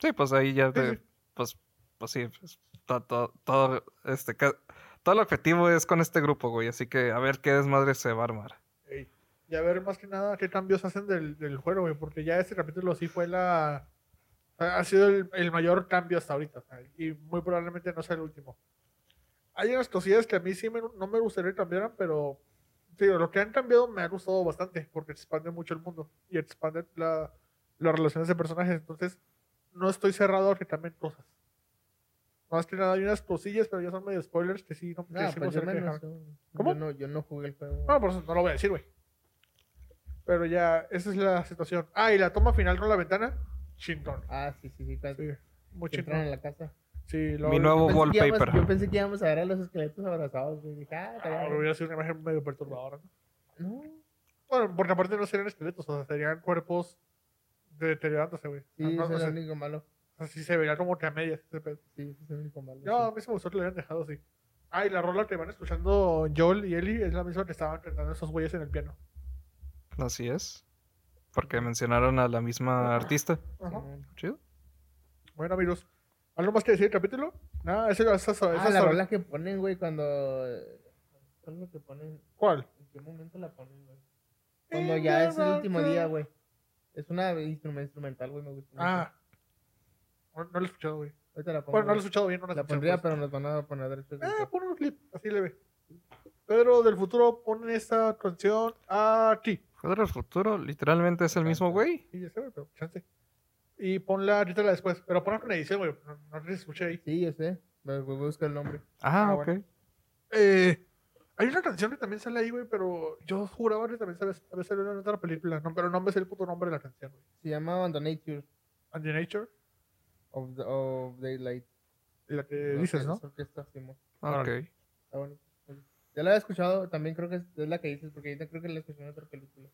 S2: Sí, pues ahí ya
S1: Sí,
S2: te-
S1: sí.
S2: pues, pues sí, pues, to- to- todo, este, ca- todo el objetivo es con este grupo, güey. Así que a ver qué desmadre se va a armar.
S1: Ey. y a ver más que nada qué cambios hacen del, del juego, güey, porque ya este capítulo sí fue la... Ha ha sido el, el mayor cambio hasta ahorita, o sea, y muy probablemente no sea el último. Hay unas cosillas que a mí sí me- no me gustaría que cambiaran, pero te digo, lo que han cambiado me ha gustado bastante, porque expande mucho el mundo y expande la, las relaciones de personajes, entonces no estoy cerrado a que cambien cosas. Más que nada hay unas cosillas, pero ya son medio spoilers que sí, no, que
S3: Ah,
S1: sí me
S3: pues yo
S1: gustaría que
S3: menos.
S1: dejaran.
S3: yo-
S1: ¿Cómo?
S3: Yo no, yo no jugué el juego.
S1: No, por eso no lo voy a decir, güey. Pero ya, esa es la situación. Ah, y la toma final con la ventana, chingón.
S3: Ah, sí, sí, sí. Cuando
S1: pues. Sí, pues, muy
S3: entraron a
S1: chingón.
S3: la casa.
S1: Sí, lo
S2: Mi nuevo
S3: Pensé que íbamos-
S2: wallpaper.
S3: yo pensé que íbamos a ver a los esqueletos abrazados. güey. Dije, ah,
S1: Ah,
S3: cabrón.
S1: hubiera sido una imagen medio perturbadora. ¿no?
S3: No,
S1: Bueno, porque aparte no serían esqueletos, o sea, serían cuerpos deteriorándose, güey.
S3: sí,
S1: Ah, no,
S3: ese
S1: o
S3: es
S1: sea,
S3: el único malo.
S1: así se vería como que a medias. ese pedo.
S3: Sí, ese es el único malo.
S1: No, a
S3: sí.
S1: mí se me gustó que lo habían dejado así. Ah, y la rola que van escuchando Joel y Ellie es la misma que estaban cantando esos güeyes en el piano.
S2: Así es. Porque mencionaron a la misma artista.
S1: Ajá.
S3: Simón.
S2: Chido.
S1: Bueno, amigos, ¿algo más que decir del capítulo? Nada, ese, esa, esa,
S3: Ah, la rola que ponen, güey, cuando. ¿Cuál es lo que ponen?
S1: ¿Cuál?
S3: ¿En qué momento la ponen, güey? Cuando ya es el último día, güey. Es una instrumento instrumental, güey, me gusta. mucho.
S1: Ah. No, no lo he escuchado, güey.
S3: ahorita la pongo.
S1: Bueno, no lo he
S3: güey.
S1: escuchado bien, no lo he
S3: la
S1: escuchado,
S3: pondría,
S1: pues.
S3: pero nos van a poner este después. del
S1: Ah,
S3: top.
S1: pon un clip, así leve. Pedro del futuro pone esta canción aquí.
S2: Juego del futuro, literalmente es el mismo güey.
S1: Y ya se ve, pero chance. Y ponla, quítala después. Pero ponla con edición, güey. No, no te escuché ahí.
S3: Sí, yo sé. Pero Voy a buscar el nombre.
S2: Ah,
S1: Ah,
S2: ok.
S1: bueno. Eh, hay una canción que también sale ahí, güey, pero yo juraba que también sale, también salió en otra película. No, pero no me sé el puto nombre de la canción, güey.
S3: Se llama On the Nature
S1: And the Nature,
S3: of, the, of Daylight.
S1: la que Eh, dices, ¿no?
S3: Es orquesta, Simón.
S2: Ok.
S1: Órale.
S3: Está bonito. Ya la había escuchado, también creo que es, es la que dices, porque ahorita creo que la escuché en otra película.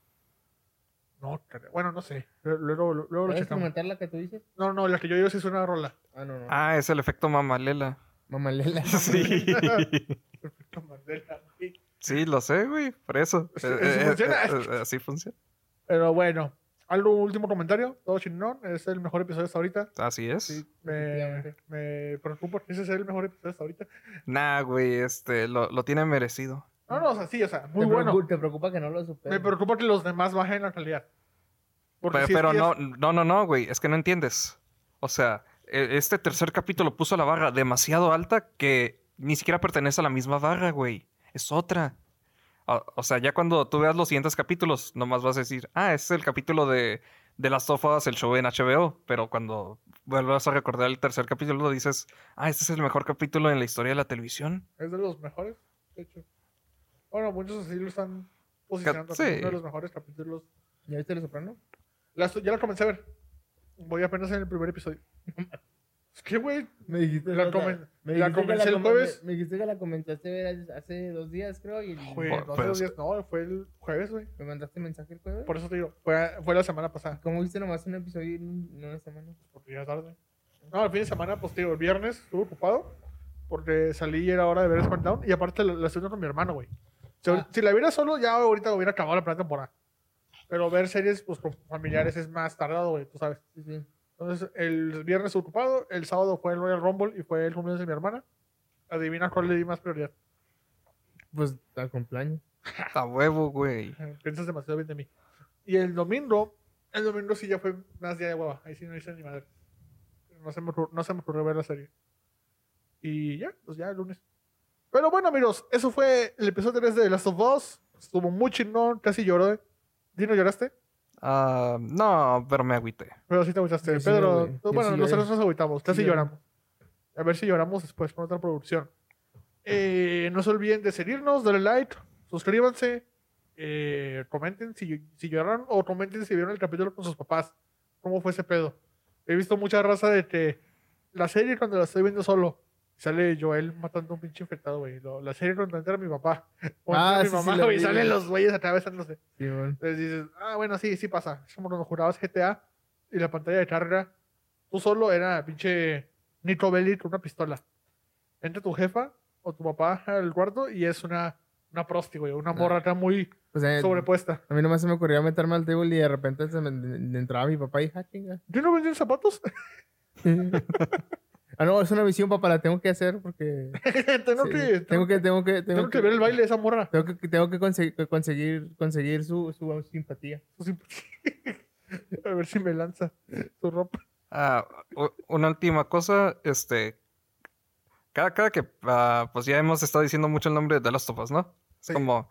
S1: No, creo- bueno, no sé. Luego, luego, luego lo
S3: ¿Puedes
S1: checamos.
S3: comentar la que tú dices?
S1: No, no, la que yo digo sí es una rola.
S3: Ah, no, no.
S2: Ah, es el efecto mamalela.
S3: Mamalela.
S2: Sí.
S1: Perfecto, Mandela, güey.
S2: Sí, lo sé, güey. Por eso.
S1: Sí,
S2: Eh,
S1: así
S2: eh,
S1: funciona.
S2: eh, eh, así funciona.
S1: Pero bueno, algo último comentario, todo chingón, es el mejor episodio hasta ahorita.
S2: Así es.
S3: Sí,
S1: Me,
S3: efectivamente.
S1: me preocupa que ese sea el mejor episodio hasta ahorita.
S2: Nah, güey, este, lo, lo tiene merecido.
S1: No, no, o sea, sí, o sea,
S3: ¿Te,
S1: muy bueno.
S3: preocupa, te preocupa que no lo supere.
S1: Me preocupa que los demás bajen la calidad. Porque
S2: Pero,
S1: si es
S2: pero
S1: que es-
S2: no, no, no, no, güey, es que no entiendes. O sea, e- este tercer capítulo puso la barra demasiado alta que ni siquiera pertenece a la misma barra, güey. Es otra. O, o sea, ya cuando tú veas los siguientes capítulos, nomás vas a decir, ah, este es el capítulo de, de Las Tofas, el show en HBO. Pero cuando vuelvas a recordar el tercer capítulo, dices, ah, este es el mejor capítulo en la historia de la televisión.
S1: Es de los mejores, de hecho. Bueno, muchos así lo están posicionando
S2: sí.
S1: como uno de los mejores capítulos.
S3: ¿Ya viste Los Soprano?
S1: La estu- ya la comencé a ver. Voy apenas en el primer episodio. es que, güey,
S3: Me dijiste,
S1: La
S3: la
S1: comen-
S3: me
S1: la
S3: dijiste que
S1: comencé el
S3: comen-
S1: jueves.
S3: Me, me dijiste que la comenzaste a ver hace- hace dos días, creo, y
S1: güey,
S2: Por-
S1: no sé
S2: pero
S1: los
S2: es-
S1: días, no, fue el jueves, güey.
S3: me mandaste mensaje el jueves.
S1: Por eso te digo, fue, fue la semana pasada.
S3: ¿Cómo viste nomás un episodio en en una semana?
S1: porque ya es tarde. No, el fin de semana, pues, te digo, el viernes estuve ocupado porque salí y era hora de ver SmackDown. Y aparte la, la estoy viendo con mi hermano, güey. Si,
S3: Ah.
S1: si la viera solo, ya ahorita hubiera acabado la primera temporada. Pero ver series, pues, con familiares es más tardado, güey, tú sabes.
S3: Sí, sí.
S1: Entonces, el viernes estuve ocupado, el sábado fue el Royal Rumble y fue el cumpleaños de mi hermana. Adivina cuál le di más prioridad.
S3: Pues al cumpleaños.
S2: A huevo, güey.
S1: Piensas demasiado bien de mí. Y el domingo, el domingo sí ya fue más día de hueva. Ahí sí no hice ni madre. No se me, ocur- no se me ocurrió ver la serie. Y ya, pues ya el lunes. Pero bueno, amigos, eso fue el episodio 3 de The Last of Us. Estuvo muy chingón, casi lloré. Dino, lloraste,
S2: Ah, no, pero me agüité.
S1: pero sí te agüitaste.
S3: Yo sí me
S1: Pedro,
S3: agüité.
S1: tú-
S3: Yo
S1: bueno,
S3: sí
S1: nosotros
S3: lloré.
S1: nos agüitamos, casi
S3: lloré.
S1: lloramos. A ver si lloramos después con otra producción. Eh, no se olviden de seguirnos, darle like, suscríbanse, eh, comenten si, si lloraron o comenten si vieron el capítulo con sus papás. ¿Cómo fue ese pedo? He visto mucha raza de que la serie cuando la estoy viendo solo, sale Joel matando a un pinche infectado, güey. Lo- La serie cuando entra mi papá o
S3: Ah,
S1: entra mi
S3: sí, sí,
S1: mamá,
S3: lo
S1: güey,
S3: vi,
S1: salen
S3: güey.
S1: los güeyes atravesándose.
S3: Sí, bueno.
S1: Entonces dices, ah, bueno, sí, sí pasa. Es como cuando jugabas GTA y la pantalla de carga, tú solo era pinche Nico Bellic con una pistola. Entra tu jefa o tu papá al cuarto y es una, una prosti, güey, una morra acá muy
S3: Pues, eh,
S1: sobrepuesta.
S3: a mí nomás se me ocurría meterme al table y de "Ah, repente se me, me entraba mi papá y ja, chinga.
S1: ¿Yo no vendí zapatos?
S3: a Ah, no, es una misión, papá, la tengo que hacer porque...
S1: tengo,
S3: sí,
S1: que,
S3: tengo que... Tengo que...
S1: tengo que ver el baile de esa morra.
S3: Tengo que, tengo que conse- que conseguir, conseguir su, su simpatía.
S1: A ver si me lanza su ropa.
S2: Ah, u- una última cosa, este. Cada, cada que, ah, pues ya hemos estado diciendo mucho el nombre de The Last of Us, ¿no? Es
S1: Sí.
S2: como,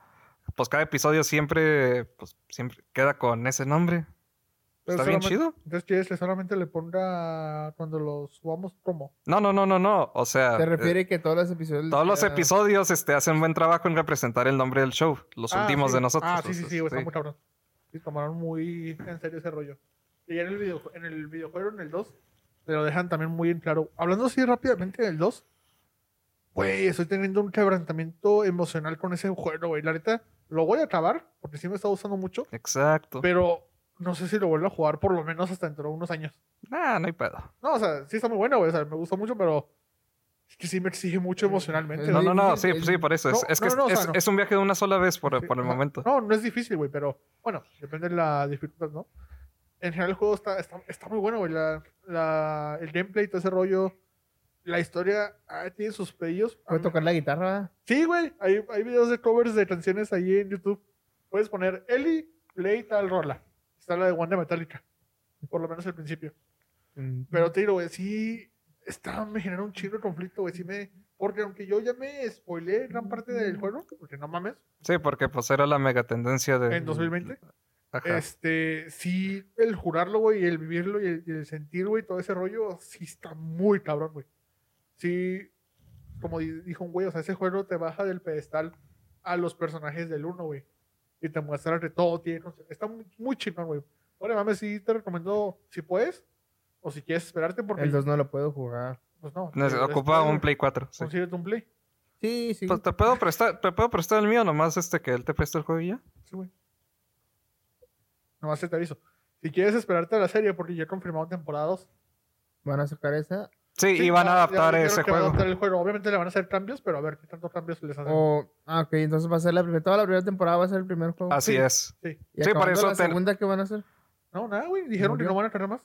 S2: pues cada episodio siempre, pues siempre queda con ese nombre.
S1: Pero
S2: ¿Está bien
S1: solamente-
S2: chido?
S1: Entonces quieres que solamente le ponga cuando los subamos como.
S2: No, no, no, no, no. O sea,
S3: Se
S2: eh,
S3: refiere que todos los episodios...
S2: todos los
S3: ya-
S2: episodios este, hacen buen trabajo en representar el nombre del show, los
S1: Ah,
S2: últimos
S1: sí.
S2: de nosotros.
S1: Ah, sí, sí,
S2: entonces,
S1: sí, güey, está muy cabrón. Sí, tomaron muy en serio ese rollo. Y en el, video, en el videojuego, en el 2, te lo dejan también muy en claro. Hablando así rápidamente del 2, güey, estoy teniendo un quebrantamiento emocional con ese juego, güey. La neta, lo voy a acabar, porque sí me está gustando mucho,
S2: Exacto.
S1: pero no sé si lo vuelvo a jugar por lo menos hasta dentro de unos años.
S2: Nah, no hay pedo.
S1: No, o sea, sí está muy bueno, güey, o sea, me gusta mucho, pero es que sí me exige mucho emocionalmente.
S3: Es
S2: No,
S1: güey.
S2: no, no, sí, pues
S3: difícil, es-
S2: sí, por eso. Es,
S1: No,
S2: es que
S1: no, no, o
S2: es,
S1: sea, no.
S2: es un viaje de una sola vez por,
S1: Sí,
S2: por el
S1: ajá.
S2: momento.
S1: No, no es difícil, güey, pero bueno, depende de la dificultad, ¿no? En general el juego está, está, está muy bueno, güey. La, la- el gameplay, todo ese rollo. La historia ah, tiene sus pedillos. A
S3: Puede
S1: mí-
S3: tocar la guitarra.
S1: Sí, güey. Hay, hay videos de covers de canciones ahí en YouTube. Puedes poner Eli, play tal rola. Está la de Wanda Metallica. Por lo menos al principio.
S3: mm,
S1: Pero te digo, güey, sí. Está, me genera un chingo de conflicto, güey. Sí me. Porque aunque yo ya me spoileé gran parte del juego, porque no mames,
S2: Sí, porque pues era la mega tendencia de...
S1: en 2020.
S2: Ajá.
S1: Este, sí, el jurarlo, güey, y el vivirlo y el, y el sentir, güey, todo ese rollo, sí está muy cabrón, güey. Sí, como di- dijo un güey, o sea, ese juego te baja del pedestal a los personajes del uno, güey. Y te muestra que todo tiene. conse- Está muy, muy chingón, güey. Ahora, mames, sí te recomiendo, si puedes, o si quieres esperarte, porque.
S3: El 2 no lo puedo jugar.
S1: pues no.
S2: Nos
S1: eh,
S2: ocupa
S1: espera,
S2: un Play 4. sí.
S1: Consíguete un play.
S3: Sí, sí.
S2: Pues te puedo prestar, te puedo prestar el mío, nomás este que él te presta el juego y ya.
S1: Sí, güey. Nomás te aviso. Si quieres esperarte a la serie, porque ya confirmaron temporadas.
S3: Van a sacar esa.
S2: Sí,
S1: Sí,
S2: y van
S1: ya-
S2: a
S1: ya
S2: adaptar
S1: dijeron
S2: ese
S1: que van a
S2: juego.
S1: adaptar el juego. Obviamente le van a hacer cambios, pero a ver qué tantos cambios les hacen.
S3: O, ah, ok, entonces va a ser la primera. Toda la primera temporada va a ser el primer juego.
S2: Así
S1: sí.
S2: es.
S1: Sí.
S3: Y
S2: Sí, por
S3: acabando
S2: eso
S3: la
S2: te-
S3: segunda que van a hacer.
S1: No, nada, güey. Dijeron que
S3: Murió.
S1: no van a tener más.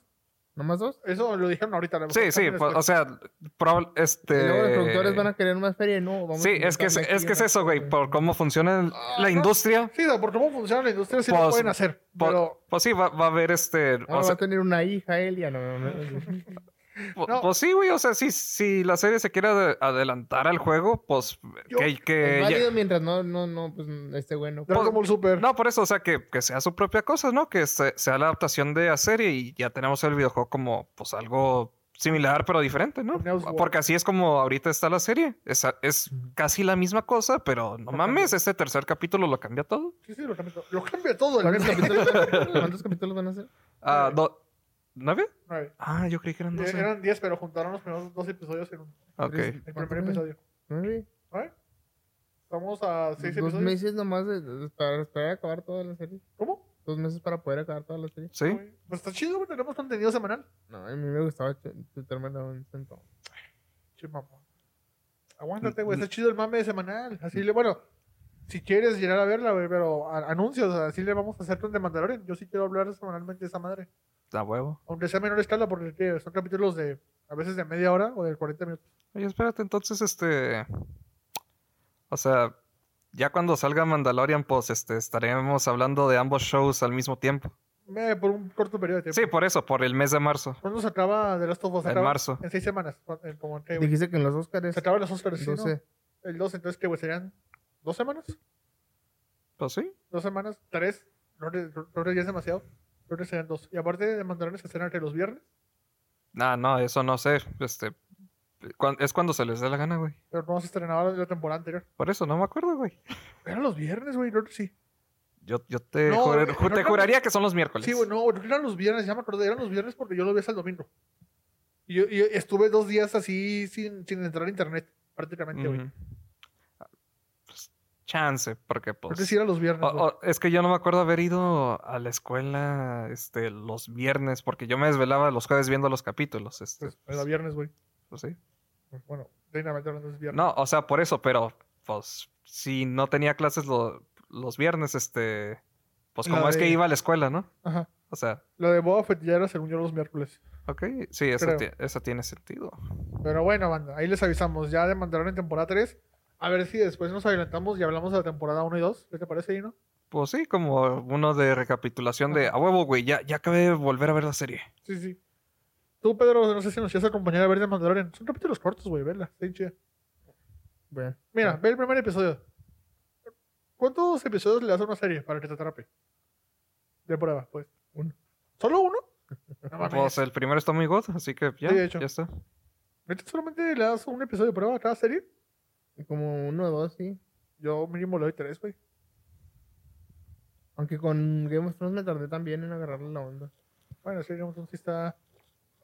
S3: ¿Nomás dos?
S1: Eso lo dijeron ahorita. a lo mejor
S2: Sí, sí,
S1: cambian
S2: pues, o
S1: después.
S2: sea, probable-
S3: Y
S2: este...
S3: luego los productores van a querer más feria y no. Vamos
S2: Sí,
S3: a
S2: es que es,
S3: inventarle
S2: es
S3: aquí
S2: que es
S3: una
S2: eso, güey,
S3: cosa.
S2: por cómo funciona el-
S1: Ah,
S2: la
S1: no.
S2: industria.
S1: Sí, o sea, por cómo funciona la industria, sí lo
S2: Pues,
S1: pueden hacer.
S2: pues-
S1: Pero
S2: Pues sí, va, va a haber este... o
S3: Ahora Ah, va
S2: sea, Eh,
S3: a tener una hija él ya no. no, no.
S2: pu-
S1: no.
S2: Pues sí, güey, o sea, si, si la serie se quiere ade- adelantar al juego, pues
S1: Yo-
S2: que... que
S3: Es
S2: ya-
S3: válido mientras no, no, no, pues este bueno.
S1: Dragon
S2: pues,
S1: Ball Super.
S2: No, por eso, o sea, que, que sea su propia cosa, ¿no? Que se- sea la adaptación de la serie y ya tenemos el videojuego como, pues, algo similar, pero diferente, ¿no? Ah,
S1: Newsworld.
S2: Porque así es como ahorita está la serie. Es, a- es casi la misma cosa, pero no
S1: Lo
S2: mames,
S1: cambió.
S2: este tercer capítulo lo cambia todo.
S1: Sí, sí, lo cambia todo. Lo cambia todo. El
S3: ¿Cuántos
S1: meme.
S3: capítulos, ¿Cuántos capítulos van a hacer?
S2: Ah,
S1: Nueve.
S2: do- ¿Nueve?
S1: Nueve.
S2: Ah, yo creí que eran
S1: Eh,
S2: doce.
S1: Eran 10, pero juntaron los primeros dos episodios en un-
S2: Ok.
S3: tres.
S1: el
S3: ¿Cuántos
S1: primer
S3: eran?
S1: episodio.
S3: Nueve.
S1: ¿Vale? Estamos a 6
S3: Dos
S1: episodios.
S3: meses nomás de- de- para esperar a acabar toda la serie.
S1: ¿Cómo?
S3: Dos meses para poder acabar toda la serie.
S2: Sí.
S1: Güey, Pues está chido, güey. Tenemos contenido semanal.
S3: No, a mí me gustaba Superman un centón.
S1: Sí, mamón. Aguántate, güey.
S2: Mm,
S1: Está chido el mame semanal. Así le, bueno, si quieres llegar a verla, güey, pero a- anuncios, así le vamos a hacer con The Mandalorian. Yo sí quiero hablar semanalmente de esa madre.
S2: Da huevo.
S1: Aunque sea a menor escala, porque tío, son capítulos de a veces de media hora o de 40 minutos.
S2: Oye, espérate, entonces, este. O sea, ya cuando salga Mandalorian, pues, este, estaremos hablando de ambos shows al mismo tiempo.
S1: Me- por un corto periodo de tiempo.
S2: Sí, por eso, por el mes de marzo.
S1: ¿Cuándo se acaba de Last of Us?
S2: En
S1: Acaba
S2: marzo.
S1: En seis semanas. ¿Cu- en- Como en qué, güey?
S3: Dijiste que en los Oscars.
S1: Se acaban los Oscars, ¿sí, no?
S3: 12.
S1: El 12, entonces, ¿qué, güey? ¿Serían dos semanas?
S2: Pues sí.
S1: ¿Dos semanas? ¿Tres? No, creo- creo que ya es demasiado. Creo que serían dos. Y aparte de Mandalorian, se estrenan entre los viernes.
S2: Ah, no, eso no sé. Este, cuan- es cuando se les dé la gana, güey.
S1: Pero no se estrenaba la temporada anterior.
S2: Por eso no me acuerdo, güey.
S1: Eran los viernes, güey, creo que sí.
S2: Yo, yo te,
S1: No,
S2: jurar-
S1: güey,
S2: ju-
S1: no,
S2: te
S1: no,
S2: juraría que son los miércoles.
S1: Sí, güey, no, creo que eran los viernes, ya me acordé, eran los viernes porque yo lo vi hasta el domingo. Y, yo, y estuve dos días así sin, sin entrar a internet, prácticamente, güey.
S2: Ujú. Pues, chance, porque
S1: Creo
S2: pues.
S1: que sí eran los viernes,
S2: o-
S1: güey.
S2: o- es que yo no me acuerdo haber ido a la escuela este, los viernes, porque yo me desvelaba los jueves viendo los capítulos. Este,
S1: Pues, era viernes, güey.
S2: pues, sí.
S1: Bueno, técnicamente hablando es viernes.
S2: No, o sea, por eso, pero pues si no tenía clases lo- los viernes, este, pues
S1: La
S2: como es que
S1: de-
S2: iba a la escuela, ¿no?
S1: Ajá.
S2: O sea,
S1: Lo de Boba Fett ya era según yo los miércoles.
S2: Ok, sí, eso,
S1: Creo.
S2: tie- eso tiene sentido.
S1: Pero bueno, banda, ahí les avisamos. Ya de Mandalorian temporada 3. A ver si después nos adelantamos y hablamos de la temporada 1 y 2. ¿Qué te parece, Dino?
S2: Pues sí, como uno de recapitulación de a huevo, güey, ya, ya acabé de volver a ver la serie.
S1: Sí, sí. Tú, Pedro, no sé si nos quieres acompañar a ver de Mandalorian. Son capítulos cortos, güey, verla. Está bien chida.
S3: Bueno,
S1: Mira, ve el primer episodio. ¿Cuántos episodios le das a una serie para que te atrape? De prueba, pues. Uno. ¿Solo uno? No
S2: Pues
S1: mames.
S2: el primero está muy god, así que ya,
S1: Sí, de hecho.
S2: ya está.
S1: ¿Neta solamente le das un episodio de prueba a cada serie?
S3: como uno o dos, sí.
S1: Yo mínimo le doy tres, güey.
S3: Aunque con Game of Thrones me tardé también en agarrarle la onda.
S1: Bueno, sí, digamos, sí está,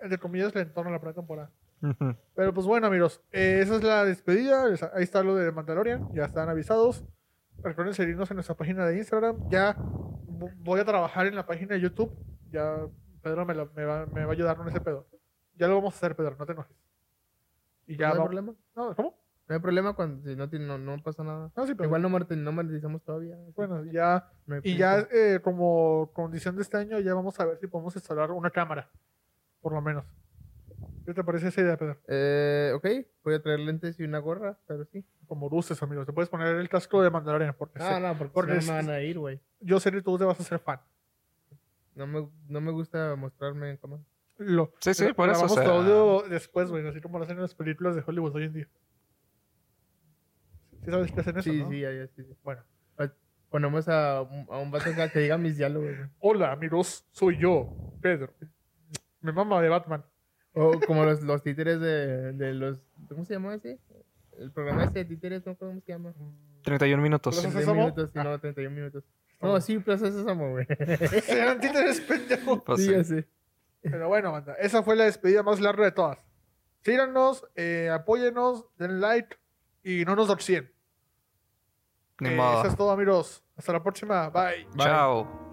S1: entre comillas, lentón a la primera temporada.
S2: Ujú.
S1: Pero pues bueno, amigos, eh, esa es la despedida. Les- Ahí está lo de Mandalorian, ya están avisados. Recuerden seguirnos en nuestra página de Instagram. Ya vo- voy a trabajar en la página de YouTube. Ya Pedro me, la- me va, me va a ayudar con ese pedo. Ya lo vamos a hacer, Pedro, no te enojes. Y ya
S3: ¿No hay
S1: vamos.
S3: problema?
S1: No, ¿Cómo?
S3: No hay problema cuando si no, tiene- no, no pasa nada.
S1: No, sí, pero
S3: Igual no, monetiz- no monetizamos todavía. así
S1: bueno, ya.
S3: que no hay
S1: Y
S3: prisa.
S1: ya eh, como condición de este año, ya vamos a ver si podemos instalar una cámara. Por lo menos. ¿Qué te parece esa idea, Pedro?
S3: Eh, ok, voy a traer lentes y una gorra, pero sí.
S1: Como luces, amigos. Te puedes poner el casco de Mandalorian porque
S3: Ah,
S1: sé-
S3: no, porque,
S1: porque
S3: si no
S1: es-
S3: me van a ir, güey.
S1: yo sé que tú te vas a hacer fan.
S3: No me, no me gusta mostrarme en cámara.
S1: Lo,
S2: Sí, sí, por eso, o
S1: grabamos
S2: sea-
S1: todo después, güey, así como lo hacen en las películas de Hollywood hoy en día. ¿Sí sabes que hacen eso,
S3: Sí,
S1: no?
S3: sí, ahí, sí, sí.
S1: Bueno.
S3: Ponemos a, un- a un vato acá que diga mis diálogos, güey.
S1: Hola, amigos, soy yo, Pedro. Me mama de Batman.
S3: O como los, los títeres de, de los... ¿Cómo se llama ese? El programa ese de títeres, no sé cómo se llama.
S2: 31 minutos.
S1: Plaza
S3: 31
S1: Sésamo?
S3: minutos, sí,
S1: Ah.
S3: no, 31 minutos.
S1: Ah.
S3: No, sí, Plaza Sésamo, güey.
S1: Serán títeres, pendejo.
S2: Pues
S3: sí,
S2: sí.
S3: ya sé.
S1: Pero bueno, banda, esa fue la despedida más larga de todas. Síganos, eh, apóyenos, den like y no nos doxien.
S2: Ni
S1: Eh,
S2: modo.
S1: eso es todo, amigos. Hasta la próxima. Bye.
S3: Bye.
S2: Chao.